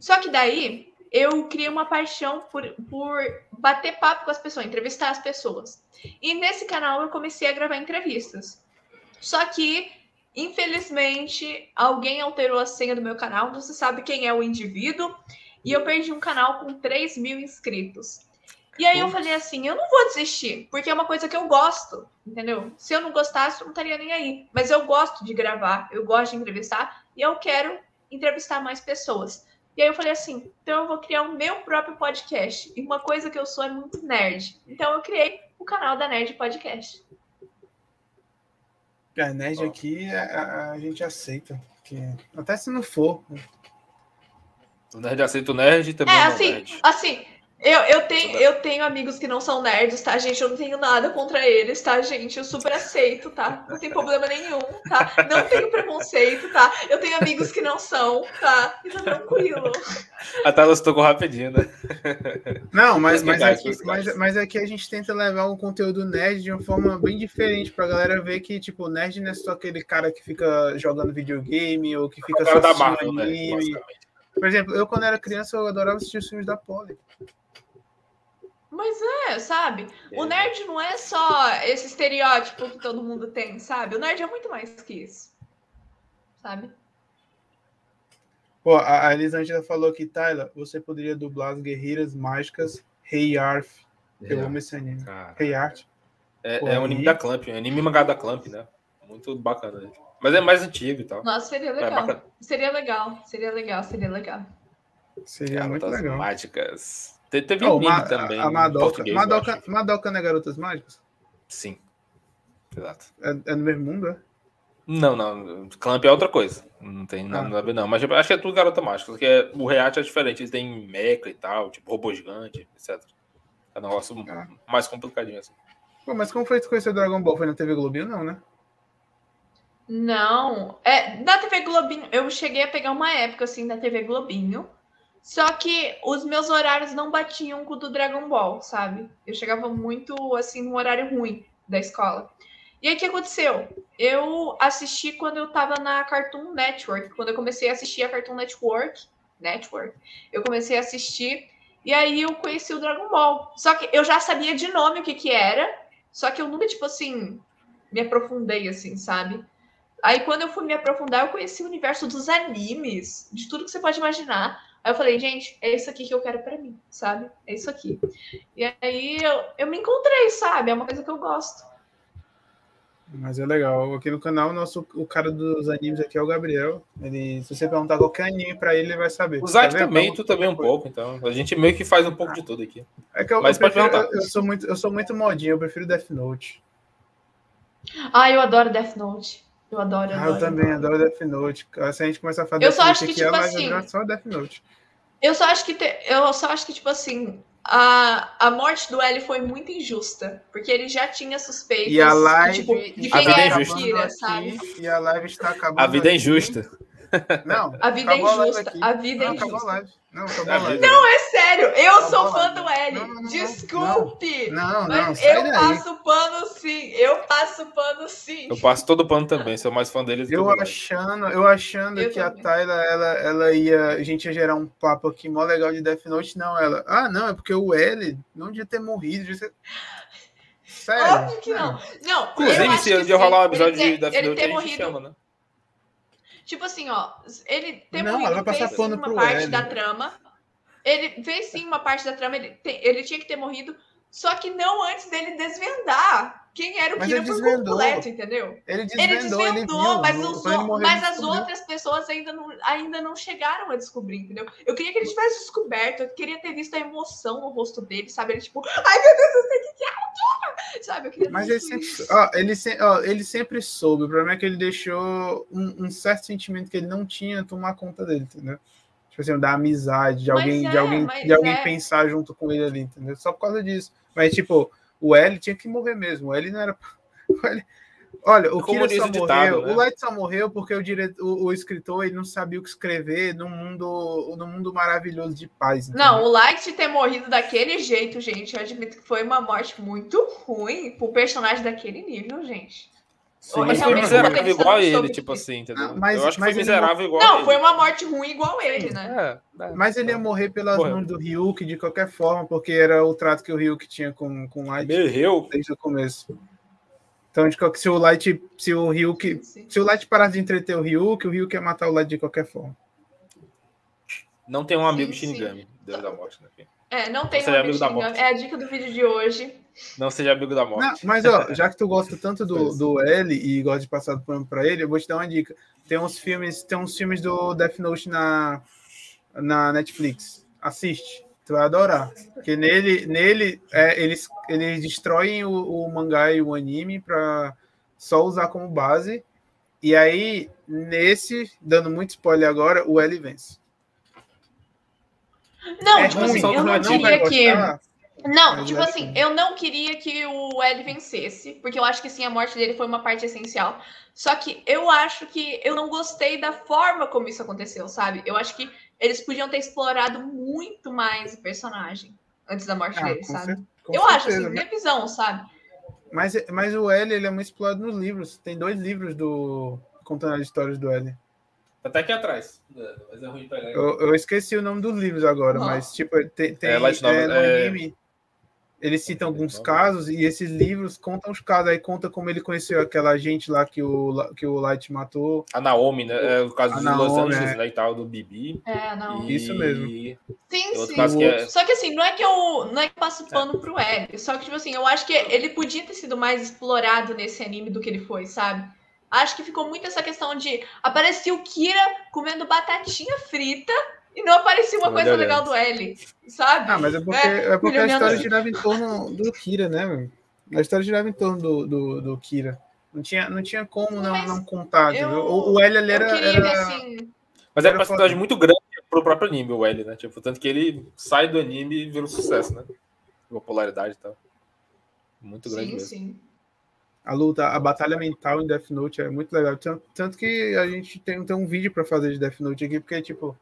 Speaker 3: Só que daí eu criei uma paixão por, por bater papo com as pessoas, entrevistar as pessoas. E nesse canal eu comecei a gravar entrevistas. Só que, infelizmente, alguém alterou a senha do meu canal, não se sabe quem é o indivíduo, e eu perdi um canal com 3 mil inscritos. E aí eu falei assim, eu não vou desistir, porque é uma coisa que eu gosto, entendeu? Se eu não gostasse, eu não estaria nem aí. Mas eu gosto de gravar, eu gosto de entrevistar, e eu quero entrevistar mais pessoas. E aí eu falei assim, então eu vou criar o meu próprio podcast. E uma coisa que eu sou é muito nerd. Então eu criei o canal da Nerd Podcast.
Speaker 2: A Nerd
Speaker 1: Ó.
Speaker 2: aqui, a, a- a gente aceita. porque- até se não for.
Speaker 1: O Nerd aceita o Nerd e também
Speaker 3: É,
Speaker 1: não
Speaker 3: assim,
Speaker 1: Nerd.
Speaker 3: assim, Eu, eu, tenho, eu tenho amigos que não são nerds, tá, gente? Eu não tenho nada contra eles, tá, gente? Eu super aceito, tá? Não tem problema nenhum, tá? Não tenho preconceito, tá? Eu tenho amigos que não são, tá? E tá tranquilo.
Speaker 1: A Thaila se tocou rapidinho, né?
Speaker 2: Não, mas, mas,
Speaker 1: é Verdade,
Speaker 2: aqui,
Speaker 1: verdade.
Speaker 2: mas, mas aqui a gente tenta levar um conteúdo nerd de uma forma bem diferente pra galera ver que, tipo, nerd não é só aquele cara que fica jogando videogame ou que fica
Speaker 1: O cara da
Speaker 2: assistindo
Speaker 1: Marvel, né?
Speaker 2: anime.
Speaker 1: basicamente.
Speaker 2: Por exemplo, eu quando era criança eu adorava assistir os filmes da Polly.
Speaker 3: Mas é, sabe? O
Speaker 1: É.
Speaker 3: nerd não é só esse estereótipo que todo mundo tem, sabe? O nerd é muito mais que isso. Sabe?
Speaker 2: Pô, a a Elisângela falou que, Tyler, você poderia dublar as Guerreiras Mágicas Rei Arf.
Speaker 1: É.
Speaker 2: Eu amo esse anime.
Speaker 1: Cara,
Speaker 2: Rei Arf.
Speaker 1: é,
Speaker 2: Pô,
Speaker 1: é um anime
Speaker 2: aí-
Speaker 1: da Clamp, é um anime mangá da Clamp, né? Muito bacana. né? Mas é mais antigo e tal.
Speaker 3: Nossa, seria
Speaker 1: É
Speaker 3: legal.
Speaker 1: bacana.
Speaker 3: seria legal, seria legal, seria legal.
Speaker 2: Seria é muito
Speaker 1: Garotas
Speaker 2: legal.
Speaker 1: tá Mágicas. Te- Teve
Speaker 2: Oh,
Speaker 1: anime
Speaker 2: Ma-
Speaker 1: também.
Speaker 2: a
Speaker 1: em
Speaker 2: Madoka.
Speaker 1: português, eu
Speaker 2: Madoka,
Speaker 1: acho.
Speaker 2: Madoka não é Garotas Mágicas?
Speaker 1: Sim. Exato.
Speaker 2: É, é no mesmo mundo, é?
Speaker 1: Não, não. Clamp é outra coisa. Não tem nada
Speaker 2: Ah.
Speaker 1: a ver, não. Mas eu acho que é tudo garota mágica. Porque é- o React é diferente. Eles têm mecha e tal, tipo robô gigante, etc. É um negócio
Speaker 2: Ah. Tá
Speaker 1: mais complicadinho assim.
Speaker 2: Pô, mas como foi que tu conheceu Dragon Ball? Foi na TV Globinho, não, né?
Speaker 3: Não, é, na TV Globinho, eu cheguei a pegar uma época assim da TV Globinho, só que os meus horários não batiam com o do Dragon Ball, sabe? Eu chegava muito assim num horário ruim da escola. E aí o que aconteceu? Eu assisti quando eu tava na Cartoon Network, quando eu comecei a assistir a Cartoon Network, Network, eu comecei a assistir e aí eu conheci o Dragon Ball. Só que eu já sabia de nome o que que era, só que eu nunca tipo assim me aprofundei assim, sabe? Aí quando eu fui me aprofundar, eu conheci o universo dos animes, de tudo que você pode imaginar. Aí eu falei, gente, é isso aqui que eu quero pra mim, sabe? É isso aqui. E aí eu, eu me encontrei, sabe? É uma coisa que eu gosto.
Speaker 2: Mas é legal. Aqui no canal, o nosso, o cara dos animes aqui é o Gabriel. Ele, se você perguntar qualquer anime pra ele, ele vai saber.
Speaker 1: O Zack
Speaker 2: Tá vendo?
Speaker 1: também, tu também um pouco, então. A gente meio que faz um pouco de tudo aqui.
Speaker 2: É que eu,
Speaker 1: Mas
Speaker 2: eu,
Speaker 1: pode
Speaker 2: prefiro-
Speaker 1: perguntar.
Speaker 2: eu- eu sou muito, eu sou muito modinho, eu prefiro Death Note.
Speaker 3: Ah, eu adoro Death Note. Eu adoro, eu
Speaker 2: Ah,
Speaker 3: adoro.
Speaker 2: eu também adoro Death Note. Se a gente começar a falar
Speaker 3: Eu
Speaker 2: Death
Speaker 3: só
Speaker 2: Note
Speaker 3: acho que,
Speaker 2: aqui,
Speaker 3: tipo
Speaker 2: ela vai
Speaker 3: assim,
Speaker 2: virar só Death Note.
Speaker 3: Eu só acho que te- eu só acho que tipo assim, a, a morte do L foi muito injusta, porque ele já tinha suspeitas
Speaker 2: E a live.
Speaker 3: tipo, de
Speaker 2: está
Speaker 1: A
Speaker 3: quem
Speaker 1: vida é
Speaker 3: era
Speaker 2: acabando
Speaker 3: a
Speaker 1: injusta.
Speaker 3: Kira,
Speaker 2: aqui,
Speaker 3: sabe?
Speaker 2: E a live está acabando.
Speaker 1: A vida é
Speaker 2: aqui.
Speaker 1: injusta.
Speaker 2: Não.
Speaker 3: A vida é
Speaker 2: acabou live
Speaker 3: injusta,
Speaker 2: aqui.
Speaker 3: a vida é
Speaker 2: Não, acabou a
Speaker 3: injusta.
Speaker 2: live. Não, acabou a
Speaker 1: A
Speaker 2: live.
Speaker 1: vida-
Speaker 3: É sério, eu
Speaker 2: Tá
Speaker 3: sou
Speaker 2: bom,
Speaker 3: fã do L.
Speaker 2: Não, não, não, não.
Speaker 3: Desculpe.
Speaker 2: Não, não,
Speaker 3: Mas
Speaker 2: sai
Speaker 3: eu
Speaker 2: daí.
Speaker 3: passo pano sim, eu passo pano sim.
Speaker 1: Eu passo todo pano também, sou mais fã deles. do
Speaker 2: Eu
Speaker 1: que do
Speaker 2: achando, eu achando
Speaker 3: Eu
Speaker 2: que a
Speaker 3: também.
Speaker 2: Tayla, ela, ela ia. A gente ia gerar um papo aqui mó legal de Death Note, não. Ela. Ah, não, é porque o L não devia ter morrido. devia ser- Sério.
Speaker 3: Óbvio que não. Não, eu
Speaker 1: Inclusive,
Speaker 3: acho
Speaker 1: se
Speaker 3: que
Speaker 1: um dia rolar um
Speaker 3: sim.
Speaker 1: episódio
Speaker 3: ele
Speaker 1: de
Speaker 3: ter-
Speaker 1: Death
Speaker 3: ele
Speaker 1: Note,
Speaker 3: ter
Speaker 1: a gente
Speaker 3: morrido,
Speaker 1: chama, né?
Speaker 3: Tipo assim, ó, ele ter
Speaker 2: Não,
Speaker 3: morrido
Speaker 2: ela vai passar
Speaker 3: fez
Speaker 2: pano
Speaker 3: uma
Speaker 2: pro
Speaker 3: parte
Speaker 2: L.
Speaker 3: da trama. Ele fez sim uma parte da trama, ele, te- ele tinha que ter morrido, só que não antes dele desvendar quem era o
Speaker 2: Mas
Speaker 3: Kira
Speaker 2: ele
Speaker 3: por
Speaker 2: desvendou.
Speaker 3: completo, entendeu?
Speaker 2: Ele
Speaker 3: Ele
Speaker 2: desvendou, ele
Speaker 3: desvendou,
Speaker 2: viu,
Speaker 3: mas,
Speaker 2: viu,
Speaker 3: os
Speaker 2: quando ele
Speaker 3: o-
Speaker 2: morreu,
Speaker 3: mas
Speaker 2: ele
Speaker 3: as
Speaker 2: descobriu.
Speaker 3: outras pessoas ainda não, ainda não chegaram a descobrir, entendeu? Eu queria que ele tivesse descoberto, eu queria ter visto a emoção no rosto dele, sabe? Ele tipo, ai meu Deus, eu sei o que que é, o que é?" sabe? Eu queria ter
Speaker 2: Mas ele
Speaker 3: visto
Speaker 2: sempre,
Speaker 3: isso.
Speaker 2: ó, ele, se- ó, ele sempre soube. O problema é que ele deixou um, um certo sentimento que ele não tinha tomar conta dele, entendeu? Tipo assim, da amizade, de
Speaker 3: Mas
Speaker 2: alguém, de
Speaker 3: é,
Speaker 2: alguém,
Speaker 3: mas
Speaker 2: de alguém
Speaker 3: é.
Speaker 2: pensar junto com ele ali, entendeu? Só por causa disso. Mas, tipo, o L tinha que morrer mesmo. O L não era. o L- Olha, o
Speaker 1: Como
Speaker 2: Kira
Speaker 1: diz
Speaker 2: só
Speaker 1: o ditado,
Speaker 2: morreu,
Speaker 1: né?
Speaker 2: o Light só morreu porque o, diretor, o, o escritor ele não sabia o que escrever num mundo, num mundo maravilhoso de paz. entendeu?
Speaker 3: Não, o Light ter morrido daquele jeito, gente, eu admito que foi uma morte muito ruim pro personagem daquele nível, gente.
Speaker 2: Sim,
Speaker 1: Mas foi
Speaker 3: realmente não
Speaker 1: miserável
Speaker 3: tem
Speaker 1: igual a
Speaker 3: noção
Speaker 1: ele,
Speaker 3: de-
Speaker 1: tipo assim, entendeu?
Speaker 2: Ah, mas-
Speaker 1: eu acho que
Speaker 2: mas
Speaker 1: foi
Speaker 2: ele não-
Speaker 1: miserável igual a
Speaker 3: Não,
Speaker 1: ele.
Speaker 3: foi uma morte ruim igual ele, né?
Speaker 1: É, é.
Speaker 2: Mas ele ia morrer pelas
Speaker 1: Morreu.
Speaker 2: mãos do Ryuk de qualquer forma, porque era o trato que o Ryuk tinha com, com o Light
Speaker 1: Morreu.
Speaker 2: desde o começo. Então, de qualquer, se o Light, se o Ryuk,
Speaker 3: Sim.
Speaker 2: se o Light parar de entreter o Ryuk, o Ryuk ia matar o Light de qualquer forma.
Speaker 1: Não tem um amigo
Speaker 3: Sim, sim.
Speaker 1: Shinigami, Deus da Morte, né? filho?
Speaker 3: É, não tem
Speaker 1: Você é
Speaker 3: nome
Speaker 1: amigo
Speaker 3: de
Speaker 1: da
Speaker 3: ninguém.
Speaker 1: morte.
Speaker 3: É a dica do vídeo de hoje.
Speaker 1: Não seja amigo da morte.
Speaker 2: Não, mas ó, já que tu gosta tanto do,
Speaker 1: Pois.
Speaker 2: do L e gosta de passar do pano para ele, eu vou te dar uma dica. Tem uns filmes, tem uns filmes do Death Note na na Netflix. Assiste, tu vai adorar. Porque nele, nele é, eles eles destroem o, o mangá e o anime para só usar como base. E aí nesse, dando muito spoiler agora, o L vence.
Speaker 3: Não,
Speaker 2: É
Speaker 3: tipo
Speaker 2: ruim,
Speaker 3: assim,
Speaker 2: só
Speaker 3: eu
Speaker 2: vai-
Speaker 3: não
Speaker 2: vai
Speaker 3: queria que. é
Speaker 2: gostar. Ah,
Speaker 3: Não,
Speaker 2: Mas
Speaker 3: tipo
Speaker 2: é
Speaker 3: assim, eu não queria que o L vencesse, porque eu acho que sim, a morte dele foi uma parte essencial. Só que eu acho que eu não gostei da forma como isso aconteceu, sabe? Eu acho que eles podiam ter explorado muito mais o personagem antes da morte
Speaker 2: Ah,
Speaker 3: dele,
Speaker 2: com
Speaker 3: sabe?
Speaker 2: cer- com
Speaker 3: eu acho,
Speaker 2: certeza, né?
Speaker 3: assim, minha visão, sabe?
Speaker 2: Mas, mas o L ele é muito explorado nos livros. Tem dois livros do contando as histórias do L.
Speaker 1: Até aqui atrás. Mas é ruim pegar.
Speaker 2: Eu, eu esqueci o nome dos livros agora,
Speaker 3: Não.
Speaker 2: mas tipo tem, tem
Speaker 1: É, light
Speaker 2: é,
Speaker 1: novel,
Speaker 2: no
Speaker 1: é-
Speaker 2: anime. Eles citam
Speaker 1: Light
Speaker 2: alguns
Speaker 1: novel.
Speaker 2: casos e esses livros contam os casos. Aí conta como ele conheceu aquela gente lá que o, La- que o Light matou.
Speaker 1: A Naomi, né? É o caso
Speaker 2: A
Speaker 1: dos
Speaker 2: Naomi,
Speaker 1: Los Angeles,
Speaker 2: é.
Speaker 1: né? E tal, do Bibi.
Speaker 3: É, não.
Speaker 1: E-
Speaker 2: Isso mesmo.
Speaker 3: Sim,
Speaker 1: Tem outro
Speaker 3: sim.
Speaker 1: caso que é.
Speaker 3: Só que assim, não é que eu não é que eu passo pano pro L, só que tipo assim, eu acho que ele podia ter sido mais explorado nesse anime do que ele foi, sabe? Acho que ficou muito essa questão de aparecia o Kira comendo batatinha frita e não aparecia uma
Speaker 1: Olha
Speaker 3: coisa
Speaker 1: aí.
Speaker 3: legal do L, sabe?
Speaker 2: Ah, mas é porque, é porque a
Speaker 3: Juliana.
Speaker 2: história girava em torno do Kira, né? meu? A história girava em torno do, do, do Kira. Não tinha, não tinha como não,
Speaker 3: Mas
Speaker 2: não contar.
Speaker 3: eu-
Speaker 2: entendeu? O, o L ali
Speaker 3: eu
Speaker 2: era,
Speaker 3: queria
Speaker 2: era-
Speaker 3: ver assim.
Speaker 1: Mas é
Speaker 2: Era
Speaker 1: uma personagem muito grande pro próprio anime, o L, né? Tipo, tanto que ele sai do anime e vira um sucesso, né? Popularidade e tal. Muito grande
Speaker 3: Sim,
Speaker 1: mesmo.
Speaker 3: sim.
Speaker 2: a luta, a batalha mental em Death Note é muito legal. Tanto, tanto que a gente tem, tem um vídeo pra fazer de Death Note aqui, porque, tipo,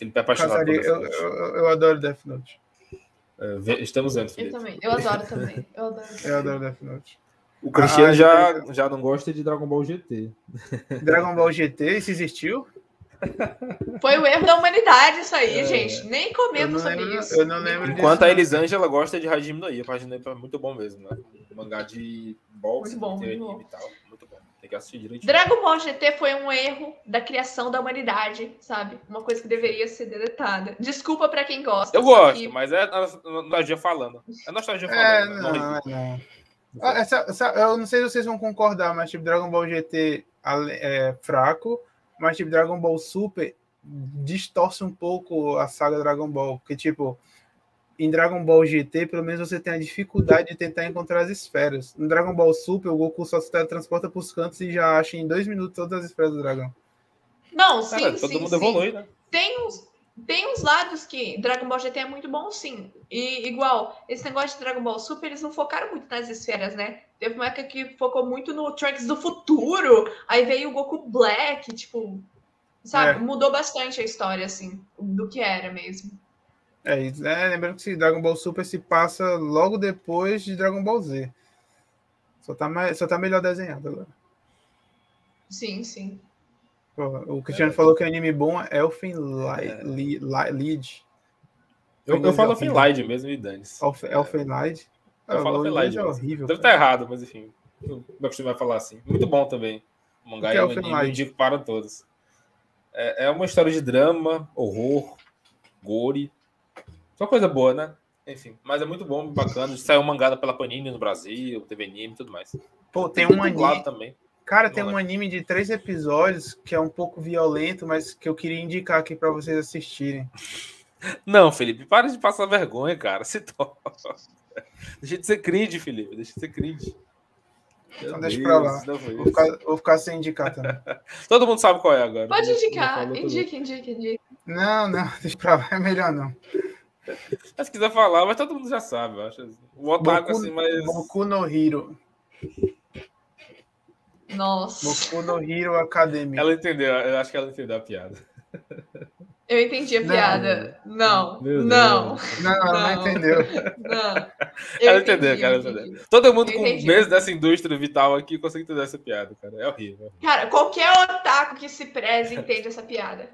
Speaker 1: Ele tá apaixonado por
Speaker 2: casaria- eu,
Speaker 1: Death Note.
Speaker 2: eu, eu- eu adoro Death Note.
Speaker 1: É, ve- Estamos vendo,
Speaker 3: Eu
Speaker 1: Felipe.
Speaker 3: também. Eu adoro também. Eu adoro.
Speaker 2: Eu adoro Death Note.
Speaker 1: O Cristiano
Speaker 2: Ah,
Speaker 1: já, já não gosta de Dragon Ball GT.
Speaker 2: Dragon Ball GT, isso existiu?
Speaker 3: Foi o erro da humanidade isso aí,
Speaker 1: É.
Speaker 3: gente. Nem
Speaker 2: Eu
Speaker 3: comento
Speaker 2: não
Speaker 3: sobre
Speaker 2: lembro-
Speaker 3: isso.
Speaker 2: eu não lembro disso.
Speaker 1: Enquanto a Elisângela gosta de Hajime no Ia. Hajime no Ia é muito bom mesmo, né? Um mangá de boxe,
Speaker 3: Muito bom,
Speaker 1: tem
Speaker 3: muito
Speaker 1: anime e tal. Muito bom. Tem que assistir direitinho.
Speaker 3: Dragon Ball GT foi um erro da criação da humanidade, sabe? Uma coisa que deveria ser deletada. Desculpa pra quem gosta.
Speaker 1: Eu
Speaker 3: só
Speaker 1: gosto,
Speaker 3: que-
Speaker 1: mas é nos- nostalgia falando. É nostalgia
Speaker 2: É,
Speaker 1: falando. né?
Speaker 2: não,
Speaker 1: Não,
Speaker 2: é, não. Ah, essa- essa- eu não sei se vocês vão concordar, mas tipo, Dragon Ball GT ale- é fraco, mas tipo, Dragon Ball Super distorce um pouco a saga Dragon Ball, porque tipo, em Dragon Ball GT, pelo menos você tem a dificuldade de tentar encontrar as esferas. No Dragon Ball Super, o Goku só se teletransporta pros cantos e já acha em dois minutos todas as esferas do dragão.
Speaker 3: Não, sim,
Speaker 1: Cara, todo
Speaker 3: sim,
Speaker 1: mundo
Speaker 3: sim.
Speaker 1: evolui, né?
Speaker 3: Tem uns, tem uns lados que Dragon Ball GT é muito bom, sim. E igual, esse negócio de Dragon Ball Super, eles não focaram muito nas esferas, né? Teve uma época que focou muito no Trunks do futuro. Aí veio o Goku Black, tipo... Sabe?
Speaker 2: É.
Speaker 3: Mudou bastante a história, assim, do que era mesmo.
Speaker 2: É, isso, é, lembrando que esse Dragon Ball Super se passa logo depois de Dragon Ball Z. Só tá, mais, só tá melhor desenhado agora.
Speaker 3: Sim, sim.
Speaker 2: Porra, O Cristiano falou que o anime bom é Elfen Li- Li- Li- Lied.
Speaker 1: Eu, eu
Speaker 2: Beleza,
Speaker 1: falo
Speaker 2: ok.
Speaker 1: Finlide mesmo e dane
Speaker 2: Elf- Elfen Lied.
Speaker 1: É. Eu
Speaker 2: Ah,
Speaker 1: falo
Speaker 2: o
Speaker 1: Elfen
Speaker 2: inglês
Speaker 1: Lied,
Speaker 2: É
Speaker 1: mas-
Speaker 2: horrível.
Speaker 1: Deve estar
Speaker 2: cara.
Speaker 1: errado, mas enfim. Eu me acostumei a falar assim. Muito bom também. O
Speaker 2: O
Speaker 1: mangá
Speaker 2: que
Speaker 1: e
Speaker 2: é
Speaker 1: o
Speaker 2: o
Speaker 1: anime,
Speaker 2: Finlite?
Speaker 1: eu indico para todos. É, é uma história de drama, horror, gore. Só coisa boa, né? Enfim, mas é muito bom, bacana. Saiu mangada pela Panini no Brasil, TV Anime e tá tudo mais.
Speaker 2: Pô, tem um
Speaker 1: dublado
Speaker 2: anime.
Speaker 1: também.
Speaker 2: Cara, tem um
Speaker 1: Não
Speaker 2: anime de três episódios que é um pouco violento, mas que eu queria indicar aqui pra vocês assistirem.
Speaker 1: Não, Felipe, para de passar vergonha, cara. Se toca. Deixa de ser cringe, Felipe. Deixa de ser cringe. Meu
Speaker 2: Então deixa
Speaker 1: Deus,
Speaker 2: pra lá.
Speaker 1: isso não foi
Speaker 2: Vou
Speaker 1: isso.
Speaker 2: ficar, vou ficar sem indicar também.
Speaker 1: Todo mundo sabe qual é agora.
Speaker 3: Pode
Speaker 1: Já- já
Speaker 3: indicar.
Speaker 1: falou todo mundo.
Speaker 3: Indica, indica, indica.
Speaker 2: Não, não, deixa pra lá, é melhor não.
Speaker 1: Mas se quiser falar, mas todo mundo já sabe, eu acho. O Otaku, assim, mas.
Speaker 2: Boku no Hiro.
Speaker 3: Nossa.
Speaker 2: Boku no Hiro Academy.
Speaker 1: Ela entendeu, eu acho que ela entendeu a piada.
Speaker 3: Eu entendi a
Speaker 2: Não.
Speaker 3: piada. Não,
Speaker 1: Meu Deus.
Speaker 3: não,
Speaker 2: Não, ela não
Speaker 3: Não.
Speaker 2: entendeu.
Speaker 3: não.
Speaker 1: Ela entendeu, cara, ela Todo mundo
Speaker 3: Eu
Speaker 1: com
Speaker 3: entendi.
Speaker 1: meses dessa indústria vital aqui consegue entender essa piada, cara. É horrível.
Speaker 3: Cara, qualquer otaku que se preze entende essa piada. E é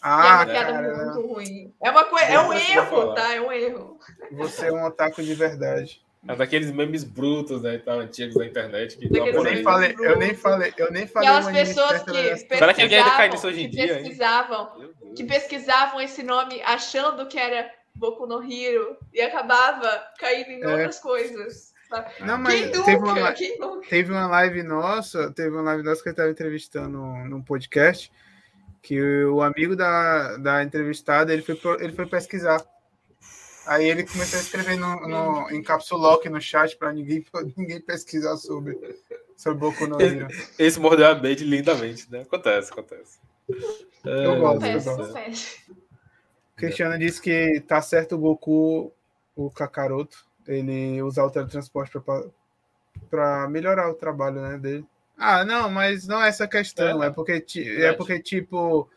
Speaker 2: Ah,
Speaker 3: uma piada
Speaker 2: cara,
Speaker 3: muito ruim. É, uma coi... é um
Speaker 1: Eu sei
Speaker 3: erro,
Speaker 1: falar.
Speaker 3: tá? É um erro.
Speaker 2: você é um otaku de verdade.
Speaker 1: É daqueles memes brutos, né, e tal, antigos da internet. Que
Speaker 3: Daqueles
Speaker 2: Eu
Speaker 1: dão
Speaker 2: nem
Speaker 1: polêmica.
Speaker 2: falei, eu nem falei, eu nem falei.
Speaker 3: Aquelas
Speaker 2: um anime
Speaker 3: pessoas
Speaker 2: certo, né?
Speaker 3: que
Speaker 1: Será que alguém ainda cai nisso
Speaker 3: pesquisavam-
Speaker 1: hoje em
Speaker 3: que
Speaker 1: dia, hein?
Speaker 3: pesquisavam,
Speaker 1: Meu Deus.
Speaker 3: que pesquisavam esse nome achando que era Boku no Hiro e acabava caindo em
Speaker 2: É.
Speaker 3: outras coisas. sabe?
Speaker 2: Não, mas
Speaker 3: Quem
Speaker 2: teve uma,
Speaker 3: nunca?
Speaker 2: li-
Speaker 3: Quem nunca?
Speaker 2: teve uma live nossa, teve uma live nossa que eu estava entrevistando num podcast que o amigo da, da entrevistada ele foi, pro- ele foi pesquisar. Aí ele começou a escrever no, no, em capsule lock no chat para ninguém, pra ninguém pesquisar sobre, sobre Boku no Hero.
Speaker 1: Esse mordeu a bait lindamente, né? Acontece, É, acontece.
Speaker 2: Eu gosto, eu
Speaker 3: Confesso,
Speaker 2: gosto.
Speaker 3: confesso.
Speaker 2: Cristiano disse que tá certo o Goku, o Kakaroto, ele usar o teletransporte pra- pra- pra melhorar o trabalho né, dele. Ah, não, mas não é essa questão. É, porque, ti- é
Speaker 1: Verdade.
Speaker 2: porque, tipo.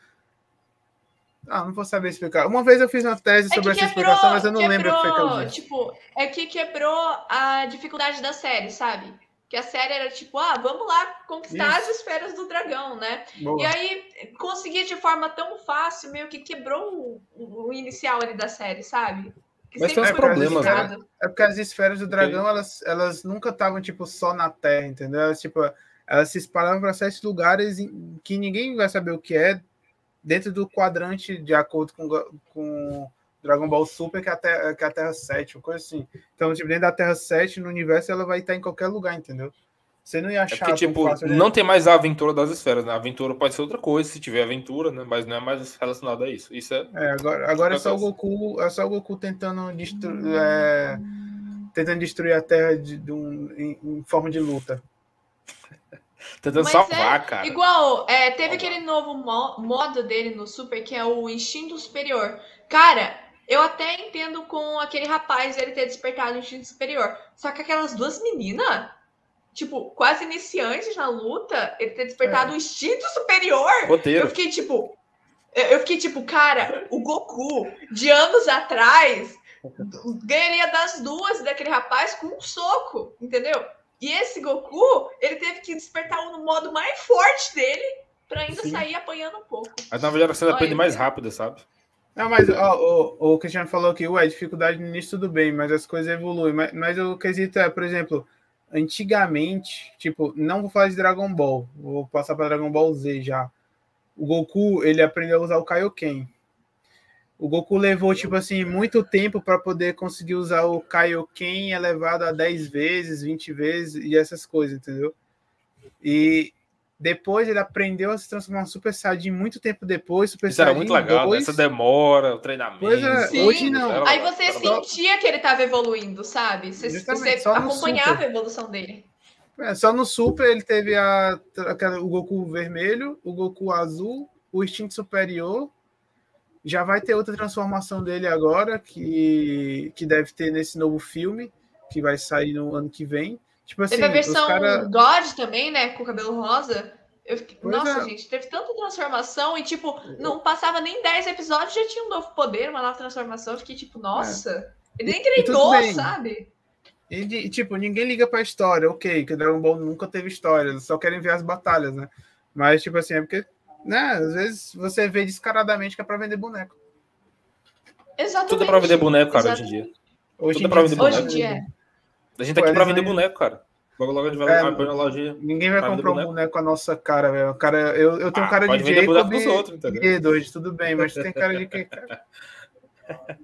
Speaker 2: Ah, não vou saber explicar. Uma vez eu fiz uma tese
Speaker 3: É que
Speaker 2: sobre essa
Speaker 3: quebrou,
Speaker 2: explicação, mas eu não lembro o que foi que eu
Speaker 3: quebrou,
Speaker 2: disse.
Speaker 3: tipo, é que quebrou a dificuldade da série, sabe? Que a série era tipo, ah, vamos lá conquistar as esferas do dragão, né?
Speaker 2: Boa.
Speaker 3: E aí conseguir de forma tão fácil, meio que quebrou o, o inicial ali da série, sabe? Que
Speaker 1: Mas tem
Speaker 3: sempre
Speaker 1: uns
Speaker 3: foi
Speaker 1: problemas, né?
Speaker 3: complicado.
Speaker 2: É porque as esferas do dragão, elas, elas nunca estavam, tipo, só na Terra, entendeu? Elas, tipo, elas se espalhavam para certos lugares em- que ninguém vai saber o que é dentro do quadrante, de acordo com, Ga- com Dragon Ball Super, que é, a Terra, que é a Terra 7, uma coisa assim. Então, tipo, dentro da Terra 7, no universo, ela vai estar em qualquer lugar, entendeu? Você não ia
Speaker 1: É
Speaker 2: achar...
Speaker 1: porque,
Speaker 2: tão
Speaker 1: tipo,
Speaker 2: fácil, né?
Speaker 1: não tem mais a aventura das esferas, né? A aventura pode ser outra coisa, se tiver aventura, né? Mas não é mais relacionado a isso. Isso é.
Speaker 2: É, agora, agora é só o
Speaker 1: Acontece.
Speaker 2: Goku, é só o Goku tentando destruir, é, tentando destruir a Terra de, de um- em- em forma de luta.
Speaker 1: Tentando
Speaker 3: Mas
Speaker 1: salvar,
Speaker 3: é
Speaker 1: cara.
Speaker 3: Igual, é, teve
Speaker 1: Olha.
Speaker 3: aquele novo mo- modo dele no Super, que é o Instinto Superior. Cara, eu até entendo com aquele rapaz ele ter despertado o Instinto Superior. Só que aquelas duas meninas, tipo, quase iniciantes na luta, ele ter
Speaker 1: É.
Speaker 3: despertado o Instinto Superior. Eu
Speaker 1: Roteiro.
Speaker 3: fiquei tipo. eu- Eu fiquei tipo, cara, o Goku de anos atrás ganharia das duas daquele rapaz com um soco, entendeu? E esse Goku, ele teve que despertar um no modo mais forte dele pra ainda
Speaker 1: Sim.
Speaker 3: sair apanhando um pouco.
Speaker 1: Mas na verdade a cena
Speaker 3: Olha. é.
Speaker 1: aprende mais rápida, sabe?
Speaker 2: Não, mas ó, o, o Cristiano falou que ué, dificuldade no início tudo bem, mas as coisas evoluem. Mas, mas o quesito é, por exemplo, antigamente, tipo, não vou falar de Dragon Ball, vou passar para Dragon Ball Z já. O Goku, ele aprendeu a usar o Kaioken. O Goku levou, tipo assim, muito tempo para poder conseguir usar o Kaioken elevado a 10 vezes, 20 vezes e essas coisas, entendeu? E depois ele aprendeu a se transformar em Super Saiyajin muito tempo depois, Super
Speaker 1: Isso era
Speaker 2: Saiyajin
Speaker 1: muito legal, né?
Speaker 2: 2.
Speaker 1: Essa demora, o treinamento.
Speaker 2: Pois é, assim,
Speaker 1: tudo,
Speaker 3: hoje
Speaker 2: não.
Speaker 1: era-
Speaker 3: Aí você
Speaker 1: era-
Speaker 3: sentia que ele tava evoluindo, sabe? Você,
Speaker 2: Justamente,
Speaker 3: você
Speaker 2: só no
Speaker 3: acompanhava
Speaker 2: Super.
Speaker 3: a evolução dele.
Speaker 2: É, só no Super ele teve a, aquela- o Goku vermelho, o Goku azul, o Instinto Superior. Já vai ter outra transformação dele agora, que, que deve ter nesse novo filme, que vai sair no ano que vem. Tipo assim,
Speaker 3: Teve a versão
Speaker 2: os cara...
Speaker 3: God também, né? Com o cabelo rosa. Eu fiquei-
Speaker 2: Pois
Speaker 3: Nossa,
Speaker 2: é.
Speaker 3: gente, teve tanta transformação e, tipo, não passava nem 10 episódios, já tinha um novo poder, uma nova transformação. Eu fiquei tipo, nossa, ele
Speaker 2: É.
Speaker 3: nem
Speaker 2: e tudo
Speaker 3: treinou,
Speaker 2: bem.
Speaker 3: sabe?
Speaker 2: E, de- e, tipo, ninguém liga pra história, ok, que Dragon Ball nunca teve história, eles só querem ver as batalhas, né? Mas, tipo assim, é porque, né, às vezes você vê descaradamente que é pra vender boneco.
Speaker 3: Exatamente.
Speaker 1: Tudo é pra vender boneco, cara, hoje em dia.
Speaker 3: Exatamente.
Speaker 2: Hoje
Speaker 1: Tudo é pra vender
Speaker 3: Hoje em
Speaker 1: boneco.
Speaker 3: dia é.
Speaker 1: A gente tá aqui
Speaker 2: Pô,
Speaker 1: pra
Speaker 2: eles
Speaker 1: vender
Speaker 2: não-
Speaker 1: boneco, cara. Logo logo a gente vai
Speaker 2: É.
Speaker 1: lá abrir na lojinha.
Speaker 2: Ninguém vai
Speaker 1: Cara,
Speaker 2: comprar um
Speaker 1: boneco.
Speaker 2: boneco. com a nossa cara, velho. Cara, eu, eu tenho um
Speaker 1: Ah,
Speaker 2: cara
Speaker 1: pode
Speaker 2: de
Speaker 1: vender boneco
Speaker 2: Jacob
Speaker 1: pros
Speaker 2: e
Speaker 1: outros, entendeu?
Speaker 2: Guedo hoje, tudo bem, mas tu tem cara de quem? Tá,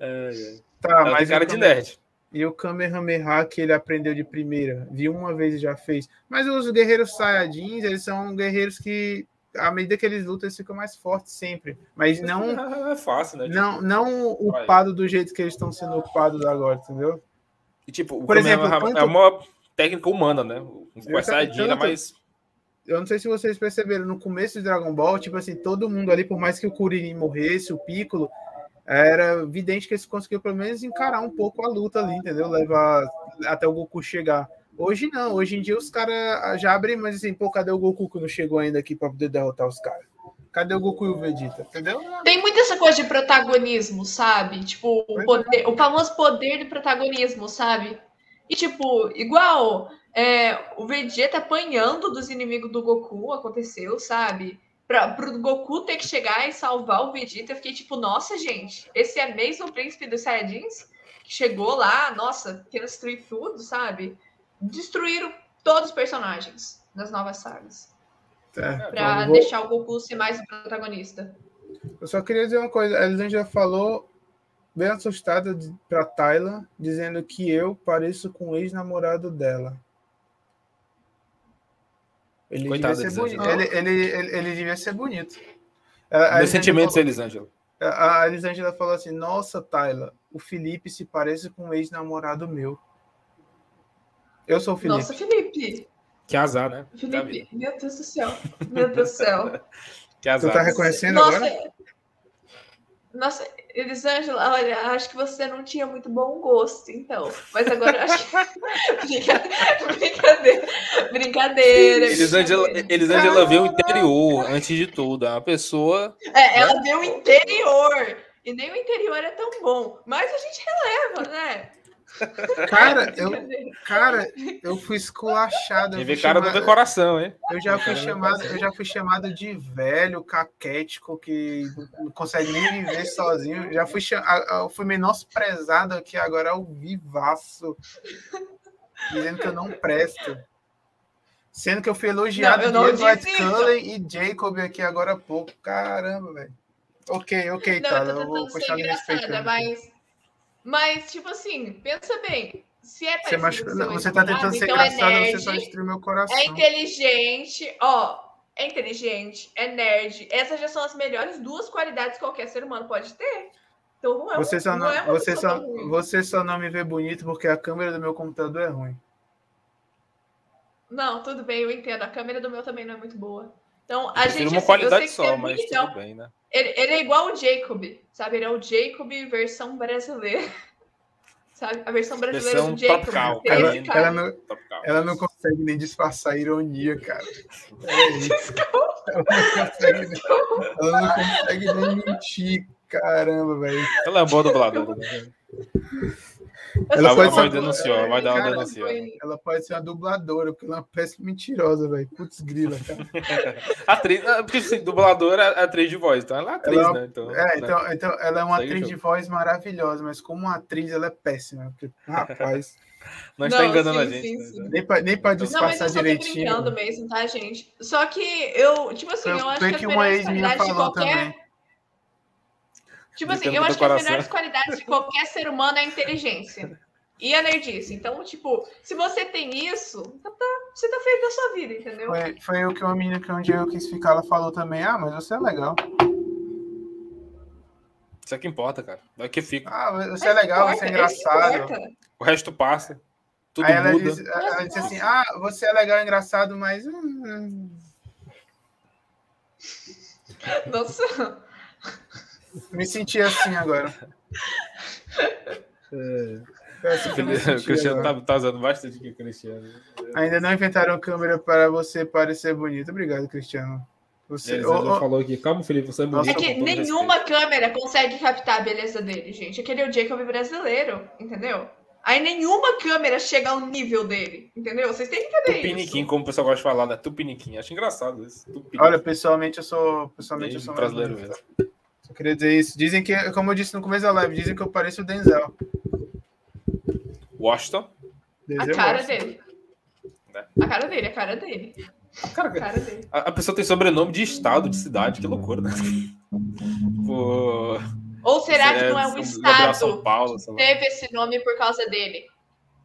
Speaker 1: Ela tem
Speaker 2: Tá, mas
Speaker 1: cara
Speaker 2: o
Speaker 1: de
Speaker 2: Kame-
Speaker 1: nerd.
Speaker 2: E o Kamehameha que ele aprendeu de primeira, viu uma vez e já fez. Mas os guerreiros Saiyajins, eles são guerreiros que, à medida que eles lutam, eles ficam mais fortes sempre. Mas não,
Speaker 1: É fácil, né?
Speaker 2: não, não
Speaker 1: Vai.
Speaker 2: upado do jeito que eles estão sendo upados agora, entendeu?
Speaker 1: E, tipo, o
Speaker 2: Por exemplo,
Speaker 1: Kamehameha
Speaker 2: quanto-
Speaker 1: é uma técnica humana, né? O
Speaker 2: Eu
Speaker 1: Vai sair
Speaker 2: tanto-
Speaker 1: mas
Speaker 2: eu não sei se vocês perceberam, no começo de Dragon Ball, tipo assim, todo mundo ali, por mais que o Kuririn morresse, o Piccolo, era evidente que eles conseguiam pelo menos encarar um pouco a luta ali, entendeu? Levar até o Goku chegar. Hoje não, hoje em dia os caras já abrem, mas assim, pô, cadê o Goku que não chegou ainda aqui pra poder derrotar os caras? Cadê o Goku e o Vegeta? Entendeu?
Speaker 3: Tem muita essa coisa de protagonismo, sabe? Tipo,
Speaker 2: Pois é.
Speaker 3: o, poder, o famoso poder do protagonismo, sabe? E, tipo, igual é, o Vegeta apanhando dos inimigos do Goku aconteceu, sabe? Pra, pro Goku ter que chegar e salvar o Vegeta, eu fiquei tipo, nossa, gente, esse é mesmo o príncipe dos Saiyajins? Que chegou lá, nossa, quer destruir tudo, sabe? Destruíram todos os personagens das novas sagas.
Speaker 2: É,
Speaker 3: Pra
Speaker 2: eu vou-
Speaker 3: deixar o Goku ser mais o protagonista.
Speaker 2: Eu só queria dizer uma coisa. A Elisângela falou, bem assustada, de- pra Tayla, dizendo que eu pareço com o ex-namorado dela. Ele
Speaker 1: Coitada
Speaker 2: devia ser
Speaker 1: da
Speaker 2: bonito. Ele,
Speaker 3: Elisângela.
Speaker 2: ele, ele, ele devia ser bonito. A- a
Speaker 1: meus
Speaker 2: Elisângela
Speaker 1: sentimentos,
Speaker 2: falou-
Speaker 1: Elisângela.
Speaker 2: A a Elisângela falou assim, nossa, Tayla, o Felipe se parece com o ex-namorado meu. Eu sou o Felipe.
Speaker 3: Nossa, Felipe.
Speaker 1: Que azar, né? Da vida.
Speaker 3: Felipe, meu Deus do céu. Meu Deus do céu.
Speaker 1: Que
Speaker 2: Tu
Speaker 1: azar.
Speaker 2: tá reconhecendo
Speaker 3: Nossa,
Speaker 2: agora?
Speaker 3: nossa, Elisângela, olha, acho que você não tinha muito bom gosto, então. Mas agora eu acho que. Brinca- Brincadeira. Brincadeira.
Speaker 1: Elisângela, Elisângela vê o interior, antes de tudo. É uma pessoa.
Speaker 2: né?
Speaker 3: É, ela deu o interior. E nem o interior é tão bom. Mas a gente releva, né? É
Speaker 2: Cara, eu,
Speaker 3: Brincadeira.
Speaker 2: cara, eu fui esculachado.
Speaker 1: Quem
Speaker 2: Eu,
Speaker 1: vê
Speaker 2: fui
Speaker 1: cara do
Speaker 2: chamado-
Speaker 1: decoração, hein?
Speaker 2: eu já fui chamado, eu já fui chamado de velho, caquético, que não consegue nem viver sozinho. Já fui, cha- a- a- eu fui menosprezado aqui agora ao vivaço, dizendo que eu não presto. Sendo que eu fui elogiado
Speaker 3: Não, eu não
Speaker 2: de Edward
Speaker 3: disse isso.
Speaker 2: Cullen e Jacob aqui agora há pouco. Caramba, velho. Ok, ok,
Speaker 3: Não,
Speaker 2: cara.
Speaker 3: eu tô
Speaker 2: Eu vou
Speaker 3: tentando ser
Speaker 2: continuar me
Speaker 3: engraçada,
Speaker 2: respeitando.
Speaker 3: mas. Mas, tipo assim, pensa bem. Se é
Speaker 2: Você,
Speaker 3: parecido
Speaker 2: machu-
Speaker 3: com o
Speaker 2: não,
Speaker 3: seu
Speaker 2: você tá
Speaker 3: ex-namorado,
Speaker 2: tentando ser
Speaker 3: então é
Speaker 2: engraçado, você tá só
Speaker 3: nerd,
Speaker 2: destruiu meu coração.
Speaker 3: É inteligente, ó. É inteligente, é nerd. Essas já são as melhores duas qualidades que qualquer ser humano pode ter. Então não é um-
Speaker 2: Você só não,
Speaker 3: é uma
Speaker 2: você
Speaker 3: pessoa
Speaker 2: só,
Speaker 3: tão ruim.
Speaker 2: você só não me vê bonito porque a câmera do meu computador é ruim.
Speaker 3: Não, tudo bem, eu entendo. A câmera do meu também não é muito boa. Então, a
Speaker 1: Tem
Speaker 3: gente.
Speaker 1: uma
Speaker 3: assim,
Speaker 1: qualidade
Speaker 3: eu sei que
Speaker 1: só,
Speaker 3: é
Speaker 1: mas
Speaker 3: muito legal.
Speaker 1: tudo bem, né?
Speaker 3: Ele, ele é igual o Jacob, sabe? Ele é o Jacob versão brasileira. Sabe? A versão brasileira
Speaker 1: Versão
Speaker 3: do Jacob.
Speaker 1: tropical,
Speaker 3: Tem esse
Speaker 2: Ela,
Speaker 1: Entendi.
Speaker 2: ela
Speaker 3: cara.
Speaker 2: não,
Speaker 1: Tropical.
Speaker 2: ela não consegue nem disfarçar a ironia, cara. É isso. Ela não consegue, nem- ela não consegue nem mentir, caramba, velho.
Speaker 1: Ela é boa dubladora. Né?
Speaker 2: Ela
Speaker 1: Ela
Speaker 2: pode
Speaker 1: vai
Speaker 2: ser-
Speaker 1: denunciar, vai dar uma
Speaker 2: Cara,
Speaker 1: denúncia.
Speaker 2: Ela pode ser uma dubladora, porque ela é uma péssima mentirosa, velho. Putz, grila, cara.
Speaker 1: Atriz, ah, porque assim, dubladora é atriz de voz, então ela é atriz,
Speaker 2: Ela é uma-
Speaker 1: né? Então,
Speaker 2: É,
Speaker 1: né?
Speaker 2: então, então ela é uma
Speaker 1: Segue o
Speaker 2: atriz de voz maravilhosa, mas como atriz ela é péssima. Porque, rapaz,
Speaker 1: não está
Speaker 3: Não,
Speaker 1: enganando a
Speaker 3: sim,
Speaker 1: gente.
Speaker 3: sim,
Speaker 1: né?
Speaker 3: sim.
Speaker 2: nem pra, nem pra
Speaker 1: Não, mas
Speaker 3: Não, mas eu
Speaker 2: disfarçar
Speaker 3: só tô
Speaker 2: direitinho.
Speaker 3: brincando
Speaker 1: né?
Speaker 3: mesmo, tá, gente? Só que eu, tipo assim,
Speaker 2: Foi-
Speaker 3: eu, acho
Speaker 2: foi
Speaker 3: que,
Speaker 2: que
Speaker 3: as
Speaker 2: uma
Speaker 3: melhores
Speaker 2: ex minha
Speaker 3: qualidades de
Speaker 2: falou
Speaker 3: qualquer.
Speaker 2: também.
Speaker 3: Tipo assim,
Speaker 1: Depende
Speaker 3: eu
Speaker 1: do
Speaker 3: acho que as
Speaker 1: coração.
Speaker 3: melhores qualidades de qualquer ser humano é a inteligência. E a nerdice. Então, tipo, se você tem isso, tá- tá- você tá feito da sua vida, entendeu?
Speaker 2: Foi, foi o que uma menina que um dia eu quis ficar, ela falou também, ah, mas você é legal.
Speaker 1: Isso é que importa, cara. É que fica.
Speaker 2: Ah, mas você
Speaker 3: Mas
Speaker 2: é legal,
Speaker 3: importa,
Speaker 2: você é
Speaker 3: isso
Speaker 2: engraçado.
Speaker 3: importa.
Speaker 1: O resto passa. Tudo
Speaker 2: Aí ela
Speaker 1: muda.
Speaker 2: disse, ela disse assim, ah, você é legal, engraçado, mas... hum, hum."
Speaker 3: Nossa,
Speaker 2: Me senti assim agora. É assim que eu me
Speaker 1: O
Speaker 2: senti
Speaker 1: Cristiano
Speaker 2: agora.
Speaker 1: tá, tá usando bastante aqui, o Cristiano.
Speaker 2: Ainda não inventaram câmera para você parecer bonito. Obrigado, Cristiano. Você...
Speaker 1: Ele
Speaker 2: Ô, ô,
Speaker 1: falou aqui, calma, Felipe, você é
Speaker 2: Nossa,
Speaker 1: bonito.
Speaker 3: é que
Speaker 1: com todo
Speaker 3: nenhuma câmera consegue captar a beleza dele, gente. Aquele é o Jacob brasileiro, entendeu? Aí nenhuma câmera chega ao nível dele, entendeu? Vocês têm que entender
Speaker 1: respeito.
Speaker 3: isso.
Speaker 1: Tupiniquim, como o pessoal gosta de falar, né? Tupiniquim. Acho engraçado isso. Tupiniquim.
Speaker 2: Olha, pessoalmente eu sou... Pessoalmente eu
Speaker 1: Desde
Speaker 2: sou mais
Speaker 1: brasileiro
Speaker 2: bonito.
Speaker 1: mesmo.
Speaker 2: Só queria dizer isso. Dizem que, como eu disse no começo da live, dizem que eu pareço o Denzel.
Speaker 1: Washington.
Speaker 2: Denzel
Speaker 3: A cara
Speaker 2: Washington.
Speaker 3: dele.
Speaker 1: Né?
Speaker 3: A cara dele, a cara dele. A
Speaker 1: Cara,
Speaker 3: cara dele.
Speaker 1: a, a pessoa tem sobrenome de estado, de cidade, que loucura, né? Tipo, Pô,
Speaker 3: Ou será que não é
Speaker 1: São-
Speaker 3: o
Speaker 1: Gabriel São
Speaker 3: Estado
Speaker 1: Paulo, sei
Speaker 3: que
Speaker 1: lá.
Speaker 3: teve esse nome por causa dele?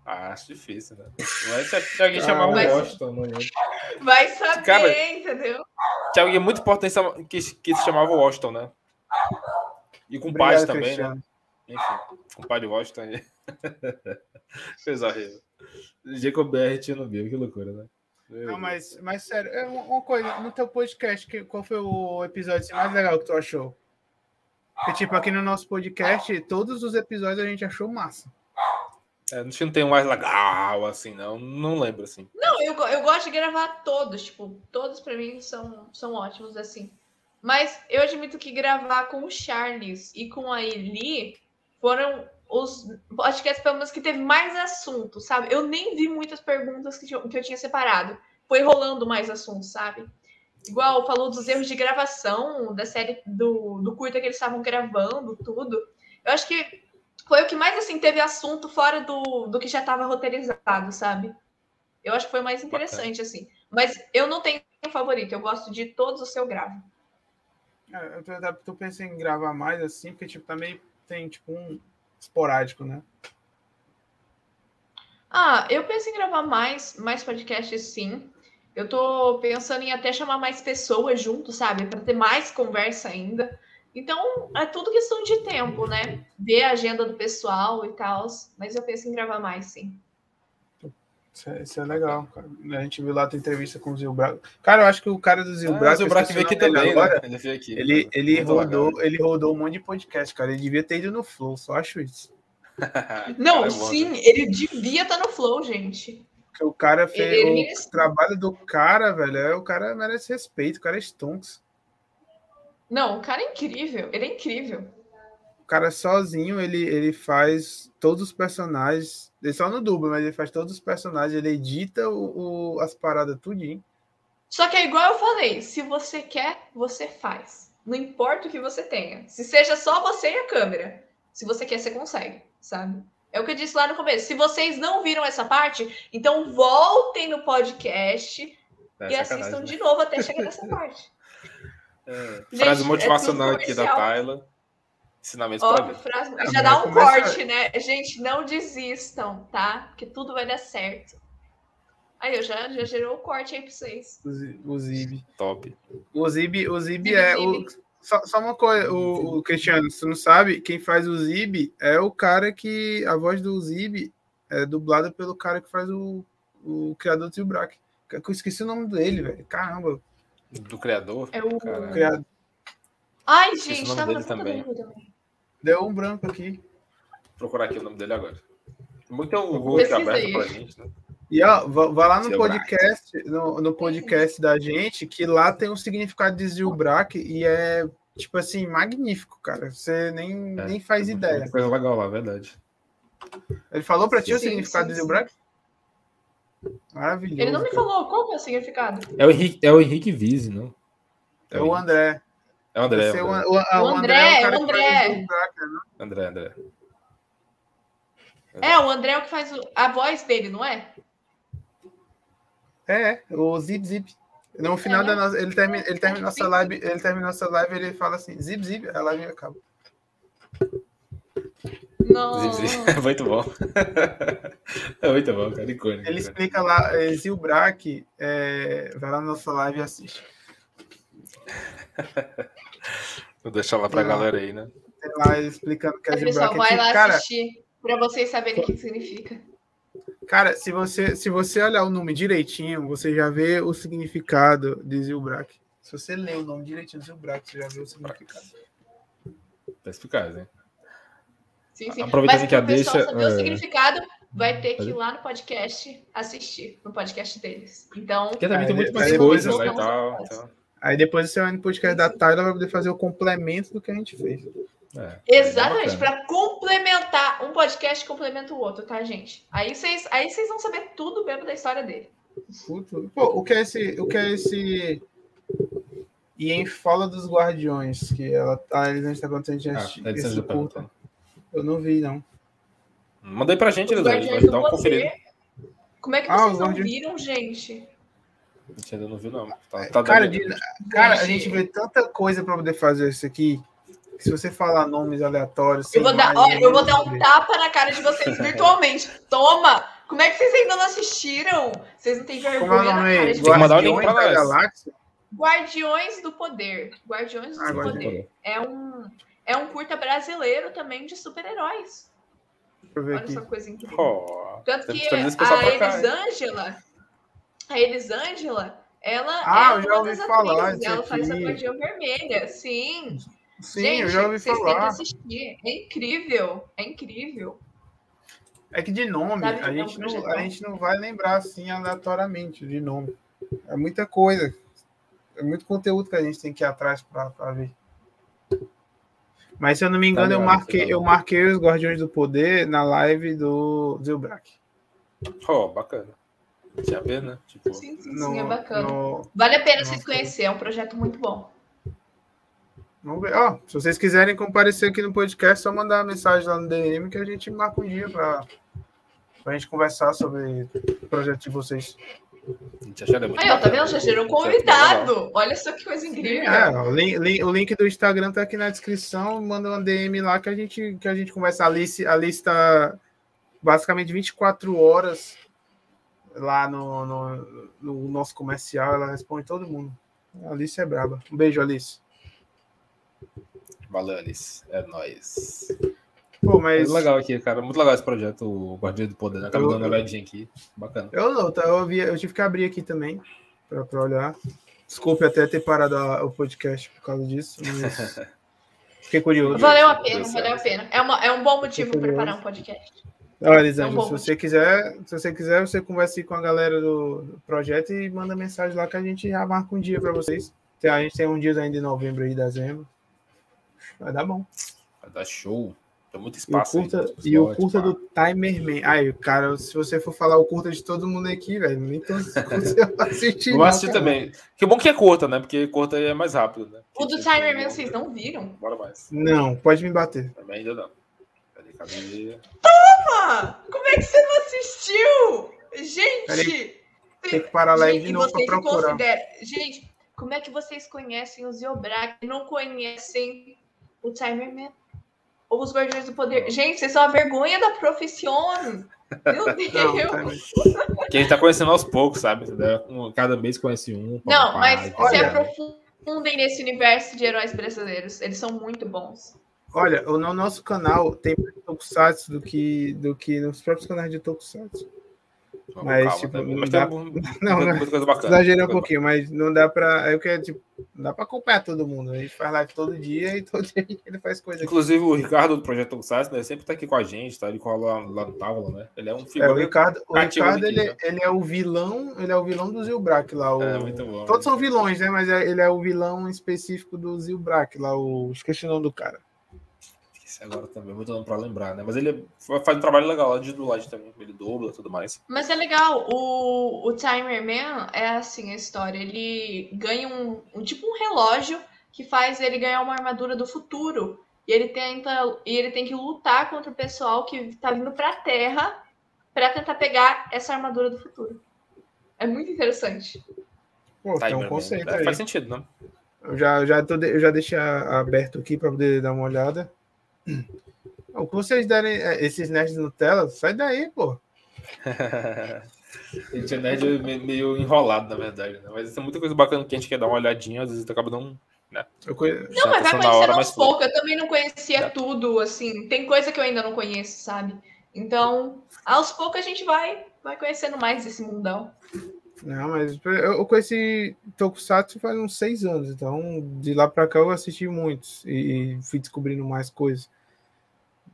Speaker 1: Ah, acho difícil, né? Mas se se alguém chamar um
Speaker 2: Ah, Mas-
Speaker 1: Washington, não lembro.
Speaker 3: Vai saber,
Speaker 1: Cara-
Speaker 3: entendeu?
Speaker 1: Tinha alguém é muito importante que, que se chamava Washington, né? E com paz
Speaker 2: Obrigado,
Speaker 1: também, né?
Speaker 2: Cristiano.
Speaker 1: Enfim, compadre Washington. aí. Coisa horrível. Jacob BR tinha no bio, que loucura, né? Meu
Speaker 2: Não,
Speaker 1: Deus.
Speaker 2: mas, mas sério, é um- uma coisa, no teu podcast, que, qual foi o episódio assim, mais legal que tu achou? Porque, tipo, aqui no nosso podcast, todos os episódios a gente achou massa.
Speaker 1: É, acho que não tem um mais legal, assim, não. Não lembro, assim.
Speaker 3: Não, eu, go- eu gosto de gravar todos, tipo, todos pra mim são, são ótimos, assim. Mas eu admito que gravar com o Charles e com a Eli foram os podcasts, pelo menos, que teve mais assunto, sabe? Eu nem vi muitas perguntas que, tinham- que eu tinha separado. Foi rolando mais assunto, sabe? Igual falou dos erros de gravação, da série do, do curta que eles estavam gravando, tudo. Eu acho que foi o que mais, assim, teve assunto fora do, do que já estava roteirizado, sabe? Eu acho que foi o mais
Speaker 1: Bacana.
Speaker 3: interessante, assim. Mas eu não tenho favorito, eu gosto de todos os que eu gravo.
Speaker 2: É, Eu tô, eu tô pensando em gravar mais assim, porque, tipo, também tem, tipo, um esporádico, né?
Speaker 3: Ah, eu penso em gravar mais, mais podcasts, sim. Eu tô pensando em até chamar mais pessoas junto, sabe? Para ter mais conversa ainda. Então, é tudo questão de tempo, né? Ver a agenda do pessoal e tal. Mas eu penso em gravar mais, sim.
Speaker 2: Isso é, isso é legal, cara. A gente viu lá a tua entrevista com o Zil Braco. Cara, eu acho que o cara do Zil
Speaker 1: Ah,
Speaker 2: Braco.
Speaker 1: o
Speaker 2: eu
Speaker 1: Braco
Speaker 2: esqueci
Speaker 1: veio
Speaker 2: o
Speaker 1: aqui
Speaker 2: nome dele
Speaker 1: também,
Speaker 2: agora,
Speaker 1: né? Ele veio aqui.
Speaker 2: Ele, ele,
Speaker 1: Muito legal.
Speaker 2: rodou, ele rodou um monte de podcast, cara. Ele devia ter ido no Flow, só acho isso.
Speaker 3: Não,
Speaker 1: Cara, é bom,
Speaker 3: sim, ele devia estar no flow, gente.
Speaker 2: Porque o cara fez.
Speaker 3: Ele- é,
Speaker 2: O trabalho do cara, velho, é, o cara merece respeito, o cara é stonks.
Speaker 3: Não, o cara é incrível, ele é incrível.
Speaker 2: O cara sozinho, ele, ele faz todos os personagens. Ele só não dubla, mas ele faz todos os personagens, ele edita o, o- as paradas tudinho.
Speaker 3: Só que é igual eu falei, se você quer, você faz. Não importa o que você tenha. Se seja só você e a câmera. Se você quer, você consegue, sabe? É o que eu disse lá no começo. Se vocês não viram essa parte, então voltem no podcast
Speaker 1: É
Speaker 3: e
Speaker 1: sacanagem,
Speaker 3: assistam
Speaker 1: né?
Speaker 3: de novo até chegar nessa parte.
Speaker 1: É,
Speaker 3: Gente,
Speaker 1: Frase
Speaker 3: é
Speaker 1: motivacional
Speaker 3: tudo
Speaker 1: aqui da
Speaker 3: comercial.
Speaker 1: Tayla. Ensinamentos
Speaker 3: Ó,
Speaker 1: pra mim.
Speaker 3: frase-
Speaker 2: Ah,
Speaker 3: Já
Speaker 2: mas
Speaker 3: dá um
Speaker 2: começa-
Speaker 3: corte, né? Gente, não desistam, tá? Porque tudo vai dar certo. Aí, eu já, já gerou o corte aí pra vocês.
Speaker 2: O Zi- o Zib.
Speaker 1: Top.
Speaker 2: O Zib, o Zib
Speaker 3: Zib,
Speaker 2: é. O,
Speaker 3: Zib.
Speaker 2: só, só uma coisa, o, o Cristiano, se tu não sabe, quem faz o Zib é o cara que. A voz do Zib é dublada pelo cara que faz o, o criador do Tio Brack. Que Eu esqueci o nome dele, velho. Caramba.
Speaker 1: Do criador.
Speaker 3: É o.
Speaker 2: o
Speaker 1: Caralho.
Speaker 2: criado-
Speaker 3: Ai,
Speaker 1: Esqueci o
Speaker 3: gente,
Speaker 1: nome
Speaker 3: tava
Speaker 1: dele
Speaker 3: na ponta da
Speaker 1: também.
Speaker 3: língua também.
Speaker 2: Deu um branco aqui.
Speaker 1: procurar aqui o nome dele agora. Muito tem um Google aqui
Speaker 3: Pesquisa
Speaker 1: aberto
Speaker 3: aí.
Speaker 1: pra gente, né?
Speaker 2: E ó, va- vai lá no
Speaker 1: Zil
Speaker 2: podcast, no, no podcast da gente, que lá tem o significado de Zilbrack e é, tipo assim, magnífico, cara. Você nem,
Speaker 1: É,
Speaker 2: nem faz ideia.
Speaker 1: Muita Coisa legal lá, verdade.
Speaker 2: Ele falou pra ti o
Speaker 3: Sim,
Speaker 2: significado
Speaker 3: sim,
Speaker 2: de
Speaker 3: sim.
Speaker 2: Zilbrack? Maravilhoso.
Speaker 3: Ele não me
Speaker 2: cara.
Speaker 3: falou qual que é o significado.
Speaker 1: É o Henrique, é o Henrique Vise, não?
Speaker 2: É o André.
Speaker 1: É o André.
Speaker 2: Esse
Speaker 1: É
Speaker 2: é
Speaker 1: o André,
Speaker 2: o, o- a-
Speaker 3: O
Speaker 2: o André, é o cara
Speaker 3: André,
Speaker 2: que faz
Speaker 3: André.
Speaker 2: o Zilbrack, né?
Speaker 1: André, André.
Speaker 3: É, o André é o que faz o- a voz dele, não é?
Speaker 2: É, é, o Zip Zip. No final
Speaker 3: É.
Speaker 2: da nossa. Ele termina, ele termina nossa
Speaker 3: Zip,
Speaker 2: live, ele termina nossa live ele fala assim, Zip Zip, a live acaba.
Speaker 3: Não.
Speaker 1: Zizi. É muito bom. é muito bom, cara. Icônico.
Speaker 2: Ele
Speaker 1: Ele...
Speaker 2: explica lá, é, Zilbrack, é, vai lá na nossa live e assiste.
Speaker 1: Vou deixar lá pra galera aí, né?
Speaker 2: Tem lá ele explicando que é
Speaker 3: Aí, pessoal,
Speaker 2: Zilbrack.
Speaker 3: vai lá
Speaker 2: Cara,
Speaker 3: assistir pra vocês saberem o que que significa.
Speaker 2: cara se, você, se você olhar o nome direitinho, você já vê o significado de Zilbrack. Se você lê o nome direitinho, Zilbrack, você já vê o significado.
Speaker 1: Tá explicado, hein?
Speaker 3: Sim, sim.
Speaker 1: Aproveitando
Speaker 3: Mas
Speaker 1: que a
Speaker 3: pro pessoal
Speaker 1: deixa,
Speaker 3: saber
Speaker 1: é. Uhum.
Speaker 3: o significado, vai ter que ir lá no podcast assistir, no podcast deles. Então,
Speaker 1: Porque também
Speaker 2: Aí
Speaker 1: tem muito
Speaker 2: depois-
Speaker 1: mais coisas lá
Speaker 3: depois
Speaker 1: e
Speaker 3: voltamos
Speaker 1: tal.
Speaker 3: atrás.
Speaker 1: então,
Speaker 2: Aí depois você vai no podcast da Tyler vai poder fazer o complemento do que a gente fez.
Speaker 1: é.
Speaker 3: Exatamente,
Speaker 1: É bacana.
Speaker 3: para complementar um podcast complementa o outro, tá, gente? Aí vocês aí vocês vão saber tudo mesmo da história dele.
Speaker 2: Puto. Pô, o que é esse. O que é esse. E em Fala dos Guardiões, que ela, a Elisane está contando de
Speaker 1: Ah, tá licença
Speaker 2: esse
Speaker 1: de
Speaker 2: curta.
Speaker 1: perguntar.
Speaker 2: Eu não vi, não.
Speaker 1: Manda aí pra gente,
Speaker 3: Os
Speaker 1: Elisane.
Speaker 3: Guardiões
Speaker 1: Pode dar
Speaker 3: do
Speaker 1: uma
Speaker 3: Poder.
Speaker 1: conferida.
Speaker 3: Como é que
Speaker 2: Ah,
Speaker 3: vocês
Speaker 2: os
Speaker 3: não
Speaker 2: Guardiões-
Speaker 3: viram, gente?
Speaker 1: A gente ainda não viu, não. Tá, tá
Speaker 2: Cara,
Speaker 1: dando-
Speaker 2: de- Cara, a
Speaker 3: Gente,
Speaker 2: gente vê tanta coisa para poder fazer isso aqui. que Se você falar nomes aleatórios.
Speaker 3: Eu
Speaker 2: sem
Speaker 3: vou dar,
Speaker 2: mais,
Speaker 3: olha, eu vou dar um
Speaker 2: saber.
Speaker 3: tapa na cara de vocês virtualmente. Toma! Como é que vocês ainda não assistiram? Vocês não têm
Speaker 2: Como é o
Speaker 3: vergonha na
Speaker 2: nome
Speaker 3: cara
Speaker 2: aí?
Speaker 3: de
Speaker 1: Tem que
Speaker 3: vocês.
Speaker 1: mandar o
Speaker 2: Guardiões
Speaker 1: link pra
Speaker 2: da
Speaker 1: nós.
Speaker 2: Galáxia?
Speaker 3: Guardiões do Poder. Guardiões do
Speaker 2: Ah,
Speaker 1: Pode
Speaker 2: Guardiões.
Speaker 3: Poder.
Speaker 1: parar.
Speaker 3: É um, é um curta brasileiro também de super-heróis.
Speaker 2: Deixa eu ver
Speaker 3: Olha
Speaker 2: aqui.
Speaker 3: só que coisa incrível.
Speaker 1: Ó, tá
Speaker 3: Tanto
Speaker 1: temos
Speaker 3: que
Speaker 1: que trazer esse pessoal
Speaker 3: a
Speaker 1: pra cá, hein?
Speaker 3: Elisângela, a Elisângela, ela
Speaker 2: Ah, eu
Speaker 3: é
Speaker 2: já
Speaker 3: uma
Speaker 2: ouvi
Speaker 3: das
Speaker 2: falar
Speaker 3: atrizes,
Speaker 2: disso
Speaker 3: ela faz a
Speaker 2: aqui.
Speaker 3: Guardiã Vermelha, sim.
Speaker 2: Sim,
Speaker 3: Gente,
Speaker 2: eu já ouvi
Speaker 3: vocês têm que
Speaker 2: falar.
Speaker 3: assistir, é incrível, é incrível.
Speaker 2: É que de nome,
Speaker 3: Sabe
Speaker 2: a
Speaker 3: de
Speaker 2: gente,
Speaker 3: nome,
Speaker 2: não,
Speaker 3: projeção.
Speaker 2: a gente não vai lembrar assim aleatoriamente de nome. É muita coisa. É muito conteúdo que a gente tem que ir atrás para ver. Mas se eu não me engano, eu,
Speaker 1: ligado, tá
Speaker 2: marquei, eu
Speaker 1: ligado.
Speaker 2: marquei os Guardiões do Poder na live do Zilbrack.
Speaker 1: Ó, bacana. Tinha a ver, né? Tipo,
Speaker 3: Sim, sim, sim,
Speaker 2: No-
Speaker 3: é bacana.
Speaker 2: no-
Speaker 3: Vale a pena
Speaker 2: no-
Speaker 3: vocês conhecerem, é um projeto muito bom.
Speaker 2: vamos ver. Ó, se vocês quiserem comparecer aqui no podcast, só mandar uma mensagem lá no DM que a gente marca um dia para a gente conversar sobre o projeto de vocês.
Speaker 1: a gente acharia muito
Speaker 3: Aí, ó, tá
Speaker 1: bacana.
Speaker 3: vendo? Já gerou um
Speaker 1: Certo, legal.
Speaker 3: convidado. Olha só que coisa incrível.
Speaker 2: É, o link, link- o link do Instagram tá aqui na descrição. Manda uma DM lá que a gente, que a gente conversa. A Alice, a Alice tá basicamente 24 horas lá no, no, no nosso comercial. Ela responde todo mundo. A Alice é braba. Um beijo, Alice.
Speaker 1: Valeu, Alice. É nóis.
Speaker 2: Pô, mas
Speaker 1: Muito legal aqui, cara. Muito legal esse projeto, o Guardião do Poder. Né? Acabei
Speaker 2: Eu-
Speaker 1: dando uma olhadinha aqui. Bacana.
Speaker 2: eu não, tá? Eu, vi, eu tive que abrir aqui também pra, pra olhar. Desculpe até ter parado a- o podcast por causa disso, mas fiquei curioso.
Speaker 3: Valeu a pena,
Speaker 1: Deu
Speaker 3: valeu a pena. É, uma, é um bom motivo para
Speaker 2: curioso.
Speaker 3: parar um podcast.
Speaker 2: Olha,
Speaker 3: Tá
Speaker 2: Elisângela,
Speaker 3: bom.
Speaker 2: se você quiser, se você quiser, você conversa aí com a galera do, do projeto e manda mensagem lá que a gente já marca um dia para vocês. Tem- a gente tem um dia ainda em novembro e dezembro. Vai dar bom.
Speaker 1: Vai dar show. Tem muito
Speaker 2: E o
Speaker 1: espaço.
Speaker 2: curta,
Speaker 1: aí,
Speaker 2: e o
Speaker 1: Slot,
Speaker 2: curta
Speaker 1: pá.
Speaker 2: do Timer Man. Ai, cara, se você for falar o curta de todo mundo aqui, velho, nem todos você vai assistir.
Speaker 1: Eu
Speaker 2: não,
Speaker 1: vou assistir
Speaker 2: cara.
Speaker 1: também. Que bom que é curta, né? Porque curta é mais rápido, né?
Speaker 3: O do Timer Man, vocês não viram?
Speaker 1: Bora mais.
Speaker 2: Não, pode me bater.
Speaker 1: Também ainda não. Peraí, cadê?
Speaker 3: Ah, como é que você não assistiu? Gente!
Speaker 2: Tem que parar lá
Speaker 3: Gente,
Speaker 2: de
Speaker 3: e
Speaker 2: novo pra
Speaker 3: vocês
Speaker 2: procurar.
Speaker 3: consideram. Gente, como é que vocês conhecem os Yobrak e não conhecem o Timerman? Ou os Guardiões do Poder? Gente, vocês são a vergonha da profissão! Meu Deus!
Speaker 2: Não, tá
Speaker 3: Não,
Speaker 2: Timer-
Speaker 1: Que a gente tá conhecendo aos poucos, sabe? Entendeu? Um- Cada mês conhece um. pá,
Speaker 3: mas é
Speaker 1: pá,
Speaker 3: se
Speaker 1: entendeu?
Speaker 3: aprofundem nesse universo de heróis brasileiros. Eles são muito bons.
Speaker 2: Olha, o- no nosso canal tem mais Tokusatsu do que, do que nos próprios canais de Tokusatsu.
Speaker 1: Vamos,
Speaker 2: mas,
Speaker 1: calma,
Speaker 2: tipo,
Speaker 1: também.
Speaker 2: não
Speaker 1: mas
Speaker 2: dá-
Speaker 1: tem um-
Speaker 2: Não,
Speaker 1: muita,
Speaker 2: não.
Speaker 1: muita coisa bacana.
Speaker 2: Exagerei um
Speaker 1: Muita coisa
Speaker 2: pouquinho, mas não dá pra. É o que é, tipo, não dá pra acompanhar todo mundo. A gente faz live todo dia e todo dia ele faz coisa aqui.
Speaker 1: Inclusive, o Ricardo do Projeto Tokusatsu, né? Sempre tá aqui com a gente, tá? Ele cola lá no tábua, né? Ele é um
Speaker 2: É, o
Speaker 1: figura.
Speaker 2: Ricardo, o
Speaker 1: Ativo
Speaker 2: Ricardo
Speaker 1: aqui,
Speaker 2: ele,
Speaker 1: né?
Speaker 2: ele é o vilão, ele é o vilão do Zilbrack lá. O...
Speaker 1: É, muito bom.
Speaker 2: Todos são vilões, né? Mas é- ele é o vilão específico do Zilbrack lá, o. Esqueci o nome do cara.
Speaker 1: Esqueci agora também, muito nome pra lembrar, né? Mas ele fa- faz um trabalho legal lá de dublagem também. Ele dubla e tudo mais.
Speaker 3: Mas é legal, o, o Timer Man é assim a história. Ele ganha um, um- tipo um relógio que faz ele ganhar uma armadura do futuro. E ele tenta e ele tem que lutar contra o pessoal que tá vindo pra Terra pra tentar pegar essa armadura do futuro. É muito interessante.
Speaker 2: Pô, tem
Speaker 1: Timer
Speaker 2: um
Speaker 1: Man.
Speaker 2: conceito
Speaker 1: É,
Speaker 2: aí.
Speaker 1: Faz sentido, né?
Speaker 2: Eu já, já, tô de- eu já deixei a- aberto aqui pra poder dar uma olhada. O que vocês derem, é, esses nerds Nutella, sai daí, pô.
Speaker 1: a gente é nerd me- meio enrolado, na verdade, né? Mas tem muita coisa bacana que a gente quer dar uma olhadinha, às vezes acaba não.
Speaker 2: Eu conhe-
Speaker 3: Não, mas vai
Speaker 1: prestando na hora,
Speaker 3: conhecendo aos
Speaker 1: mas tudo.
Speaker 3: poucos. Eu também não conhecia
Speaker 1: Tá.
Speaker 3: tudo, assim. Tem coisa que eu ainda não conheço, sabe? Então, aos poucos a gente vai, vai conhecendo mais desse mundão.
Speaker 2: Não, mas eu eu conheci Tokusatsu faz uns seis anos, então de lá pra cá eu assisti muitos e, e fui descobrindo mais coisas.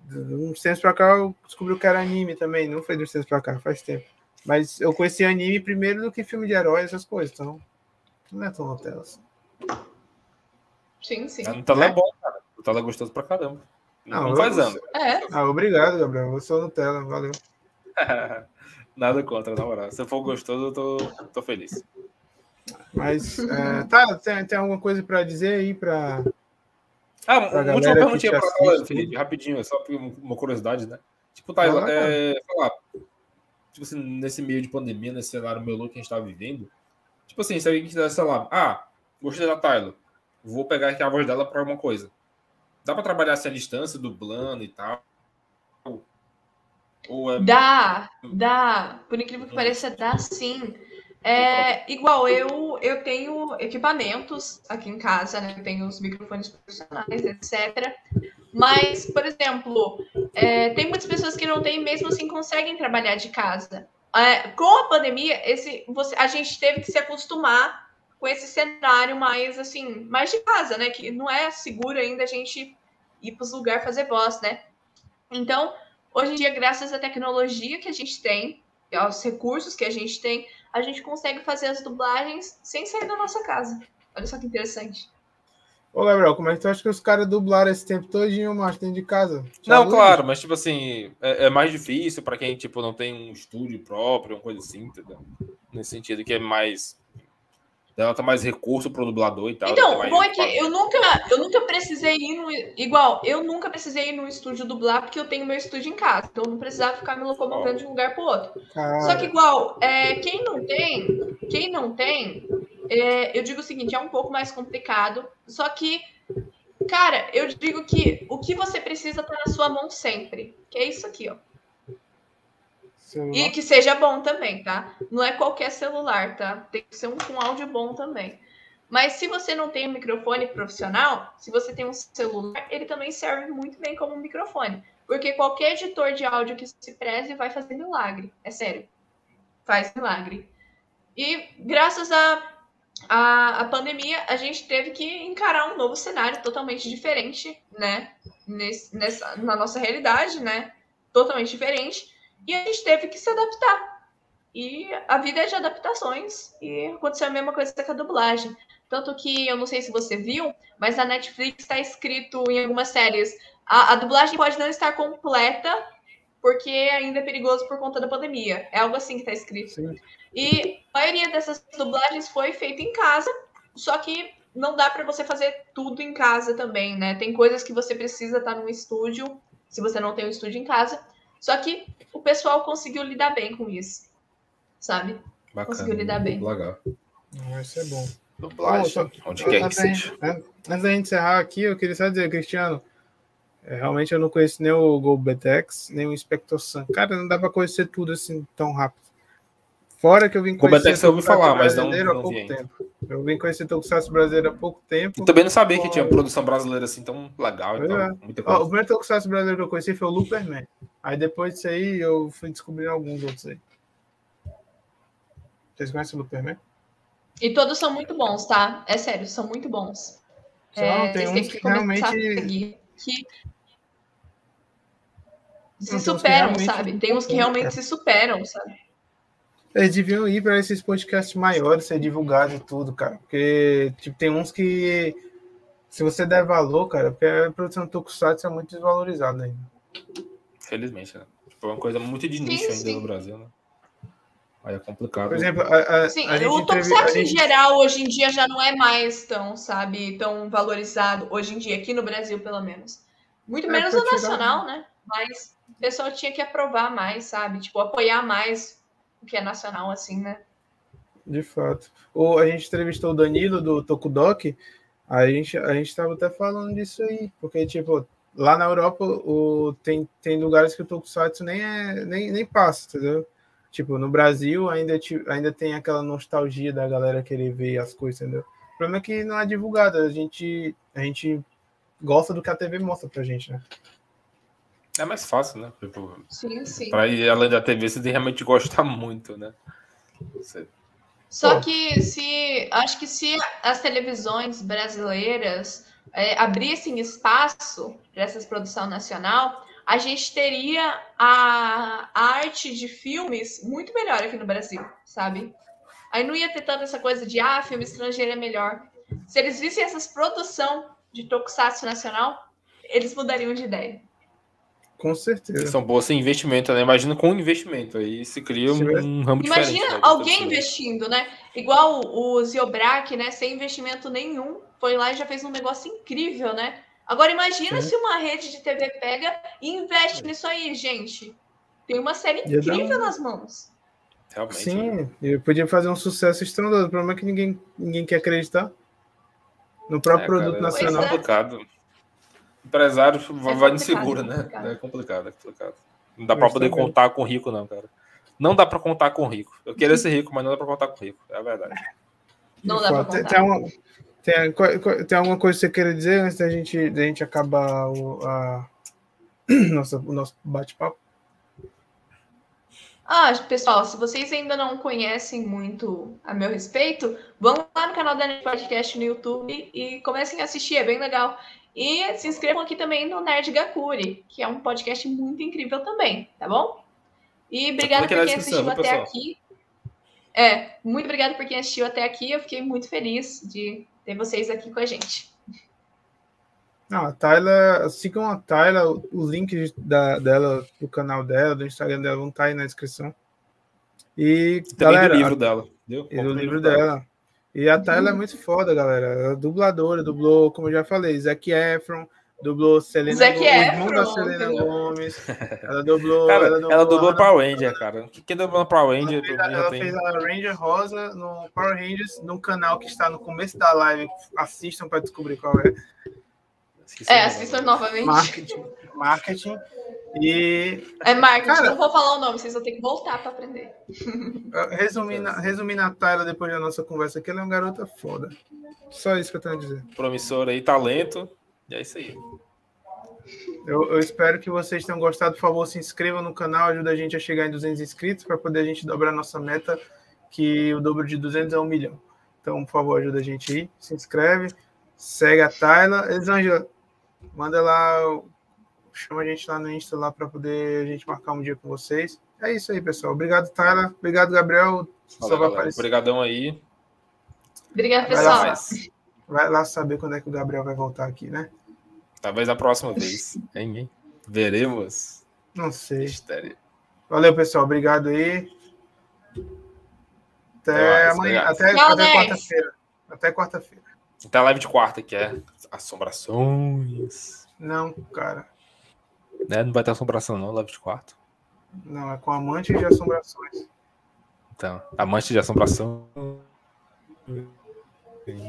Speaker 2: De Uns tempos pra cá eu descobri o que era anime também, não foi de uns tempos pra cá, faz tempo. Mas eu conheci anime primeiro do que filme de herói, essas coisas, então não é tão hotelas.
Speaker 3: Sim, sim.
Speaker 1: A Nutella é bom, cara. A Nutella é gostoso pra caramba.
Speaker 2: Né? Não,
Speaker 1: Não,
Speaker 2: eu-
Speaker 1: faz ano.
Speaker 3: É.
Speaker 2: Ah, obrigado, Gabriel, eu sou Nutella, valeu.
Speaker 1: Nada contra, na moral. Se for gostoso, eu tô, tô feliz.
Speaker 2: Mas, é, tá, tem, tem alguma coisa pra dizer aí pra...
Speaker 1: Ah,
Speaker 2: Pra
Speaker 1: uma
Speaker 2: galera
Speaker 1: última
Speaker 2: que
Speaker 1: perguntinha
Speaker 2: te
Speaker 1: pra
Speaker 2: assiste,
Speaker 1: ela, Felipe, rapidinho, é só por uma curiosidade, né? Tipo, tá,
Speaker 2: Vai lá,
Speaker 1: é, sei lá, tipo assim, nesse meio de pandemia, nesse cenário meu louco que a gente tá vivendo, tipo assim, se alguém quiser, sei lá, ah, gostei da Tyler, vou pegar aqui a voz dela pra alguma coisa. Dá pra trabalhar assim à distância, dublando e tal? Ou- Ou é
Speaker 3: Dá, dá. Por incrível que
Speaker 1: Uhum.
Speaker 3: pareça, dá sim. É, igual eu, eu tenho equipamentos aqui em casa, né? Eu tenho os microfones profissionais, etc. Mas, por exemplo, é, tem muitas pessoas que não têm, e mesmo assim, conseguem trabalhar de casa. É, com a pandemia, esse, você, a gente teve que se acostumar com esse cenário mais assim, mais de casa, né? Que não é seguro ainda a gente ir para os lugares fazer voz, né? Então, Hoje em dia, graças à tecnologia que a gente tem, e aos recursos que a gente tem, a gente consegue fazer as dublagens sem sair da nossa casa. Olha só que interessante.
Speaker 2: Ô, Gabriel, como é que tu acha que os caras dublaram esse tempo todinho, macho, dentro de casa? Tinha
Speaker 1: Não,
Speaker 2: luz?
Speaker 1: claro, mas tipo assim, é, é mais difícil pra quem tipo não tem um estúdio próprio, uma coisa assim, entendeu? Nesse sentido que é mais ela tá mais recurso pro dublador e tal.
Speaker 3: Então,
Speaker 1: tem
Speaker 3: o
Speaker 1: mais-
Speaker 3: bom é que eu nunca, eu nunca precisei ir no. Igual, eu nunca precisei ir num estúdio dublar porque eu tenho meu estúdio em casa. Então eu não precisava ficar me locomovendo de um lugar pro outro.
Speaker 2: Cara,
Speaker 3: Só que igual, é, quem não tem, quem não tem, é, eu digo o seguinte, é um pouco mais complicado. Só que, cara, eu digo que o que você precisa tá na sua mão sempre. Que é isso aqui, ó.
Speaker 2: celular.
Speaker 3: E que seja bom também, tá? Não é qualquer celular, tá? Tem que ser um com áudio bom também. Mas se você não tem um microfone profissional, se você tem um celular, ele também serve muito bem como um microfone. Porque qualquer editor de áudio que se preze vai fazer milagre. É sério. Faz milagre. E graças à a, a, pandemia, a gente teve que encarar um novo cenário totalmente diferente, né? Nesse, nessa, na nossa realidade, né? Totalmente diferente. E a gente teve que se adaptar. E a vida é de adaptações. E aconteceu a mesma coisa com a dublagem. Tanto que, eu não sei se você viu, mas na Netflix está escrito em algumas séries: a, a dublagem pode não estar completa, porque ainda é perigoso por conta da pandemia. É algo assim que está escrito. Sim. E a maioria dessas dublagens foi feita em casa, só que não dá para você fazer tudo em casa também, né? Tem coisas que você precisa estar num estúdio, se você não tem um estúdio em casa. Só que o pessoal conseguiu lidar bem com isso, sabe?
Speaker 1: Bacana.
Speaker 3: Conseguiu lidar bem.
Speaker 1: Legal.
Speaker 2: Isso é bom.
Speaker 1: Dublagem,
Speaker 2: Ô, só-
Speaker 1: onde quer
Speaker 2: Ah,
Speaker 1: que
Speaker 2: tá bem.
Speaker 1: seja.
Speaker 2: É, Antes da gente encerrar aqui, eu queria só dizer, Cristiano, é, realmente eu não conheço nem o Golbetex, nem o Inspector Sun. Cara, não dá pra conhecer tudo assim tão rápido. Fora que eu vim conhecer.
Speaker 1: Golbetex é eu ouvi
Speaker 2: Tokusatsu
Speaker 1: falar, mas não-
Speaker 2: brasileiro há
Speaker 1: não vi
Speaker 2: pouco
Speaker 1: ainda.
Speaker 2: tempo. Eu vim conhecer Tokusatsu brasileiro há pouco tempo.
Speaker 1: E também não sabia que
Speaker 3: é.
Speaker 1: tinha produção brasileira assim tão legal.
Speaker 2: Pois
Speaker 1: Então,
Speaker 2: é.
Speaker 1: muita
Speaker 2: Ó,
Speaker 1: coisa.
Speaker 2: o primeiro Tokusatsu brasileiro que eu conheci foi o Luperman. Aí depois disso aí eu fui descobrindo alguns outros aí. Vocês conhecem o Luperman?
Speaker 3: E todos são muito bons, tá? É sério, são muito bons.
Speaker 2: Só
Speaker 3: é,
Speaker 2: tem
Speaker 3: vocês
Speaker 2: uns
Speaker 3: têm
Speaker 2: que
Speaker 3: começar
Speaker 2: realmente-
Speaker 3: a seguir, que
Speaker 2: Não, tem
Speaker 3: se
Speaker 2: uns que
Speaker 3: superam,
Speaker 2: realmente É.
Speaker 3: sabe?
Speaker 2: não
Speaker 3: Tem uns que
Speaker 2: tem,
Speaker 3: realmente
Speaker 2: cara.
Speaker 3: se superam, sabe?
Speaker 2: Eles deviam ir para esses podcasts maiores, ser divulgado e tudo, cara. Porque tipo, tem uns que. Se você der valor, cara, porque a produção do Tokusatsu é muito desvalorizada né? ainda.
Speaker 1: Felizmente, né? Tipo, é uma coisa muito de nicho ainda
Speaker 3: sim.
Speaker 1: no Brasil, né? Aí é complicado.
Speaker 2: Por exemplo, a, a,
Speaker 3: Sim,
Speaker 2: a gente
Speaker 3: o
Speaker 2: entrevi-
Speaker 3: Tokusatsu
Speaker 2: a
Speaker 3: em
Speaker 2: gente-
Speaker 3: geral hoje em dia já não é mais tão, sabe, tão valorizado hoje em dia, aqui no Brasil pelo menos. Muito
Speaker 2: É,
Speaker 3: menos
Speaker 2: pra
Speaker 3: o
Speaker 2: tirar-
Speaker 3: nacional, né? Mas o pessoal tinha que aprovar mais, sabe? Tipo, apoiar mais o que é nacional, assim, né?
Speaker 2: De fato. Ou a gente entrevistou o Danilo do Tokudok, a gente, a gente tava até falando disso aí, porque, tipo, lá na Europa o, tem, tem lugares que o Tokusatsu nem, é, nem, nem passa, entendeu? Tipo, no Brasil ainda, ti- ainda tem aquela nostalgia da galera querer ver as coisas, entendeu? O problema é que não é divulgado, a gente, a gente gosta do que a TV mostra pra gente, né?
Speaker 1: É mais fácil, né? Tipo,
Speaker 3: Sim, sim.
Speaker 1: pra ir além da TV, você tem que realmente gostar muito, né? Você-
Speaker 3: Só
Speaker 2: Pô.
Speaker 3: que se acho que se as televisões brasileiras é, abrissem espaço para essa produção nacional, a gente teria a, a arte de filmes muito melhor aqui no Brasil, sabe? Aí não ia ter tanto essa coisa de ah, filme estrangeiro é melhor. Se eles vissem essas produção de tokusatsu nacional, eles mudariam de ideia.
Speaker 2: Com certeza.
Speaker 1: São boas sem investimento, né? Imagina com investimento. Aí se cria
Speaker 2: Sim, mas-
Speaker 1: um, um ramo diferente.
Speaker 3: Imagina
Speaker 1: né, de
Speaker 3: alguém
Speaker 1: pessoa.
Speaker 3: investindo, né? Igual o o Ziobrak, né? Sem investimento nenhum, foi lá e já fez um negócio incrível, né? Agora imagina
Speaker 2: Sim.
Speaker 3: se uma rede de TV pega e
Speaker 1: É.
Speaker 3: investe nisso aí, gente. Tem uma série
Speaker 2: Ia dar
Speaker 3: incrível nas mãos.
Speaker 1: Realmente. né?
Speaker 2: Sim, eu podia fazer um sucesso estrondoso. O problema é que ninguém, ninguém quer acreditar no próprio
Speaker 1: É,
Speaker 2: produto
Speaker 1: cara,
Speaker 2: nacional.
Speaker 1: É
Speaker 3: Pois é.
Speaker 1: complicado. Empresário vai, vai no
Speaker 3: complicado,
Speaker 1: seguro,
Speaker 3: é
Speaker 1: né?
Speaker 3: complicado.
Speaker 1: É complicado, é complicado. Não dá pra
Speaker 2: Mas
Speaker 1: poder
Speaker 2: também.
Speaker 1: contar com rico, não, cara. Não dá pra contar com rico. Eu
Speaker 2: Uhum.
Speaker 1: queria ser rico, mas não dá pra contar com rico. É a verdade.
Speaker 3: é, Não
Speaker 2: De
Speaker 3: dá pra
Speaker 2: fato. Tem,
Speaker 3: contar.
Speaker 2: tem, alguma- tem, co- co- tem alguma coisa que você queira dizer antes da gente, da gente acabar o, a- nossa, o nosso bate-papo?
Speaker 3: Ah, pessoal, se vocês ainda não conhecem muito a meu respeito, vão lá no canal da Nerd Podcast no YouTube e comecem a assistir, é bem legal. E se inscrevam aqui também no Nerd Gakuri, que é um podcast muito incrível também, tá bom? E obrigada
Speaker 1: aqui
Speaker 3: por
Speaker 1: na
Speaker 3: quem
Speaker 1: descrição,
Speaker 3: assistiu
Speaker 1: viu, pessoal?
Speaker 3: até aqui. É, muito obrigada por quem assistiu até aqui. Eu fiquei muito feliz de ter vocês aqui com a gente.
Speaker 2: Não, Ah, a Tayla, sigam a Tayla, o, o link da, dela, do canal dela, do Instagram dela, vão estar aí na descrição. E,
Speaker 1: E Também
Speaker 2: galera,
Speaker 1: do
Speaker 2: a-
Speaker 1: livro dela. Entendeu?
Speaker 2: E do livro dela. E a Tayla
Speaker 1: Uhum.
Speaker 2: é muito foda, galera. Ela é dubladora, dublou, como eu já falei, Zac Efron, dublou Selena
Speaker 3: Zac
Speaker 2: Gomes, irmão da
Speaker 3: Efron,
Speaker 2: Selena
Speaker 3: entendeu?
Speaker 2: Gomes. Ela dublou.
Speaker 1: Cara, ela dublou
Speaker 2: a-
Speaker 1: Power Ranger, cara. Que que dublou Power
Speaker 2: Ela,
Speaker 1: Ranger? um
Speaker 2: fez,
Speaker 1: pra
Speaker 2: a-
Speaker 1: mim,
Speaker 2: ela
Speaker 1: eu tenho-
Speaker 2: fez a Ranger Rosa no Power Rangers, num canal que está no começo da live. Assistam para descobrir qual é.
Speaker 1: Esqueci o
Speaker 3: É,
Speaker 1: nome.
Speaker 3: assistam novamente.
Speaker 2: Marketing. Marketing. E
Speaker 3: É marketing,
Speaker 2: Cara-
Speaker 3: não vou falar o nome, vocês vão ter que voltar pra aprender.
Speaker 2: ah, resumindo, resumindo a Tyler depois da nossa conversa aqui, ela é uma garota foda. Só isso que eu tenho a dizer.
Speaker 1: Promissor aí, talento. E é isso aí.
Speaker 2: Eu, eu espero que vocês tenham gostado. Por favor, se inscrevam no canal, ajuda a gente a chegar em 200 inscritos para poder a gente dobrar a nossa meta, que o dobro de 200 é um milhão. Então, por favor, ajuda a gente aí. Se inscreve, segue a Tayla. Elisângela, manda lá, o- chama a gente lá no Insta lá para poder a gente marcar um dia com vocês. É isso aí, pessoal. Obrigado, Tayla. Obrigado, Gabriel.
Speaker 1: Valeu,
Speaker 2: Só vai
Speaker 1: galera.
Speaker 2: aparecer.
Speaker 1: Obrigadão aí.
Speaker 3: Obrigada,
Speaker 2: Vai lá,
Speaker 3: pessoal.
Speaker 2: vai lá. Vai lá saber quando é que o Gabriel vai voltar aqui, né?
Speaker 1: Talvez a próxima vez. Hein, hein? Veremos.
Speaker 2: Não sei.
Speaker 1: Mistério.
Speaker 2: Valeu, pessoal. Obrigado aí. Até
Speaker 1: Até mais,
Speaker 2: amanhã.
Speaker 1: obrigado.
Speaker 2: Até,
Speaker 3: Tchau,
Speaker 2: até
Speaker 3: Ney.
Speaker 2: quarta-feira. Até quarta-feira.
Speaker 1: Até a live de quarta, que é assombrações.
Speaker 2: Não, cara.
Speaker 1: Né? Não vai ter assombração, não, live de quarta.
Speaker 2: Não, é com amante de assombrações.
Speaker 1: Então, amante de assombração.